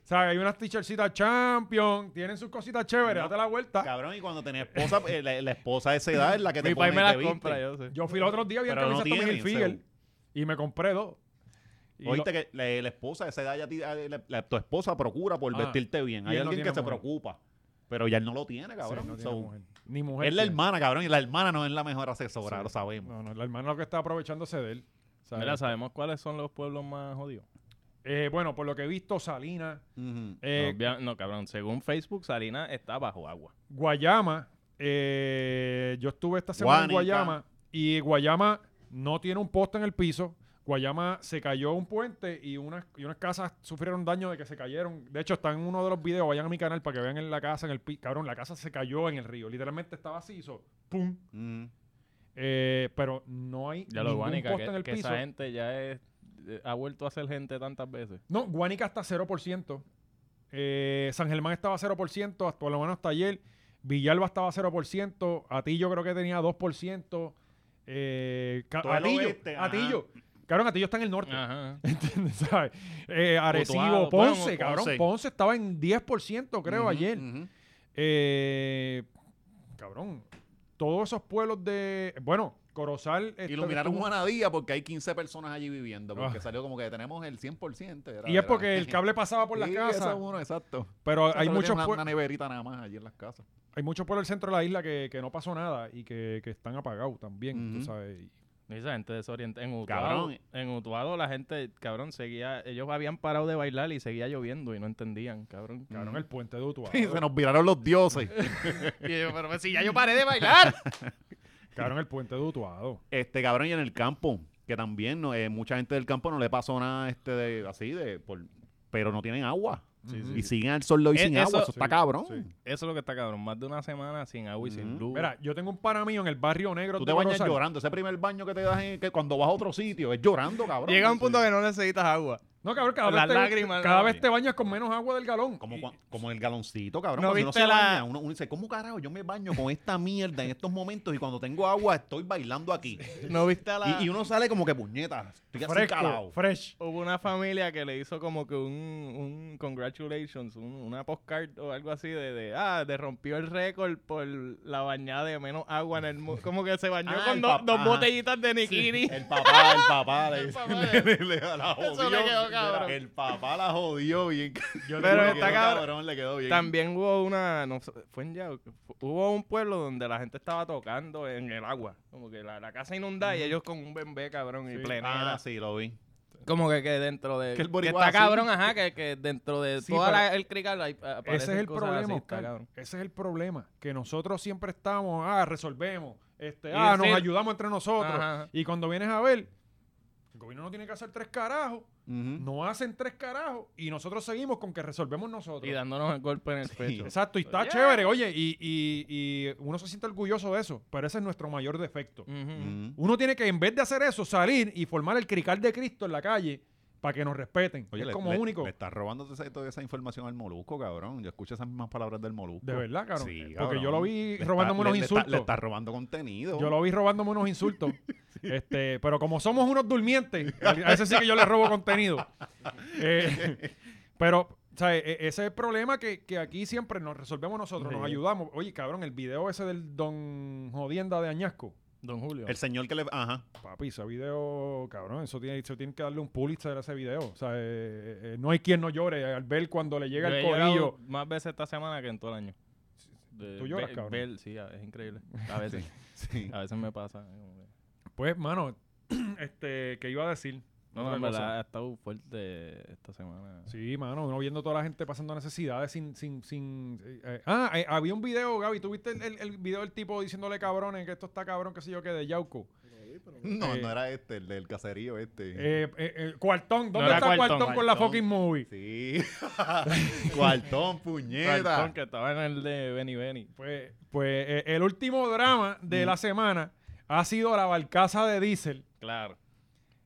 [SPEAKER 1] sea, hay unas t-shirtcitas champion, tienen sus cositas chéveres,
[SPEAKER 2] No.
[SPEAKER 1] date la vuelta.
[SPEAKER 2] Cabrón, y cuando tenés esposa, eh, la, la esposa de esa edad es la que te
[SPEAKER 3] Mi
[SPEAKER 2] pone
[SPEAKER 3] país
[SPEAKER 2] y
[SPEAKER 3] me
[SPEAKER 2] te
[SPEAKER 3] las
[SPEAKER 2] viste.
[SPEAKER 3] compra, yo sé.
[SPEAKER 1] Yo fui el otro día bien
[SPEAKER 2] Pero no
[SPEAKER 1] camiseta Tommy
[SPEAKER 2] tienen,
[SPEAKER 1] Hilfiger
[SPEAKER 2] según.
[SPEAKER 1] y me compré dos. Y lo-
[SPEAKER 2] Oíste que la, la esposa de esa edad, ya ti- a- la- la- tu esposa procura por
[SPEAKER 1] Ah.
[SPEAKER 2] vestirte bien.
[SPEAKER 1] Y
[SPEAKER 2] Hay
[SPEAKER 1] él no
[SPEAKER 2] alguien
[SPEAKER 1] tiene
[SPEAKER 2] que se
[SPEAKER 1] mujer.
[SPEAKER 2] preocupa. Pero ya él no lo tiene,
[SPEAKER 1] Sí,
[SPEAKER 2] cabrón.
[SPEAKER 1] no tiene
[SPEAKER 2] So,
[SPEAKER 1] mujer. Ni mujer.
[SPEAKER 2] es la
[SPEAKER 1] tiene.
[SPEAKER 2] hermana, cabrón, y la hermana no es la mejor asesora,
[SPEAKER 1] Sí.
[SPEAKER 2] lo sabemos.
[SPEAKER 1] No, no, la hermana lo que está aprovechándose de él. ¿sabes?
[SPEAKER 3] Mira, sabemos cuáles son los pueblos más jodidos.
[SPEAKER 1] Eh, bueno, por lo que he visto, Salinas,
[SPEAKER 2] Ujú.
[SPEAKER 1] eh,
[SPEAKER 3] no, obvia- no, cabrón. Según Facebook, Salinas está bajo agua.
[SPEAKER 1] Guayama. eh, yo estuve esta semana en
[SPEAKER 2] Guánica.
[SPEAKER 1] Guayama y Guayama no tiene un poste en el piso. Guayama se cayó un puente y unas, y unas casas sufrieron daño de que se cayeron. De hecho, está en uno de los videos. Vayan a mi canal para que vean en la casa, en el piso. Cabrón, la casa se cayó en el río. Literalmente estaba así, hizo ¡pum!
[SPEAKER 2] Ujú.
[SPEAKER 1] Eh, pero no hay
[SPEAKER 3] Ya lo
[SPEAKER 1] ningún
[SPEAKER 3] guanica,
[SPEAKER 1] poste
[SPEAKER 3] que,
[SPEAKER 1] en el
[SPEAKER 3] que
[SPEAKER 1] piso.
[SPEAKER 3] esa gente ya es, eh, ha vuelto a ser gente tantas veces.
[SPEAKER 1] No, Guanica está 0%. Eh, San Germán estaba 0%, hasta, por lo menos hasta ayer. Villalba estaba 0%. Atillo creo que tenía 2%. Eh, ca-
[SPEAKER 2] Todo el
[SPEAKER 1] Atillo,
[SPEAKER 2] oeste, ajá.
[SPEAKER 1] Atillo. Cabrón, Atillo está en el norte.
[SPEAKER 3] Ajá.
[SPEAKER 1] ¿Entiendes? ¿Sabes? Eh, Arecibo,
[SPEAKER 3] Utuado.
[SPEAKER 1] Ah. Ponce,
[SPEAKER 3] Bueno,
[SPEAKER 1] cabrón.
[SPEAKER 2] Ponce.
[SPEAKER 1] Ponce estaba en 10%, creo,
[SPEAKER 2] Ujú,
[SPEAKER 1] ayer.
[SPEAKER 2] ujú.
[SPEAKER 1] Eh, cabrón, todos esos pueblos de. Bueno, Corozal. este,
[SPEAKER 2] Iluminaron
[SPEAKER 1] estuvo-
[SPEAKER 2] Juanadía porque hay 15 personas allí viviendo. Porque
[SPEAKER 1] Ah.
[SPEAKER 2] salió como que tenemos el 100%. era-
[SPEAKER 1] Y es
[SPEAKER 2] era-
[SPEAKER 1] porque el cable pasaba por las
[SPEAKER 2] Sí,
[SPEAKER 1] casas.
[SPEAKER 2] ese es uno, exacto.
[SPEAKER 1] Pero
[SPEAKER 2] Ese
[SPEAKER 1] hay
[SPEAKER 2] solo
[SPEAKER 1] muchos
[SPEAKER 2] tiene una,
[SPEAKER 1] pue-
[SPEAKER 2] una neverita nada más allí en las casas.
[SPEAKER 1] hay muchos por el centro de la isla que, que no pasó nada y que, que están apagados también, tú
[SPEAKER 2] Ujú.
[SPEAKER 1] sabes. y-
[SPEAKER 3] Y Esa gente desorientada. En Utuado,
[SPEAKER 2] Cabrón.
[SPEAKER 3] en Utuado la gente, cabrón, seguía... Ellos habían parado de bailar y seguía lloviendo y no entendían, cabrón.
[SPEAKER 1] cabrón, el puente de Utuado.
[SPEAKER 2] Y se nos viraron los dioses.
[SPEAKER 5] Y yo, pero si ya yo paré de bailar.
[SPEAKER 1] cabrón, el puente de Utuado.
[SPEAKER 2] Este cabrón, y en el campo, que también no, eh, mucha gente del campo no le pasó nada este de, así, de por, pero no tienen agua.
[SPEAKER 1] Ujú.
[SPEAKER 2] y siguen al sol y
[SPEAKER 3] Eh,
[SPEAKER 2] sin
[SPEAKER 3] eso-
[SPEAKER 2] agua, eso está
[SPEAKER 1] Sí,
[SPEAKER 2] cabrón.
[SPEAKER 1] sí.
[SPEAKER 3] Eso es lo que está, cabrón. Más de una semana sin agua y sin
[SPEAKER 2] Ujú.
[SPEAKER 3] luz.
[SPEAKER 1] Mira, yo tengo un pana mío en el barrio negro
[SPEAKER 2] Tú
[SPEAKER 1] de
[SPEAKER 2] te bañas
[SPEAKER 1] Corozal.
[SPEAKER 2] llorando. Ese primer baño que te das en- que cuando vas a otro sitio es llorando, cabrón.
[SPEAKER 5] Llega un
[SPEAKER 2] Sí.
[SPEAKER 5] punto que no necesitas agua.
[SPEAKER 1] No, cabrón, cada,
[SPEAKER 5] Las
[SPEAKER 1] vez te,
[SPEAKER 5] lágrimas,
[SPEAKER 1] cada
[SPEAKER 5] no,
[SPEAKER 1] vez
[SPEAKER 5] sí.
[SPEAKER 1] te bañas con menos agua del galón.
[SPEAKER 2] Como,
[SPEAKER 1] Y-
[SPEAKER 2] cua- como el galoncito, cabrón.
[SPEAKER 5] ¿No
[SPEAKER 2] cuando uno
[SPEAKER 5] viste
[SPEAKER 2] se
[SPEAKER 5] la-
[SPEAKER 2] baña, uno, uno dice, ¿cómo carajo yo me baño con esta mierda en estos momentos y cuando tengo agua estoy bailando aquí?
[SPEAKER 5] No viste a la.
[SPEAKER 2] Y, y uno sale como que puñeta, estoy así
[SPEAKER 1] fresco,
[SPEAKER 2] calado.
[SPEAKER 1] fresh.
[SPEAKER 3] Hubo una familia que le hizo como que un, un congratulations, un- una postcard o algo así de, de, ah, de rompió el récord por la bañada de menos agua en el mundo. Como que se bañó
[SPEAKER 2] Ah,
[SPEAKER 3] con
[SPEAKER 2] el
[SPEAKER 3] do-
[SPEAKER 2] papá,
[SPEAKER 3] dos
[SPEAKER 2] ajá. Eh,
[SPEAKER 3] botellitas de nikini.
[SPEAKER 2] El papá, el papá le,
[SPEAKER 5] papá
[SPEAKER 2] le- le- le- la jodió.
[SPEAKER 5] Eso le quedó cabrón.
[SPEAKER 2] El papá la jodió bien.
[SPEAKER 1] Yo
[SPEAKER 3] Pero
[SPEAKER 1] tengo-
[SPEAKER 2] Le
[SPEAKER 3] está
[SPEAKER 2] quedó
[SPEAKER 3] cabrón.
[SPEAKER 2] le quedó bien.
[SPEAKER 3] También hubo una, no sé, fue en Yau- fu- hubo un pueblo donde la gente estaba tocando en el agua. Como que la, la casa inundada y ellos con un bembé, cabrón, y
[SPEAKER 1] Sí.
[SPEAKER 3] plenera.
[SPEAKER 2] Ah, sí, lo vi.
[SPEAKER 3] Como que, que dentro de...
[SPEAKER 2] Que el
[SPEAKER 3] que
[SPEAKER 2] boricua
[SPEAKER 3] está
[SPEAKER 2] así.
[SPEAKER 3] cabrón, ajá, que, que dentro de
[SPEAKER 1] Sí,
[SPEAKER 3] toda
[SPEAKER 1] pero-
[SPEAKER 3] la- el crical hay- a-
[SPEAKER 1] Ese es
[SPEAKER 3] aparecen
[SPEAKER 1] el
[SPEAKER 3] cosas
[SPEAKER 1] problema,
[SPEAKER 3] así, está
[SPEAKER 1] Oscar.
[SPEAKER 3] cabrón.
[SPEAKER 1] Ese es el problema. Que nosotros siempre estamos, ah, resolvemos. Este,
[SPEAKER 3] Y
[SPEAKER 1] ah, nos
[SPEAKER 3] decir-
[SPEAKER 1] ayudamos entre nosotros.
[SPEAKER 3] Ajá, ajá.
[SPEAKER 1] Y cuando vienes a ver, el gobierno no tiene que hacer tres carajos.
[SPEAKER 2] Ujú.
[SPEAKER 1] No hacen tres carajos y nosotros seguimos con que resolvemos nosotros.
[SPEAKER 3] Y dándonos el golpe en el pecho.
[SPEAKER 1] Exacto, y está
[SPEAKER 3] Yeah.
[SPEAKER 1] chévere, oye, y, y- y uno se siente orgulloso de eso, pero ese es nuestro mayor defecto.
[SPEAKER 3] Ujú.
[SPEAKER 2] Ujú.
[SPEAKER 1] Uno tiene que, en vez de hacer eso, salir y formar el crical de Cristo en la calle para que nos respeten.
[SPEAKER 2] Oye,
[SPEAKER 1] es
[SPEAKER 2] le-
[SPEAKER 1] como
[SPEAKER 2] le-
[SPEAKER 1] único.
[SPEAKER 2] Le estás robando toda esa- toda esa información al molusco, cabrón. Yo escucho esas mismas palabras del molusco.
[SPEAKER 1] de verdad, cabrón.
[SPEAKER 2] Sí,
[SPEAKER 1] Porque
[SPEAKER 2] cabrón.
[SPEAKER 1] yo lo vi
[SPEAKER 2] Le está-
[SPEAKER 1] robándome
[SPEAKER 2] le-
[SPEAKER 1] unos
[SPEAKER 2] le está-
[SPEAKER 1] insultos.
[SPEAKER 2] Le estás robando contenido.
[SPEAKER 1] Yo lo vi robándome unos insultos. este, pero como somos unos durmientes, a ese sí que yo le robo contenido. Eh, pero, ¿sabes? E- Ese es el problema que, que aquí siempre nos resolvemos nosotros, nos
[SPEAKER 3] Sí.
[SPEAKER 1] ayudamos. Oye, cabrón, el video ese del don Jodienda de Añasco.
[SPEAKER 3] Don Julio.
[SPEAKER 2] El señor que le. Ajá.
[SPEAKER 1] Papi, ese video, cabrón, eso tiene, eso tiene que darle un Pulitzer a ese video. O sea, eh, eh, no hay quien no llore al ver cuando le llega el
[SPEAKER 3] Yo he llorado
[SPEAKER 1] corillo.
[SPEAKER 3] Más veces esta semana que en todo el año. De-
[SPEAKER 1] Tú lloras,
[SPEAKER 3] eh, ve-
[SPEAKER 1] cabrón.
[SPEAKER 3] ver- sí, a- es increíble. A veces.
[SPEAKER 2] Sí.
[SPEAKER 3] A veces me pasa. como que-
[SPEAKER 1] Pues, mano, este, ¿qué iba a decir?
[SPEAKER 3] No,
[SPEAKER 1] Otra
[SPEAKER 3] en
[SPEAKER 1] cosa.
[SPEAKER 3] verdad ha estado fuerte esta semana.
[SPEAKER 1] Sí, mano, uno viendo toda la gente pasando necesidades sin... sin, sin eh, eh, ah, eh, había un video, Gaby, ¿tú viste el, el- el video del tipo diciéndole cabrones que esto está cabrón, qué sé yo, que de Yauco?
[SPEAKER 2] No,
[SPEAKER 1] Eh,
[SPEAKER 2] no era este, el del caserío este.
[SPEAKER 1] Eh, eh, eh, cuartón, ¿dónde
[SPEAKER 3] era
[SPEAKER 1] está cuartón,
[SPEAKER 3] Cuartón,
[SPEAKER 1] con la
[SPEAKER 2] Cuartón.
[SPEAKER 1] fucking movie?
[SPEAKER 2] Sí. Cuartón, puñeta.
[SPEAKER 3] Cartón que estaba en el de Benny Benny.
[SPEAKER 1] Pues, pues eh, el último drama de la semana ha sido la barcaza de Diesel.
[SPEAKER 3] Claro.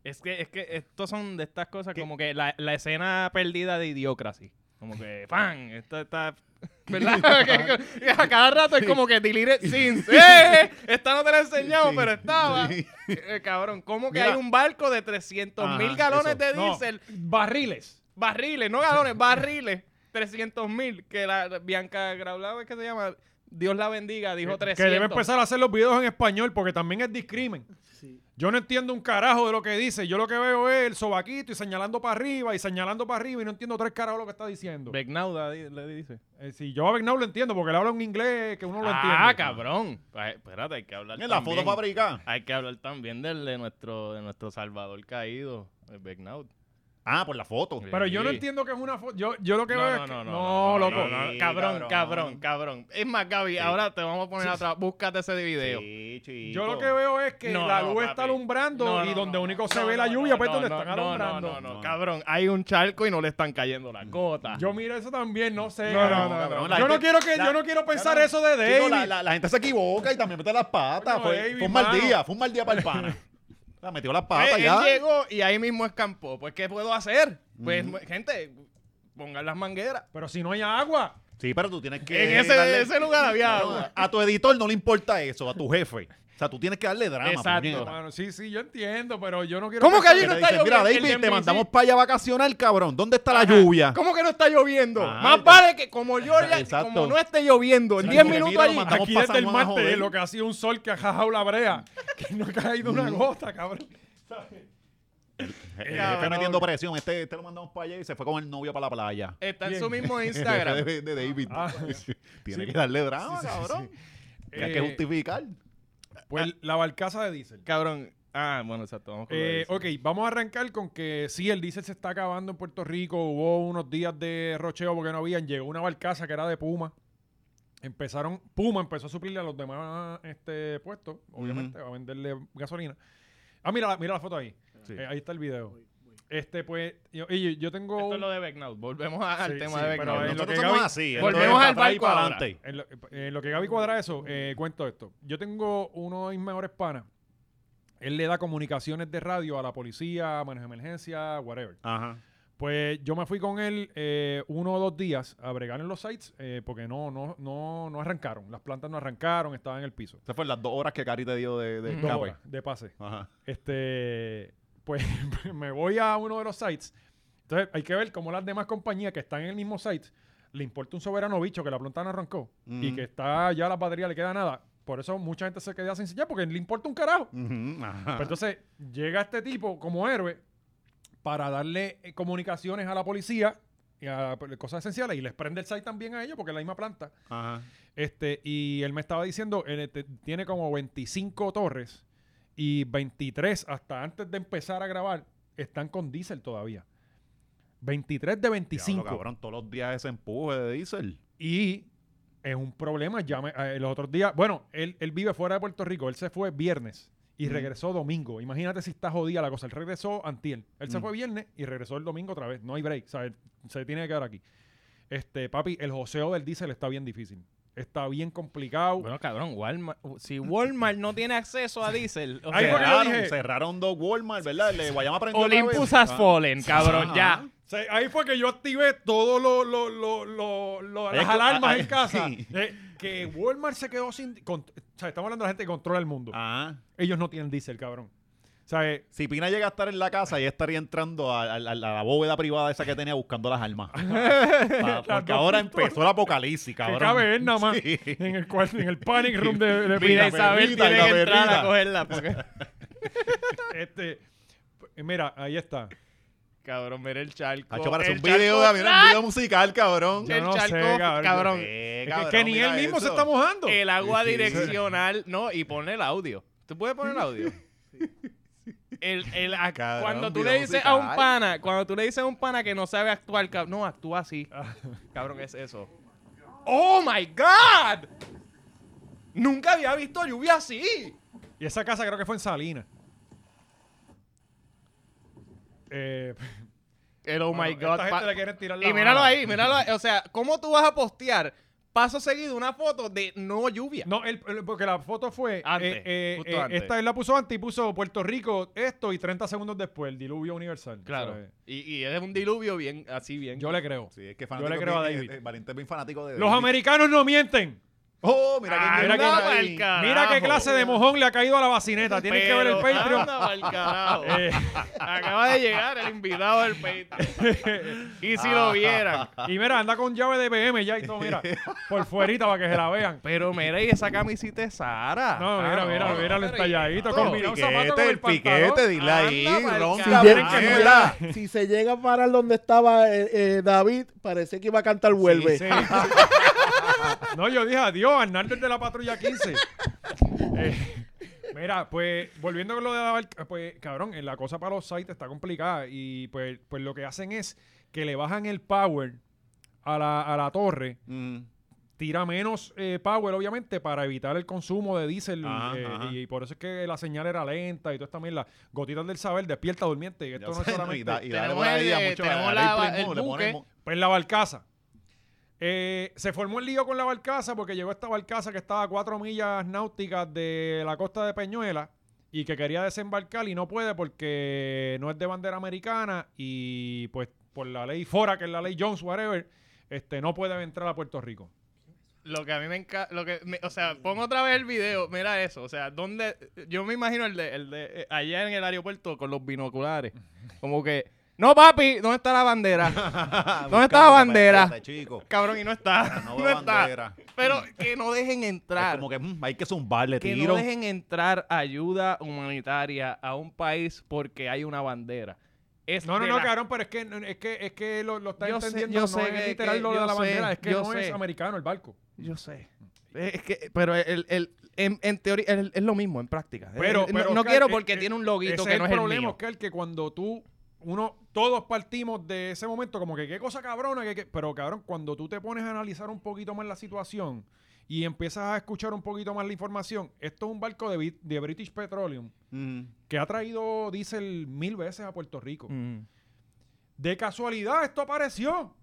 [SPEAKER 3] Es que, es que estos son de estas cosas
[SPEAKER 2] ¿Qué?
[SPEAKER 3] como que la, la escena perdida de Idiocracy. Como que, ¡fan! Esta, esta ¿Verdad? Que- que a cada rato es como que deleted scenes. ¡Eh! Esta no te la enseñamos, pero estaba. Eh, cabrón, ¿cómo que
[SPEAKER 2] Mira.
[SPEAKER 3] hay un barco de 300 mil
[SPEAKER 2] Ajá,
[SPEAKER 3] galones
[SPEAKER 2] eso.
[SPEAKER 3] de
[SPEAKER 1] No,
[SPEAKER 3] diésel?
[SPEAKER 1] barriles.
[SPEAKER 3] Barriles, no galones, barriles. 300 mil. Que la Bianca Graulau es que se llama. Dios la bendiga, dijo
[SPEAKER 1] Que-
[SPEAKER 3] 300.
[SPEAKER 1] Que debe empezar a hacer los videos en español porque también es discrimen.
[SPEAKER 4] Sí.
[SPEAKER 1] Yo no entiendo un carajo de lo que dice. Yo lo que veo es el sobaquito y señalando para arriba y señalando para arriba y no entiendo tres carajos lo que está diciendo.
[SPEAKER 3] Begnauda di- le dice.
[SPEAKER 1] Eh, si yo a Bernau lo entiendo porque él habla un inglés que uno lo entiende.
[SPEAKER 3] ah, cabrón. Ay, espérate, hay que hablar.
[SPEAKER 2] En la foto
[SPEAKER 3] también.
[SPEAKER 2] fabricada.
[SPEAKER 3] Hay que hablar también del de nuestro, de nuestro Salvador caído, el Begnaud.
[SPEAKER 2] Ah, por la foto.
[SPEAKER 1] Pero yo no
[SPEAKER 3] Sí.
[SPEAKER 1] entiendo que es una foto. Yo, yo lo que veo
[SPEAKER 3] No,
[SPEAKER 1] es
[SPEAKER 3] no,
[SPEAKER 1] que-
[SPEAKER 3] no,
[SPEAKER 1] No,
[SPEAKER 3] no,
[SPEAKER 1] loco.
[SPEAKER 2] no. Sí,
[SPEAKER 3] cabrón,
[SPEAKER 2] cabrón.
[SPEAKER 3] cabrón, cabrón. Es más, Gaby, ahora te vamos a poner atrás. Búscate ese video.
[SPEAKER 2] Sí, chico.
[SPEAKER 1] Yo lo que veo es que
[SPEAKER 3] No,
[SPEAKER 1] la
[SPEAKER 3] no,
[SPEAKER 1] luz está
[SPEAKER 3] papi.
[SPEAKER 1] alumbrando
[SPEAKER 3] No,
[SPEAKER 1] y
[SPEAKER 3] no,
[SPEAKER 1] donde
[SPEAKER 3] no,
[SPEAKER 1] único
[SPEAKER 3] no,
[SPEAKER 1] se
[SPEAKER 3] no,
[SPEAKER 1] ve la
[SPEAKER 3] no,
[SPEAKER 1] lluvia,
[SPEAKER 3] no,
[SPEAKER 1] pues es donde
[SPEAKER 3] no,
[SPEAKER 1] están
[SPEAKER 3] no, no,
[SPEAKER 1] alumbrando.
[SPEAKER 3] No, no, no, cabrón. Hay un charco y no le están cayendo las
[SPEAKER 2] Ah,
[SPEAKER 3] gotas.
[SPEAKER 1] Yo miro eso también, no sé.
[SPEAKER 2] No, no,
[SPEAKER 1] cabrón.
[SPEAKER 2] no, cabrón, la
[SPEAKER 1] Yo no
[SPEAKER 2] gente-
[SPEAKER 1] quiero que,
[SPEAKER 2] la-
[SPEAKER 1] yo no quiero pensar
[SPEAKER 2] Cabrón,
[SPEAKER 1] eso de David.
[SPEAKER 2] chico, la, la- la gente se equivoca y también mete las patas.
[SPEAKER 1] Coño,
[SPEAKER 2] fue,
[SPEAKER 1] David,
[SPEAKER 2] fue un mal
[SPEAKER 1] mano.
[SPEAKER 2] día, fue un mal día para el pana. La metió las
[SPEAKER 3] Eh,
[SPEAKER 2] patas
[SPEAKER 3] él
[SPEAKER 2] ya.
[SPEAKER 3] llegó y ahí mismo escampó. Pues, ¿qué puedo hacer? Pues, gente, pongan las mangueras.
[SPEAKER 1] Pero si no hay agua.
[SPEAKER 2] Sí, pero tú tienes que.
[SPEAKER 3] En ese,
[SPEAKER 2] darle-
[SPEAKER 3] ese lugar había
[SPEAKER 2] Claro,
[SPEAKER 3] agua.
[SPEAKER 2] A tu editor no le importa eso, a tu jefe. O sea, tú tienes que darle drama.
[SPEAKER 3] Exacto.
[SPEAKER 2] puñeta.
[SPEAKER 1] Mano, sí, sí, yo entiendo, pero yo no quiero.
[SPEAKER 3] ¿Cómo que
[SPEAKER 1] pensar-
[SPEAKER 3] allí
[SPEAKER 2] Que
[SPEAKER 3] no
[SPEAKER 2] te
[SPEAKER 3] está
[SPEAKER 2] dicen, Mira,
[SPEAKER 3] lloviendo? El
[SPEAKER 2] David,
[SPEAKER 3] de
[SPEAKER 2] te
[SPEAKER 3] NBC.
[SPEAKER 2] mandamos para allá a vacacionar, cabrón. ¿Dónde está la lluvia?
[SPEAKER 3] ¿Cómo que no está lloviendo?
[SPEAKER 2] Ah,
[SPEAKER 3] Más
[SPEAKER 2] ya.
[SPEAKER 3] vale que como yo ya-
[SPEAKER 2] Exacto.
[SPEAKER 3] como no esté lloviendo, en
[SPEAKER 2] Sí,
[SPEAKER 3] 10
[SPEAKER 2] porque
[SPEAKER 3] minutos
[SPEAKER 2] mira,
[SPEAKER 3] allí.
[SPEAKER 2] mata- Estamos
[SPEAKER 1] Aquí desde el
[SPEAKER 2] pasando a
[SPEAKER 1] martes
[SPEAKER 2] joder.
[SPEAKER 1] lo que ha sido un sol que ha jajado la brea. Que no ha caído
[SPEAKER 2] Mm.
[SPEAKER 1] una gota, cabrón.
[SPEAKER 2] El jefe
[SPEAKER 3] Cabrón.
[SPEAKER 2] metiendo presión. Este, este lo mandamos para allá y se fue con el novio para la playa.
[SPEAKER 3] Está en su mismo Instagram.
[SPEAKER 2] De, de David.
[SPEAKER 1] Ah.
[SPEAKER 2] Tiene que darle drama,
[SPEAKER 1] Sí, sí, sí,
[SPEAKER 2] cabrón. Hay
[SPEAKER 1] Eh,
[SPEAKER 2] que justificar. Ah.
[SPEAKER 1] Pues la barcaza de diésel.
[SPEAKER 3] Cabrón. Ah, bueno, exacto. Vamos con lo de
[SPEAKER 1] Eh,
[SPEAKER 3] eso.
[SPEAKER 1] ok, vamos a arrancar con que sí, el diésel se está acabando en Puerto Rico. Hubo unos días de rocheo porque no habían. Llegó una barcaza que era de Puma. Empezaron, Puma empezó a suplirle a los demás este, puestos, obviamente, a venderle gasolina. Ah, mira, la- mira la foto ahí. Eh, ahí está el video. Este, pues, yo, y yo tengo.
[SPEAKER 3] oh, Esto es
[SPEAKER 1] un-
[SPEAKER 3] lo de Becknaut. Volvemos a- al
[SPEAKER 1] Sí,
[SPEAKER 3] tema
[SPEAKER 1] sí,
[SPEAKER 3] de
[SPEAKER 1] pero
[SPEAKER 3] Becknaut.
[SPEAKER 1] en lo que
[SPEAKER 2] Nosotros somos
[SPEAKER 1] Gaby-
[SPEAKER 2] así. esto
[SPEAKER 3] Volvemos
[SPEAKER 2] es para
[SPEAKER 3] al
[SPEAKER 2] atrás y
[SPEAKER 3] barco
[SPEAKER 2] para
[SPEAKER 3] ahora.
[SPEAKER 2] adelante.
[SPEAKER 1] En lo, en lo que Gaby cuadra eso, eh, cuento esto. Yo tengo uno de mis mejores panas. Él le da comunicaciones de radio a la policía, a manejo de emergencia, whatever.
[SPEAKER 2] Ajá.
[SPEAKER 1] Pues yo me fui con él eh, uno o dos días a bregar en los sites eh, porque no, no, no, no arrancaron. Las plantas no arrancaron, estaban en el piso.
[SPEAKER 2] Estas fueron las dos horas que Cari te dio de, de
[SPEAKER 1] Dos
[SPEAKER 2] escape.
[SPEAKER 1] horas de pase.
[SPEAKER 2] Ajá.
[SPEAKER 1] Este, pues me voy a uno de los sites. Entonces hay que ver cómo las demás compañías que están en el mismo site le importa un soberano bicho que la planta no arrancó y
[SPEAKER 2] Ujú.
[SPEAKER 1] que está ya la batería le queda nada. Por eso mucha gente se queda sin señal porque le importa un carajo.
[SPEAKER 2] Ujú, ajá.
[SPEAKER 1] Pero entonces llega este tipo como héroe para darle eh, comunicaciones a la policía y a pues, cosas esenciales y les prende el site también a ellos porque es la misma planta.
[SPEAKER 2] Ajá.
[SPEAKER 1] Este, y él me estaba diciendo, él, este, tiene como 25 torres y 23 hasta antes de empezar a grabar están con diésel todavía. 23 de 25.
[SPEAKER 2] Diablo, cabrón, todos los días ese empuje de diésel.
[SPEAKER 1] Y es un problema. Ya me- eh, los otros días, bueno, él, él vive fuera de Puerto Rico. Él se fue viernes y
[SPEAKER 2] Mm.
[SPEAKER 1] regresó domingo. Imagínate si está jodida la cosa. Él regresó antiel. Él se
[SPEAKER 2] Mm.
[SPEAKER 1] fue viernes y regresó el domingo otra vez. No hay break. O sea, él se tiene que quedar aquí. Este, papi, el joseo del diésel está bien difícil. Está bien complicado.
[SPEAKER 3] Bueno, cabrón, Walmart. uh, Si Walmart no tiene acceso a diésel, o
[SPEAKER 1] Ahí
[SPEAKER 3] sea,
[SPEAKER 1] fue que yo
[SPEAKER 2] cerraron,
[SPEAKER 1] dije-
[SPEAKER 2] cerraron dos Walmart, ¿verdad? Le Guayama aprendió otra
[SPEAKER 3] Olympus
[SPEAKER 2] vez.
[SPEAKER 3] has
[SPEAKER 2] Ah.
[SPEAKER 3] fallen, cabrón,
[SPEAKER 2] Ajá.
[SPEAKER 3] ya.
[SPEAKER 1] O sea, ahí fue que yo activé todos los los- los- los- los-
[SPEAKER 2] Ahí es
[SPEAKER 1] las
[SPEAKER 2] que-
[SPEAKER 1] alarmas
[SPEAKER 2] ahí-
[SPEAKER 1] en casa.
[SPEAKER 2] sí.
[SPEAKER 1] Eh, que Walmart se quedó sin... con- o sea, estamos hablando de la gente que controla el mundo.
[SPEAKER 2] Ah.
[SPEAKER 1] Ellos no tienen diésel, cabrón. O sea, eh,
[SPEAKER 2] Si Pina llega a estar en la casa, ya estaría entrando a, a- a- a la bóveda privada esa que tenía buscando las almas. Pa- porque ahora empezó el apocalipsis,
[SPEAKER 1] que
[SPEAKER 2] cabrón.
[SPEAKER 1] cabe él nada más
[SPEAKER 2] Sí.
[SPEAKER 1] en, el, cual- en el panic room de, de
[SPEAKER 3] Mira,
[SPEAKER 1] Pina.
[SPEAKER 3] Isabel
[SPEAKER 2] perrita,
[SPEAKER 3] tiene
[SPEAKER 2] la
[SPEAKER 3] que entrar
[SPEAKER 2] perrita.
[SPEAKER 3] a cogerla. Porque...
[SPEAKER 1] Este, eh, mira, ahí está.
[SPEAKER 3] cabrón, mira el charco.
[SPEAKER 2] Hacho, parece
[SPEAKER 3] el
[SPEAKER 2] un video, de,
[SPEAKER 3] charco
[SPEAKER 2] mira, un video musical, cabrón.
[SPEAKER 1] Yo
[SPEAKER 3] El
[SPEAKER 1] no sé,
[SPEAKER 3] charco,
[SPEAKER 1] cabrón.
[SPEAKER 3] cabrón.
[SPEAKER 2] Eh,
[SPEAKER 1] Es que-
[SPEAKER 2] cabrón,
[SPEAKER 1] que ni
[SPEAKER 2] mira
[SPEAKER 1] él mismo se
[SPEAKER 2] eso.
[SPEAKER 1] está mojando.
[SPEAKER 3] El agua
[SPEAKER 2] Sí, sí, sí.
[SPEAKER 3] direccional, no, y pone el audio. ¿Tú puedes poner el audio? El, el, a-
[SPEAKER 2] Cabrón,
[SPEAKER 3] cuando tú
[SPEAKER 2] video
[SPEAKER 3] le dices a un
[SPEAKER 2] musical.
[SPEAKER 3] pana, cuando tú le dices a un pana que no sabe actuar, cab- no, actúa así.
[SPEAKER 2] Ah.
[SPEAKER 3] Cabrón, es eso. ¡Oh my God! Nunca había visto lluvia así.
[SPEAKER 1] Y esa casa creo que fue en Salinas. Eh,
[SPEAKER 3] El oh
[SPEAKER 1] bueno,
[SPEAKER 3] my God.
[SPEAKER 1] Esta
[SPEAKER 3] pa-
[SPEAKER 1] gente le quieren tirar la
[SPEAKER 3] y míralo
[SPEAKER 1] mala.
[SPEAKER 3] ahí, míralo ahí. O sea, ¿cómo tú vas a postear
[SPEAKER 6] paso seguido una foto de no lluvia.
[SPEAKER 1] No, el- el- porque la foto fue.
[SPEAKER 6] Antes,
[SPEAKER 1] eh, eh,
[SPEAKER 6] justo
[SPEAKER 1] eh,
[SPEAKER 6] antes.
[SPEAKER 1] Esta él la puso antes y puso Puerto Rico esto y 30 segundos después, el diluvio universal. O
[SPEAKER 3] Claro.
[SPEAKER 1] sea, eh,
[SPEAKER 3] Y, y es un diluvio bien, así bien.
[SPEAKER 1] yo le creo.
[SPEAKER 2] Sí, es que
[SPEAKER 1] Yo le creo a
[SPEAKER 2] bien-
[SPEAKER 1] David.
[SPEAKER 2] eh, eh, Valentín es bien fanático de
[SPEAKER 1] Los
[SPEAKER 2] David.
[SPEAKER 1] americanos no mienten.
[SPEAKER 2] ¡Oh, mira
[SPEAKER 1] Ah,
[SPEAKER 2] quién
[SPEAKER 1] mira
[SPEAKER 2] llegó
[SPEAKER 1] quién-
[SPEAKER 2] ahí!
[SPEAKER 1] Mira qué clase de mojón le ha caído a la bacineta. Tienen que ver el Patreon. Eh,
[SPEAKER 3] Acaba de llegar el invitado del Patreon. y si lo vieran.
[SPEAKER 1] y mira, anda con llave de BM ya y todo, mira. Por fuerita para que se la vean.
[SPEAKER 3] Pero mira, y esa camisita es Sara.
[SPEAKER 1] No, mira,
[SPEAKER 2] Ah,
[SPEAKER 1] mira, mira lo estalladito. Combinado zapato con
[SPEAKER 2] Piquete,
[SPEAKER 1] el
[SPEAKER 2] el
[SPEAKER 1] pantalón.
[SPEAKER 2] piquete, dile ahí,
[SPEAKER 6] Anda pa'l
[SPEAKER 2] ronca,
[SPEAKER 4] carajo. Si quieren que
[SPEAKER 2] Pamela.
[SPEAKER 4] Si se llega a parar donde estaba eh, eh, David, parece que iba a cantar Vuelve.
[SPEAKER 1] Sí, sí. no, yo dije adiós, Arnaldo es de la patrulla 15. Eh, mira, pues volviendo con lo de la barca, pues cabrón, eh, la cosa para los sites está complicada y pues, pues lo que hacen es que le bajan el power a la, a la torre,
[SPEAKER 2] Mm.
[SPEAKER 1] tira menos eh, power obviamente para evitar el consumo de diésel
[SPEAKER 2] Ajá,
[SPEAKER 1] eh,
[SPEAKER 2] ajá.
[SPEAKER 1] Y, por eso es que la señal era lenta y toda esta mierda. Gotitas del saber, despierta durmiente y
[SPEAKER 2] Ya
[SPEAKER 1] esto no es
[SPEAKER 2] sé,
[SPEAKER 1] solamente...
[SPEAKER 2] y da- y dale
[SPEAKER 3] Tenemos
[SPEAKER 2] por ahí a
[SPEAKER 3] el-
[SPEAKER 2] mucho-
[SPEAKER 3] tenemos
[SPEAKER 2] a
[SPEAKER 3] la-
[SPEAKER 2] David Primo,
[SPEAKER 3] el
[SPEAKER 2] le
[SPEAKER 3] buque.
[SPEAKER 2] ponemos-
[SPEAKER 1] Pues la barcaza. Eh, se formó el lío con la barcaza porque llegó esta barcaza que estaba a cuatro millas náuticas de la costa de Peñuela y que quería desembarcar y no puede porque no es de bandera americana y pues por la ley Fora, que es la ley Jones, whatever, este, no puede entrar a Puerto Rico.
[SPEAKER 3] Lo que a mí me encanta, lo que, me- o sea, pon otra vez el video, mira eso, o sea, donde, yo me imagino el de, el de, eh, allá en el aeropuerto con los binoculares, como que, no papi, ¿dónde está la bandera? ¿Dónde está la bandera?
[SPEAKER 2] Espérate, chico.
[SPEAKER 3] Cabrón, y no está,
[SPEAKER 2] No
[SPEAKER 3] no,
[SPEAKER 2] veo
[SPEAKER 3] está,
[SPEAKER 2] bandera.
[SPEAKER 3] pero que no dejen
[SPEAKER 2] Es
[SPEAKER 3] entrar,
[SPEAKER 2] como que mm, hay que zumbarle,
[SPEAKER 3] que
[SPEAKER 2] tiro.
[SPEAKER 3] no dejen entrar ayuda humanitaria a un país porque hay una bandera. Es
[SPEAKER 1] No, no,
[SPEAKER 3] de
[SPEAKER 1] no,
[SPEAKER 3] la-
[SPEAKER 1] cabrón, pero es que, es que, es que lo, lo está
[SPEAKER 3] Yo sé-
[SPEAKER 1] entendiendo,
[SPEAKER 3] yo
[SPEAKER 1] no
[SPEAKER 3] sé
[SPEAKER 1] es
[SPEAKER 3] que-
[SPEAKER 1] literal
[SPEAKER 3] que-
[SPEAKER 1] lo de
[SPEAKER 3] yo
[SPEAKER 1] la
[SPEAKER 3] sé,
[SPEAKER 1] bandera, es que
[SPEAKER 3] yo
[SPEAKER 1] no
[SPEAKER 3] sé.
[SPEAKER 1] es americano el barco.
[SPEAKER 3] Yo sé. Es que, pero el, el- en, en teoría el- es lo mismo en práctica.
[SPEAKER 1] Pero-
[SPEAKER 3] Eh, no-
[SPEAKER 1] pero,
[SPEAKER 3] no,
[SPEAKER 1] Oscar,
[SPEAKER 3] quiero
[SPEAKER 1] eh,
[SPEAKER 3] porque
[SPEAKER 1] eh,
[SPEAKER 3] tiene un loguito
[SPEAKER 1] Ese
[SPEAKER 3] que no es el,
[SPEAKER 1] problema,
[SPEAKER 3] mío.
[SPEAKER 1] Oscar, que cuando tú, uno, todos partimos de ese momento como que qué cosa cabrona, que, que- pero cabrón, cuando tú te pones a analizar un poquito más la situación y empiezas a escuchar un poquito más la información, esto es un barco de, Brit- de British Petroleum
[SPEAKER 2] Mm.
[SPEAKER 1] que ha traído diésel mil veces a Puerto Rico.
[SPEAKER 3] Mm.
[SPEAKER 1] De casualidad esto apareció.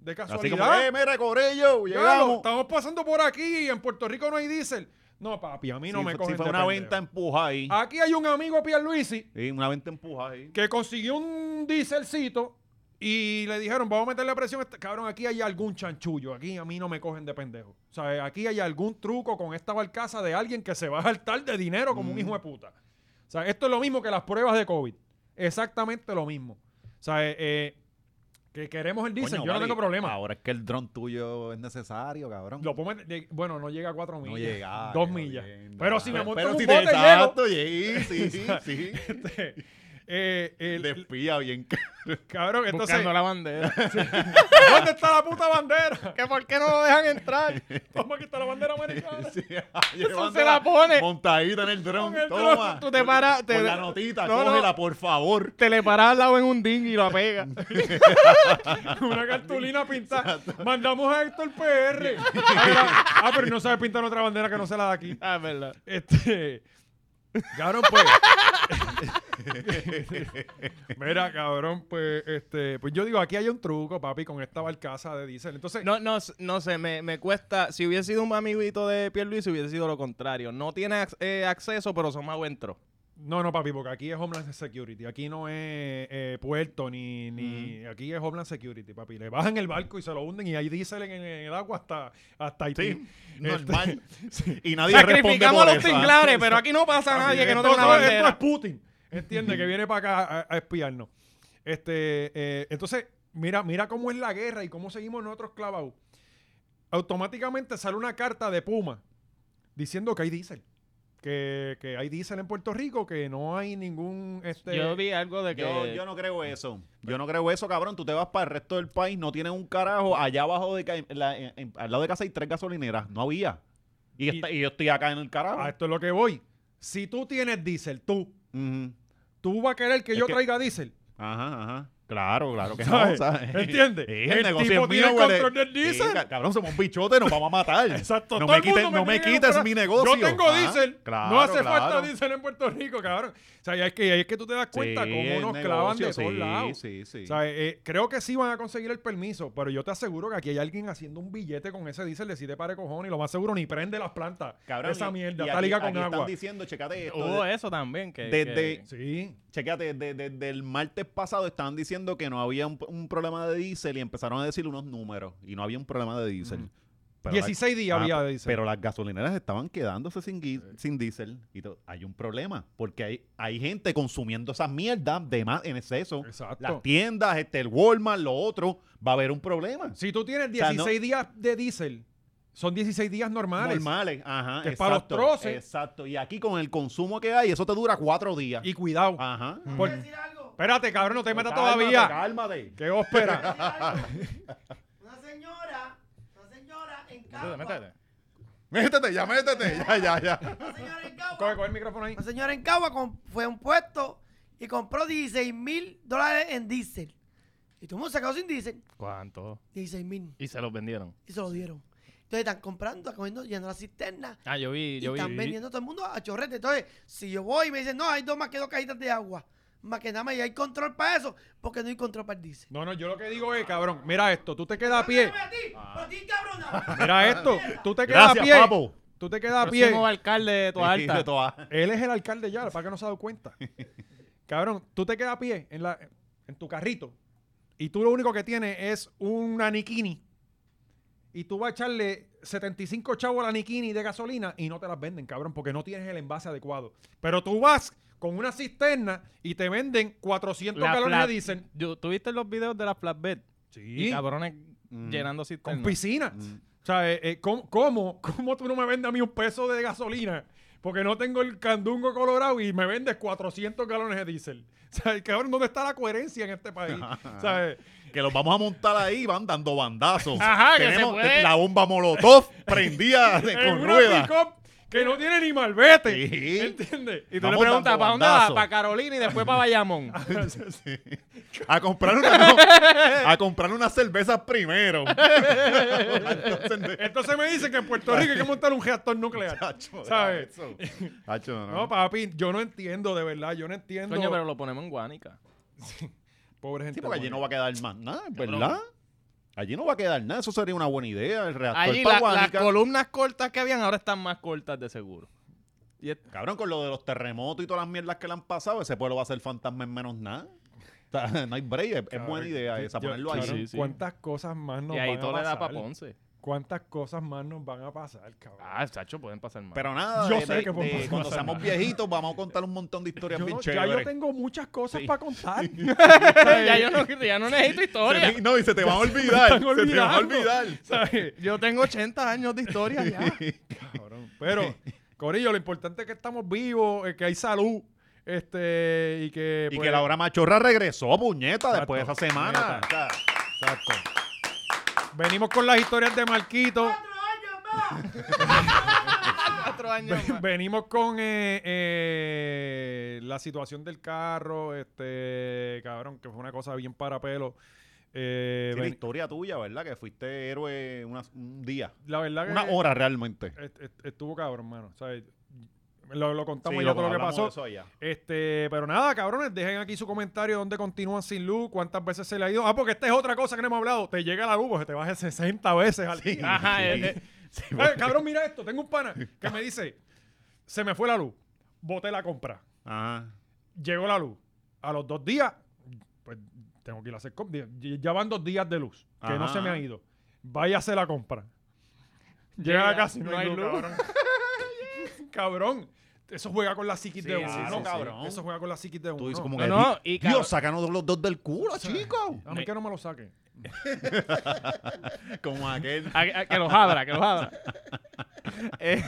[SPEAKER 1] De
[SPEAKER 2] Así como,
[SPEAKER 1] casualidad.
[SPEAKER 2] eh, mira, Corello,
[SPEAKER 1] Claro,
[SPEAKER 2] llegamos.
[SPEAKER 1] estamos pasando por aquí y en Puerto Rico no hay diésel. No, papi, a mí no
[SPEAKER 2] Sí,
[SPEAKER 1] me
[SPEAKER 2] fue-
[SPEAKER 1] cogen
[SPEAKER 2] sí, fue
[SPEAKER 1] de
[SPEAKER 2] una
[SPEAKER 1] pendejo.
[SPEAKER 2] venta empuja ahí.
[SPEAKER 1] Aquí hay un amigo Pierluisi
[SPEAKER 2] Sí, una venta empuja ahí.
[SPEAKER 1] que consiguió un dieselcito y le dijeron, vamos a meterle presión. a este- Cabrón, aquí hay algún chanchullo. Aquí a mí no me cogen de pendejo. O sea, aquí hay algún truco con esta barcaza de alguien que se va a saltar de dinero como un hijo
[SPEAKER 2] Mm.
[SPEAKER 1] de puta. O sea, esto es lo mismo que las pruebas de COVID. Exactamente lo mismo. O sea, eh, eh, que queremos el diésel,
[SPEAKER 2] Coño,
[SPEAKER 1] yo no
[SPEAKER 2] vale,
[SPEAKER 1] tengo problema.
[SPEAKER 2] Ahora es que el dron tuyo es necesario, cabrón.
[SPEAKER 1] Lo puedo meter de- bueno, no llega a cuatro millas.
[SPEAKER 2] no llega.
[SPEAKER 1] dos
[SPEAKER 2] qué
[SPEAKER 1] millas.
[SPEAKER 2] jodienda.
[SPEAKER 1] Pero si me monto en
[SPEAKER 2] Pero
[SPEAKER 1] un
[SPEAKER 2] si te-
[SPEAKER 1] bote, llego.
[SPEAKER 2] exacto, llegué, sí, sí, sí.
[SPEAKER 1] Eh, el-
[SPEAKER 2] Le espía bien. ca-
[SPEAKER 1] cabrón, entonces,
[SPEAKER 3] Buscando la bandera.
[SPEAKER 1] ¿dónde está la puta bandera?
[SPEAKER 3] ¿Que ¿Por qué no lo dejan entrar?
[SPEAKER 1] Vamos a quitar la bandera americana.
[SPEAKER 2] Sí,
[SPEAKER 3] Eso
[SPEAKER 2] llevándola
[SPEAKER 3] se la pone.
[SPEAKER 2] Montadita en el dron.
[SPEAKER 1] Con el dron,
[SPEAKER 2] Toma.
[SPEAKER 3] Tú te paras, te,
[SPEAKER 2] Con la notita,
[SPEAKER 3] No, no.
[SPEAKER 2] cógela, por favor.
[SPEAKER 3] te le paras al lado en un ding y la pega.
[SPEAKER 1] Una cartulina pintada. Mandamos a Héctor PR. ah, pero no sabe pintar otra bandera que no sea la de aquí.
[SPEAKER 3] ah, es verdad.
[SPEAKER 1] Este. Cabrón, pues. Mira, cabrón, pues, este, pues yo digo, aquí hay un truco, papi, con esta barcaza de diésel. Entonces,
[SPEAKER 3] No, no, s- no sé, me, me cuesta. Si hubiese sido un amiguito de Pierluisi, hubiese sido lo contrario. No tiene ac- eh, acceso, pero son más buenos.
[SPEAKER 1] No, no, papi, porque aquí es Homeland Security. Aquí no es eh, puerto ni. ni Aquí es Homeland Security, papi. Le bajan el barco y se lo hunden y ahí diésel en, en el agua hasta, hasta Haití.
[SPEAKER 2] Sí,
[SPEAKER 1] Este,
[SPEAKER 2] normal. Y nadie responde
[SPEAKER 3] Sacrificamos
[SPEAKER 2] por
[SPEAKER 3] a los
[SPEAKER 2] eso, ¿ah?
[SPEAKER 3] tinglares, pero aquí no pasa
[SPEAKER 1] papi,
[SPEAKER 3] nadie que no
[SPEAKER 1] esto
[SPEAKER 3] tenga una
[SPEAKER 1] no- Esto es
[SPEAKER 3] bandera.
[SPEAKER 1] Putin. Entiende que viene para acá a, a espiarnos. Este, eh, entonces, mira, mira cómo es la guerra y cómo seguimos nosotros clavados. Automáticamente sale una carta de Puma diciendo que hay diésel. Que, que hay diésel en Puerto Rico, que no hay ningún. Este,
[SPEAKER 3] Yo vi algo de que.
[SPEAKER 2] Yo, yo no creo eso. Yo no creo eso, cabrón. Tú te vas para el resto del país, no tienes un carajo. Allá abajo de ca- en la- en- en- al lado de casa hay tres gasolineras. No había. Y,
[SPEAKER 1] Y- Ah,
[SPEAKER 2] está- y yo estoy acá en el carajo.
[SPEAKER 1] A esto es lo que voy. Si tú tienes diésel, tú,
[SPEAKER 2] Ujú.
[SPEAKER 1] tú vas a querer que
[SPEAKER 2] Es
[SPEAKER 1] yo
[SPEAKER 2] que-
[SPEAKER 1] traiga diésel.
[SPEAKER 2] Ajá, ajá. Claro, claro que
[SPEAKER 1] ¿Sabes?
[SPEAKER 2] no, ¿sabes?
[SPEAKER 1] ¿Entiendes?
[SPEAKER 2] Sí,
[SPEAKER 1] El
[SPEAKER 2] el, negocio
[SPEAKER 1] tipo
[SPEAKER 2] es mío,
[SPEAKER 1] tiene
[SPEAKER 2] huele-
[SPEAKER 1] control del
[SPEAKER 2] Sí,
[SPEAKER 1] diésel.
[SPEAKER 2] ca- cabrón, somos un bichote, nos vamos a matar.
[SPEAKER 1] Exacto,
[SPEAKER 2] No
[SPEAKER 1] todo
[SPEAKER 2] me
[SPEAKER 1] el mundo
[SPEAKER 2] quites, no me
[SPEAKER 1] tiene que
[SPEAKER 2] quites
[SPEAKER 1] comprar.
[SPEAKER 2] mi negocio.
[SPEAKER 1] Yo tengo
[SPEAKER 2] Ajá,
[SPEAKER 1] diésel.
[SPEAKER 2] claro,
[SPEAKER 1] no hace falta
[SPEAKER 2] claro.
[SPEAKER 1] diésel en Puerto Rico, cabrón. O sea, y es que, y es que tú te das cuenta
[SPEAKER 2] Sí,
[SPEAKER 1] cómo
[SPEAKER 2] el
[SPEAKER 1] nos clavan de
[SPEAKER 2] negocio,
[SPEAKER 1] todos
[SPEAKER 2] sí,
[SPEAKER 1] lados.
[SPEAKER 2] Sí, sí.
[SPEAKER 1] O sea, eh, creo que sí van a conseguir el permiso, pero yo te aseguro que aquí hay alguien haciendo un billete con ese diésel de siete pares cojones y lo más seguro ni prende las plantas.
[SPEAKER 2] Cabrón,
[SPEAKER 1] esa
[SPEAKER 2] y-
[SPEAKER 1] mierda,
[SPEAKER 2] y
[SPEAKER 1] está
[SPEAKER 2] aquí-
[SPEAKER 1] liga
[SPEAKER 2] aquí
[SPEAKER 1] con agua. Oh, eh.
[SPEAKER 2] Están diciendo, checate esto.
[SPEAKER 3] Hubo
[SPEAKER 2] de-
[SPEAKER 3] eso también. Que,
[SPEAKER 2] desde-
[SPEAKER 3] que-
[SPEAKER 1] Sí,
[SPEAKER 2] Chequate, desde el martes pasado estaban diciendo que no había un, un problema de diésel y empezaron a decir unos números y no había un problema de diésel. Pero la-
[SPEAKER 1] 16 días
[SPEAKER 2] Ah,
[SPEAKER 1] había
[SPEAKER 2] pe-
[SPEAKER 1] de diésel.
[SPEAKER 2] Pero las gasolineras estaban quedándose sin, gui- sin diésel. Y to- hay un problema, porque hay, hay gente consumiendo esas mierdas de más en exceso.
[SPEAKER 1] Exacto.
[SPEAKER 2] Las tiendas, este, el Walmart, lo otro, va a haber un problema.
[SPEAKER 1] Si tú tienes
[SPEAKER 2] sea,
[SPEAKER 1] 16
[SPEAKER 2] no-
[SPEAKER 1] días de diésel, son 16 días normales.
[SPEAKER 2] Normales, ajá.
[SPEAKER 1] Que es para los
[SPEAKER 2] exacto,
[SPEAKER 1] troces.
[SPEAKER 2] Exacto. Y aquí con el consumo que hay, eso te dura cuatro días.
[SPEAKER 1] Y cuidado.
[SPEAKER 2] ajá.
[SPEAKER 1] por- Espérate, cabrón, no te metas
[SPEAKER 2] Cálmate,
[SPEAKER 1] todavía.
[SPEAKER 2] Cálmate.
[SPEAKER 1] ¿Qué vos esperas?
[SPEAKER 7] Una señora, una señora en
[SPEAKER 3] Métete,
[SPEAKER 7] Cagua,
[SPEAKER 3] métete.
[SPEAKER 2] Métete, ya métete. Ya, ya, ya.
[SPEAKER 7] una señora en
[SPEAKER 1] coge,
[SPEAKER 7] Cagua,
[SPEAKER 1] coge el micrófono ahí.
[SPEAKER 7] una señora en Cagua com- fue a un puesto y compró 16 mil dólares en diésel. Y todo el mundo se quedó sin diésel,
[SPEAKER 3] ¿Cuánto?
[SPEAKER 7] 16 mil,
[SPEAKER 3] Y se los vendieron.
[SPEAKER 7] y se lo dieron. Entonces están comprando, cogiendo, llenando la cisterna,
[SPEAKER 3] Ah, yo vi,
[SPEAKER 7] y
[SPEAKER 3] yo vi.
[SPEAKER 7] están vendiendo a todo el mundo a chorrete. Entonces, si yo voy y me dicen, no, hay dos más que dos cajitas de agua, más que nada más, y hay control para eso, porque no hay control para el diésel.
[SPEAKER 1] No, no, yo lo que digo es, cabrón, mira esto, tú te quedas a pie.
[SPEAKER 7] Pero a ti, a ti, cabrona.
[SPEAKER 1] Mira esto, tú te quedas a
[SPEAKER 2] Gracias,
[SPEAKER 1] pie.
[SPEAKER 2] papo.
[SPEAKER 1] Tú te quedas a pie.
[SPEAKER 3] Próximo alcalde de Toa
[SPEAKER 2] Sí, de
[SPEAKER 3] Alta.
[SPEAKER 2] toa-
[SPEAKER 1] Él es el alcalde ya, para que no se ha dado cuenta. Cabrón, tú te quedas a pie en, la, en tu carrito y tú lo único que tienes es una nikini y tú vas a echarle 75 chavos a la nikini de gasolina y no te las venden, cabrón, porque no tienes el envase adecuado. Pero tú vas con una cisterna y te venden 400
[SPEAKER 3] La
[SPEAKER 1] galones
[SPEAKER 3] flat-
[SPEAKER 1] de diésel.
[SPEAKER 3] Yo- ¿Tú viste los videos de las flatbed? Y
[SPEAKER 1] Sí,
[SPEAKER 3] cabrones
[SPEAKER 2] Mm.
[SPEAKER 3] llenando cisternas.
[SPEAKER 1] con piscina. O sea, eh, eh, ¿cómo, cómo, cómo tú no me vendes a mí un peso de gasolina? Porque no tengo el candungo colorado y me vendes 400 galones de diésel. O sea, cabrón, ¿dónde está la coherencia en este país? O sea, eh,
[SPEAKER 2] que los vamos a montar ahí y van dando bandazos.
[SPEAKER 3] Ajá, que se
[SPEAKER 2] Tenemos
[SPEAKER 3] puede.
[SPEAKER 2] la bomba molotov prendida de-
[SPEAKER 1] en
[SPEAKER 2] con
[SPEAKER 1] una
[SPEAKER 2] ruedas.
[SPEAKER 1] pick-up que no tiene ni malvete.
[SPEAKER 2] Sí.
[SPEAKER 1] ¿Entiendes?
[SPEAKER 3] Y tú
[SPEAKER 2] Vamos
[SPEAKER 3] le preguntas,
[SPEAKER 2] dando
[SPEAKER 3] ¿para dónde vas?
[SPEAKER 2] bandazos.
[SPEAKER 3] Para Carolina y después para Bayamón.
[SPEAKER 2] Ah, Sí. A comprar una no, a comprar unas cervezas primero. Entonces,
[SPEAKER 1] Entonces me dicen que en Puerto Rico hay que montar un reactor nuclear.
[SPEAKER 2] chacho,
[SPEAKER 1] ¿Sabes?
[SPEAKER 2] eso. Chacho, no.
[SPEAKER 1] No, papi, yo no entiendo, de verdad, yo no entiendo.
[SPEAKER 3] Coño, pero lo ponemos en Guánica.
[SPEAKER 1] Pobre gente.
[SPEAKER 2] Sí, porque allí
[SPEAKER 1] buena.
[SPEAKER 2] no va a quedar más nada, ¿verdad? Allí no va a quedar nada, eso sería una buena idea, el reactor
[SPEAKER 3] Allí
[SPEAKER 2] pa'
[SPEAKER 3] la- las
[SPEAKER 2] Guánica.
[SPEAKER 3] columnas cortas que habían ahora están más cortas de seguro. Y es-
[SPEAKER 2] Cabrón, con lo de los terremotos y todas las mierdas que le han pasado, ese pueblo va a ser fantasma en menos nada. O sea, No hay break, es, es buena idea esa,
[SPEAKER 1] Yo-
[SPEAKER 2] ponerlo ahí.
[SPEAKER 1] cabrón,
[SPEAKER 3] Sí, sí.
[SPEAKER 1] ¿Cuántas cosas más nos
[SPEAKER 3] y ahí
[SPEAKER 1] van
[SPEAKER 3] todo
[SPEAKER 1] a
[SPEAKER 3] le da
[SPEAKER 1] pasar?
[SPEAKER 3] para Ponce.
[SPEAKER 1] ¿Cuántas cosas más nos van a pasar, cabrón?
[SPEAKER 3] Ah, chacho, pueden pasar más.
[SPEAKER 2] Pero nada,
[SPEAKER 1] Yo
[SPEAKER 2] de-
[SPEAKER 1] sé
[SPEAKER 2] de-
[SPEAKER 1] que por
[SPEAKER 2] de
[SPEAKER 1] pasar
[SPEAKER 2] cuando
[SPEAKER 1] nada.
[SPEAKER 2] seamos viejitos vamos a contar un montón de historias
[SPEAKER 1] Yo
[SPEAKER 2] bien
[SPEAKER 1] no- ya yo
[SPEAKER 2] chéveres.
[SPEAKER 1] tengo muchas cosas para contar.
[SPEAKER 3] ya, yo no, ya no necesito
[SPEAKER 2] Se
[SPEAKER 3] historia.
[SPEAKER 2] te- no, y se te van a olvidar.
[SPEAKER 1] están
[SPEAKER 2] se te van a
[SPEAKER 1] olvidando.
[SPEAKER 2] olvidar.
[SPEAKER 1] ¿sabes?
[SPEAKER 3] Yo tengo 80 años de historia ya.
[SPEAKER 1] Cabrón. Pero, Corillo, lo importante es que estamos vivos, eh, que hay salud, este, y que...
[SPEAKER 2] Y
[SPEAKER 1] pues,
[SPEAKER 2] que la hora machorra regresó, puñeta, después de
[SPEAKER 1] Exacto,
[SPEAKER 2] esa semana.
[SPEAKER 1] puñeta.
[SPEAKER 2] O sea,
[SPEAKER 1] Exacto. Venimos con las historias de Marquito.
[SPEAKER 7] Cuatro años más.
[SPEAKER 3] Cuatro años más.
[SPEAKER 1] Venimos con eh, eh, la situación del carro, este, cabrón, que fue una cosa bien para pelo. Eh,
[SPEAKER 2] sí, la
[SPEAKER 1] ven-
[SPEAKER 2] historia tuya, ¿verdad? Que fuiste héroe una- un día.
[SPEAKER 1] la verdad que...
[SPEAKER 2] Una hora realmente.
[SPEAKER 1] est- est- Estuvo cabrón, mano. o sea, Lo, lo contamos
[SPEAKER 2] Sí,
[SPEAKER 1] ya todo lo que
[SPEAKER 2] hablamos de
[SPEAKER 1] pasó.
[SPEAKER 2] eso allá.
[SPEAKER 1] Este, pero nada, cabrones, dejen aquí su comentario dónde continúan sin luz, cuántas veces se le ha ido. Ah, porque esta es otra cosa que no hemos hablado. Te llega la luz, pues se te baja 60 veces al día.
[SPEAKER 3] Ajá,
[SPEAKER 2] Sí.
[SPEAKER 3] eh, eh,
[SPEAKER 1] Eh, cabrón, mira esto. Tengo un pana que me dice, se me fue la luz, boté la compra, Ah.
[SPEAKER 2] Ajá.
[SPEAKER 1] llegó la luz. A los dos días, pues tengo que ir a hacer compra. Ya van dos días de luz, que no
[SPEAKER 2] Ajá.
[SPEAKER 1] se me ha ido. Váyase la compra. Llega a la casa y no, hay luz. Cabrón. Cabrón, Eso juega con la psiquis de uno.
[SPEAKER 2] sí, sí,
[SPEAKER 1] cabrón.
[SPEAKER 2] sí.
[SPEAKER 1] Eso juega con la psiquis de uno.
[SPEAKER 2] Tú dices como
[SPEAKER 3] No,
[SPEAKER 2] que.
[SPEAKER 3] no, y cabrón-
[SPEAKER 2] Dios, sácanos los dos del culo, chico.
[SPEAKER 1] A mí que no me lo saque.
[SPEAKER 2] Como aquel.
[SPEAKER 3] a- a- que los abra, que los abra. Eh,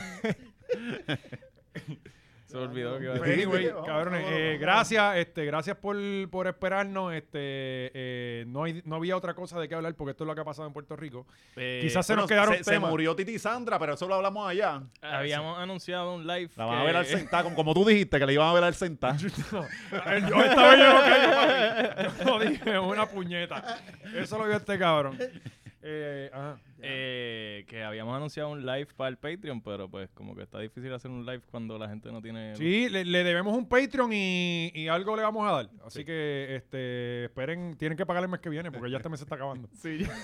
[SPEAKER 3] Se olvidó que iba a
[SPEAKER 1] Pero
[SPEAKER 3] decir.
[SPEAKER 1] anyway,
[SPEAKER 2] Vamos,
[SPEAKER 1] cabrones,
[SPEAKER 2] vamos,
[SPEAKER 1] eh,
[SPEAKER 2] vamos.
[SPEAKER 1] gracias, este, gracias por, por esperarnos. Este, eh, no, hay, no había otra cosa de qué hablar porque esto es lo que ha pasado en Puerto Rico. Quizás se nos quedaron
[SPEAKER 2] Eh, se, se
[SPEAKER 1] temas.
[SPEAKER 2] murió Titi Sandra, pero eso lo hablamos allá.
[SPEAKER 3] Habíamos anunciado un live.
[SPEAKER 2] La van a
[SPEAKER 3] que-
[SPEAKER 2] ver al sentar, como, como tú dijiste, que le iban a ver al sentar.
[SPEAKER 1] Eh, Yo esta vez yo no caigo, papi. Yo no dije una puñeta. Eso lo vio este cabrón. Eh, ajá.
[SPEAKER 3] eh, que habíamos anunciado un live para el Patreon, pero pues como que está difícil hacer un live cuando la gente no tiene...
[SPEAKER 1] Sí, le, le debemos un Patreon y, y algo le vamos a dar. Así que este, esperen, tienen que pagar el mes que viene porque ya este mes se está acabando.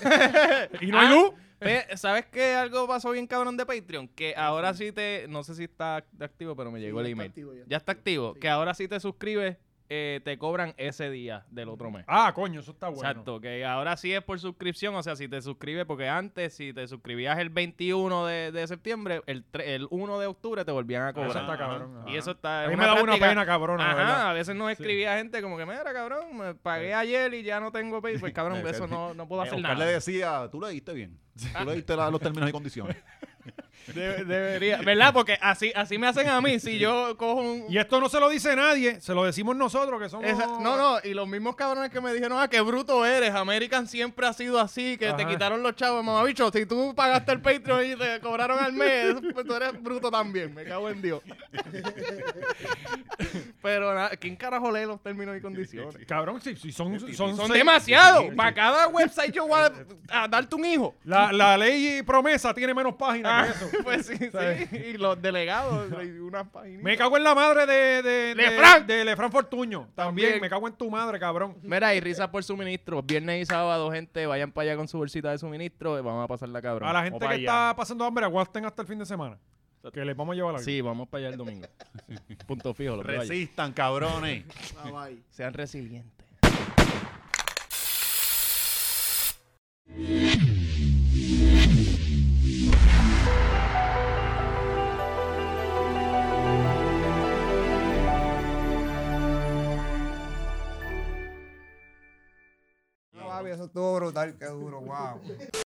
[SPEAKER 1] y no hay
[SPEAKER 3] Ah,
[SPEAKER 1] luz.
[SPEAKER 3] Pe- ¿Sabes qué? Algo pasó bien cabrón de Patreon. Que ahora sí te. No sé si está act- activo, pero me llegó el
[SPEAKER 8] está
[SPEAKER 3] email.
[SPEAKER 8] activo, ya está
[SPEAKER 3] ya está activo.
[SPEAKER 8] Sí.
[SPEAKER 3] Que ahora sí te suscribes, eh, te cobran ese día del otro mes.
[SPEAKER 1] Ah, coño, eso está bueno.
[SPEAKER 3] Exacto, que ahora sí es por suscripción, o sea, si te suscribes, porque antes si te suscribías el 21 de, de septiembre, el, tre- el 1 de octubre te volvían a
[SPEAKER 1] Ah, Eso
[SPEAKER 3] cobrar.
[SPEAKER 1] está cabrón.
[SPEAKER 3] Y
[SPEAKER 1] ajá.
[SPEAKER 3] eso está...
[SPEAKER 1] A
[SPEAKER 3] es
[SPEAKER 1] mí me da una
[SPEAKER 3] práctica-
[SPEAKER 1] pena cabrona, la
[SPEAKER 3] Ajá,
[SPEAKER 1] ¿verdad?
[SPEAKER 3] a veces nos escribía gente como que, mira, cabrón, me pagué ayer y ya no tengo pay, pues cabrón, eso no, no puedo
[SPEAKER 2] Eh,
[SPEAKER 3] hacer
[SPEAKER 2] Oscar
[SPEAKER 3] nada.
[SPEAKER 2] le decía, tú le diste bien. Tú le diste la- los términos y condiciones.
[SPEAKER 3] De- debería, ¿verdad? Porque así, así me hacen a mí. Si yo cojo un.
[SPEAKER 1] Y esto no se lo dice nadie, se lo decimos nosotros que somos.
[SPEAKER 3] esa- no, no, y los mismos cabrones que me dijeron, ah, qué bruto eres, American siempre ha sido así, que te
[SPEAKER 1] Ajá.
[SPEAKER 3] quitaron los chavos, mamabicho, si tú pagaste el Patreon y te cobraron al mes, pues tú eres bruto también, me cago en Dios. Pero nada, ¿quién carajo lee los términos y condiciones?
[SPEAKER 1] Cabrón, si, si son, son,
[SPEAKER 3] Son
[SPEAKER 1] seis-
[SPEAKER 3] demasiados, para cada website yo voy a, a darte un hijo.
[SPEAKER 1] La, la ley promesa tiene menos páginas
[SPEAKER 3] Ah,
[SPEAKER 1] que eso.
[SPEAKER 3] pues sí, sí, y los delegados, hay unas páginas.
[SPEAKER 1] Me cago en la madre de. de
[SPEAKER 3] Lefran.
[SPEAKER 1] De, de Lefran Fortuño. También.
[SPEAKER 3] También.
[SPEAKER 1] Me cago en tu madre, cabrón.
[SPEAKER 3] Mira, y risas por suministro. Viernes y sábado, gente, vayan para allá con su bolsita de suministro. eh, Vamos a pasarla cabrón.
[SPEAKER 1] A la gente
[SPEAKER 3] O pa'
[SPEAKER 1] que
[SPEAKER 3] allá.
[SPEAKER 1] está pasando hambre, aguanten hasta el fin de semana. Que les vamos a llevar la
[SPEAKER 3] Sí, vamos para allá el domingo. Punto fijo. Lo que vaya.
[SPEAKER 2] Resistan, cabrones.
[SPEAKER 8] Bye, bye.
[SPEAKER 3] Sean resilientes.
[SPEAKER 9] No, papi, eso estuvo brutal, qué duro, wow.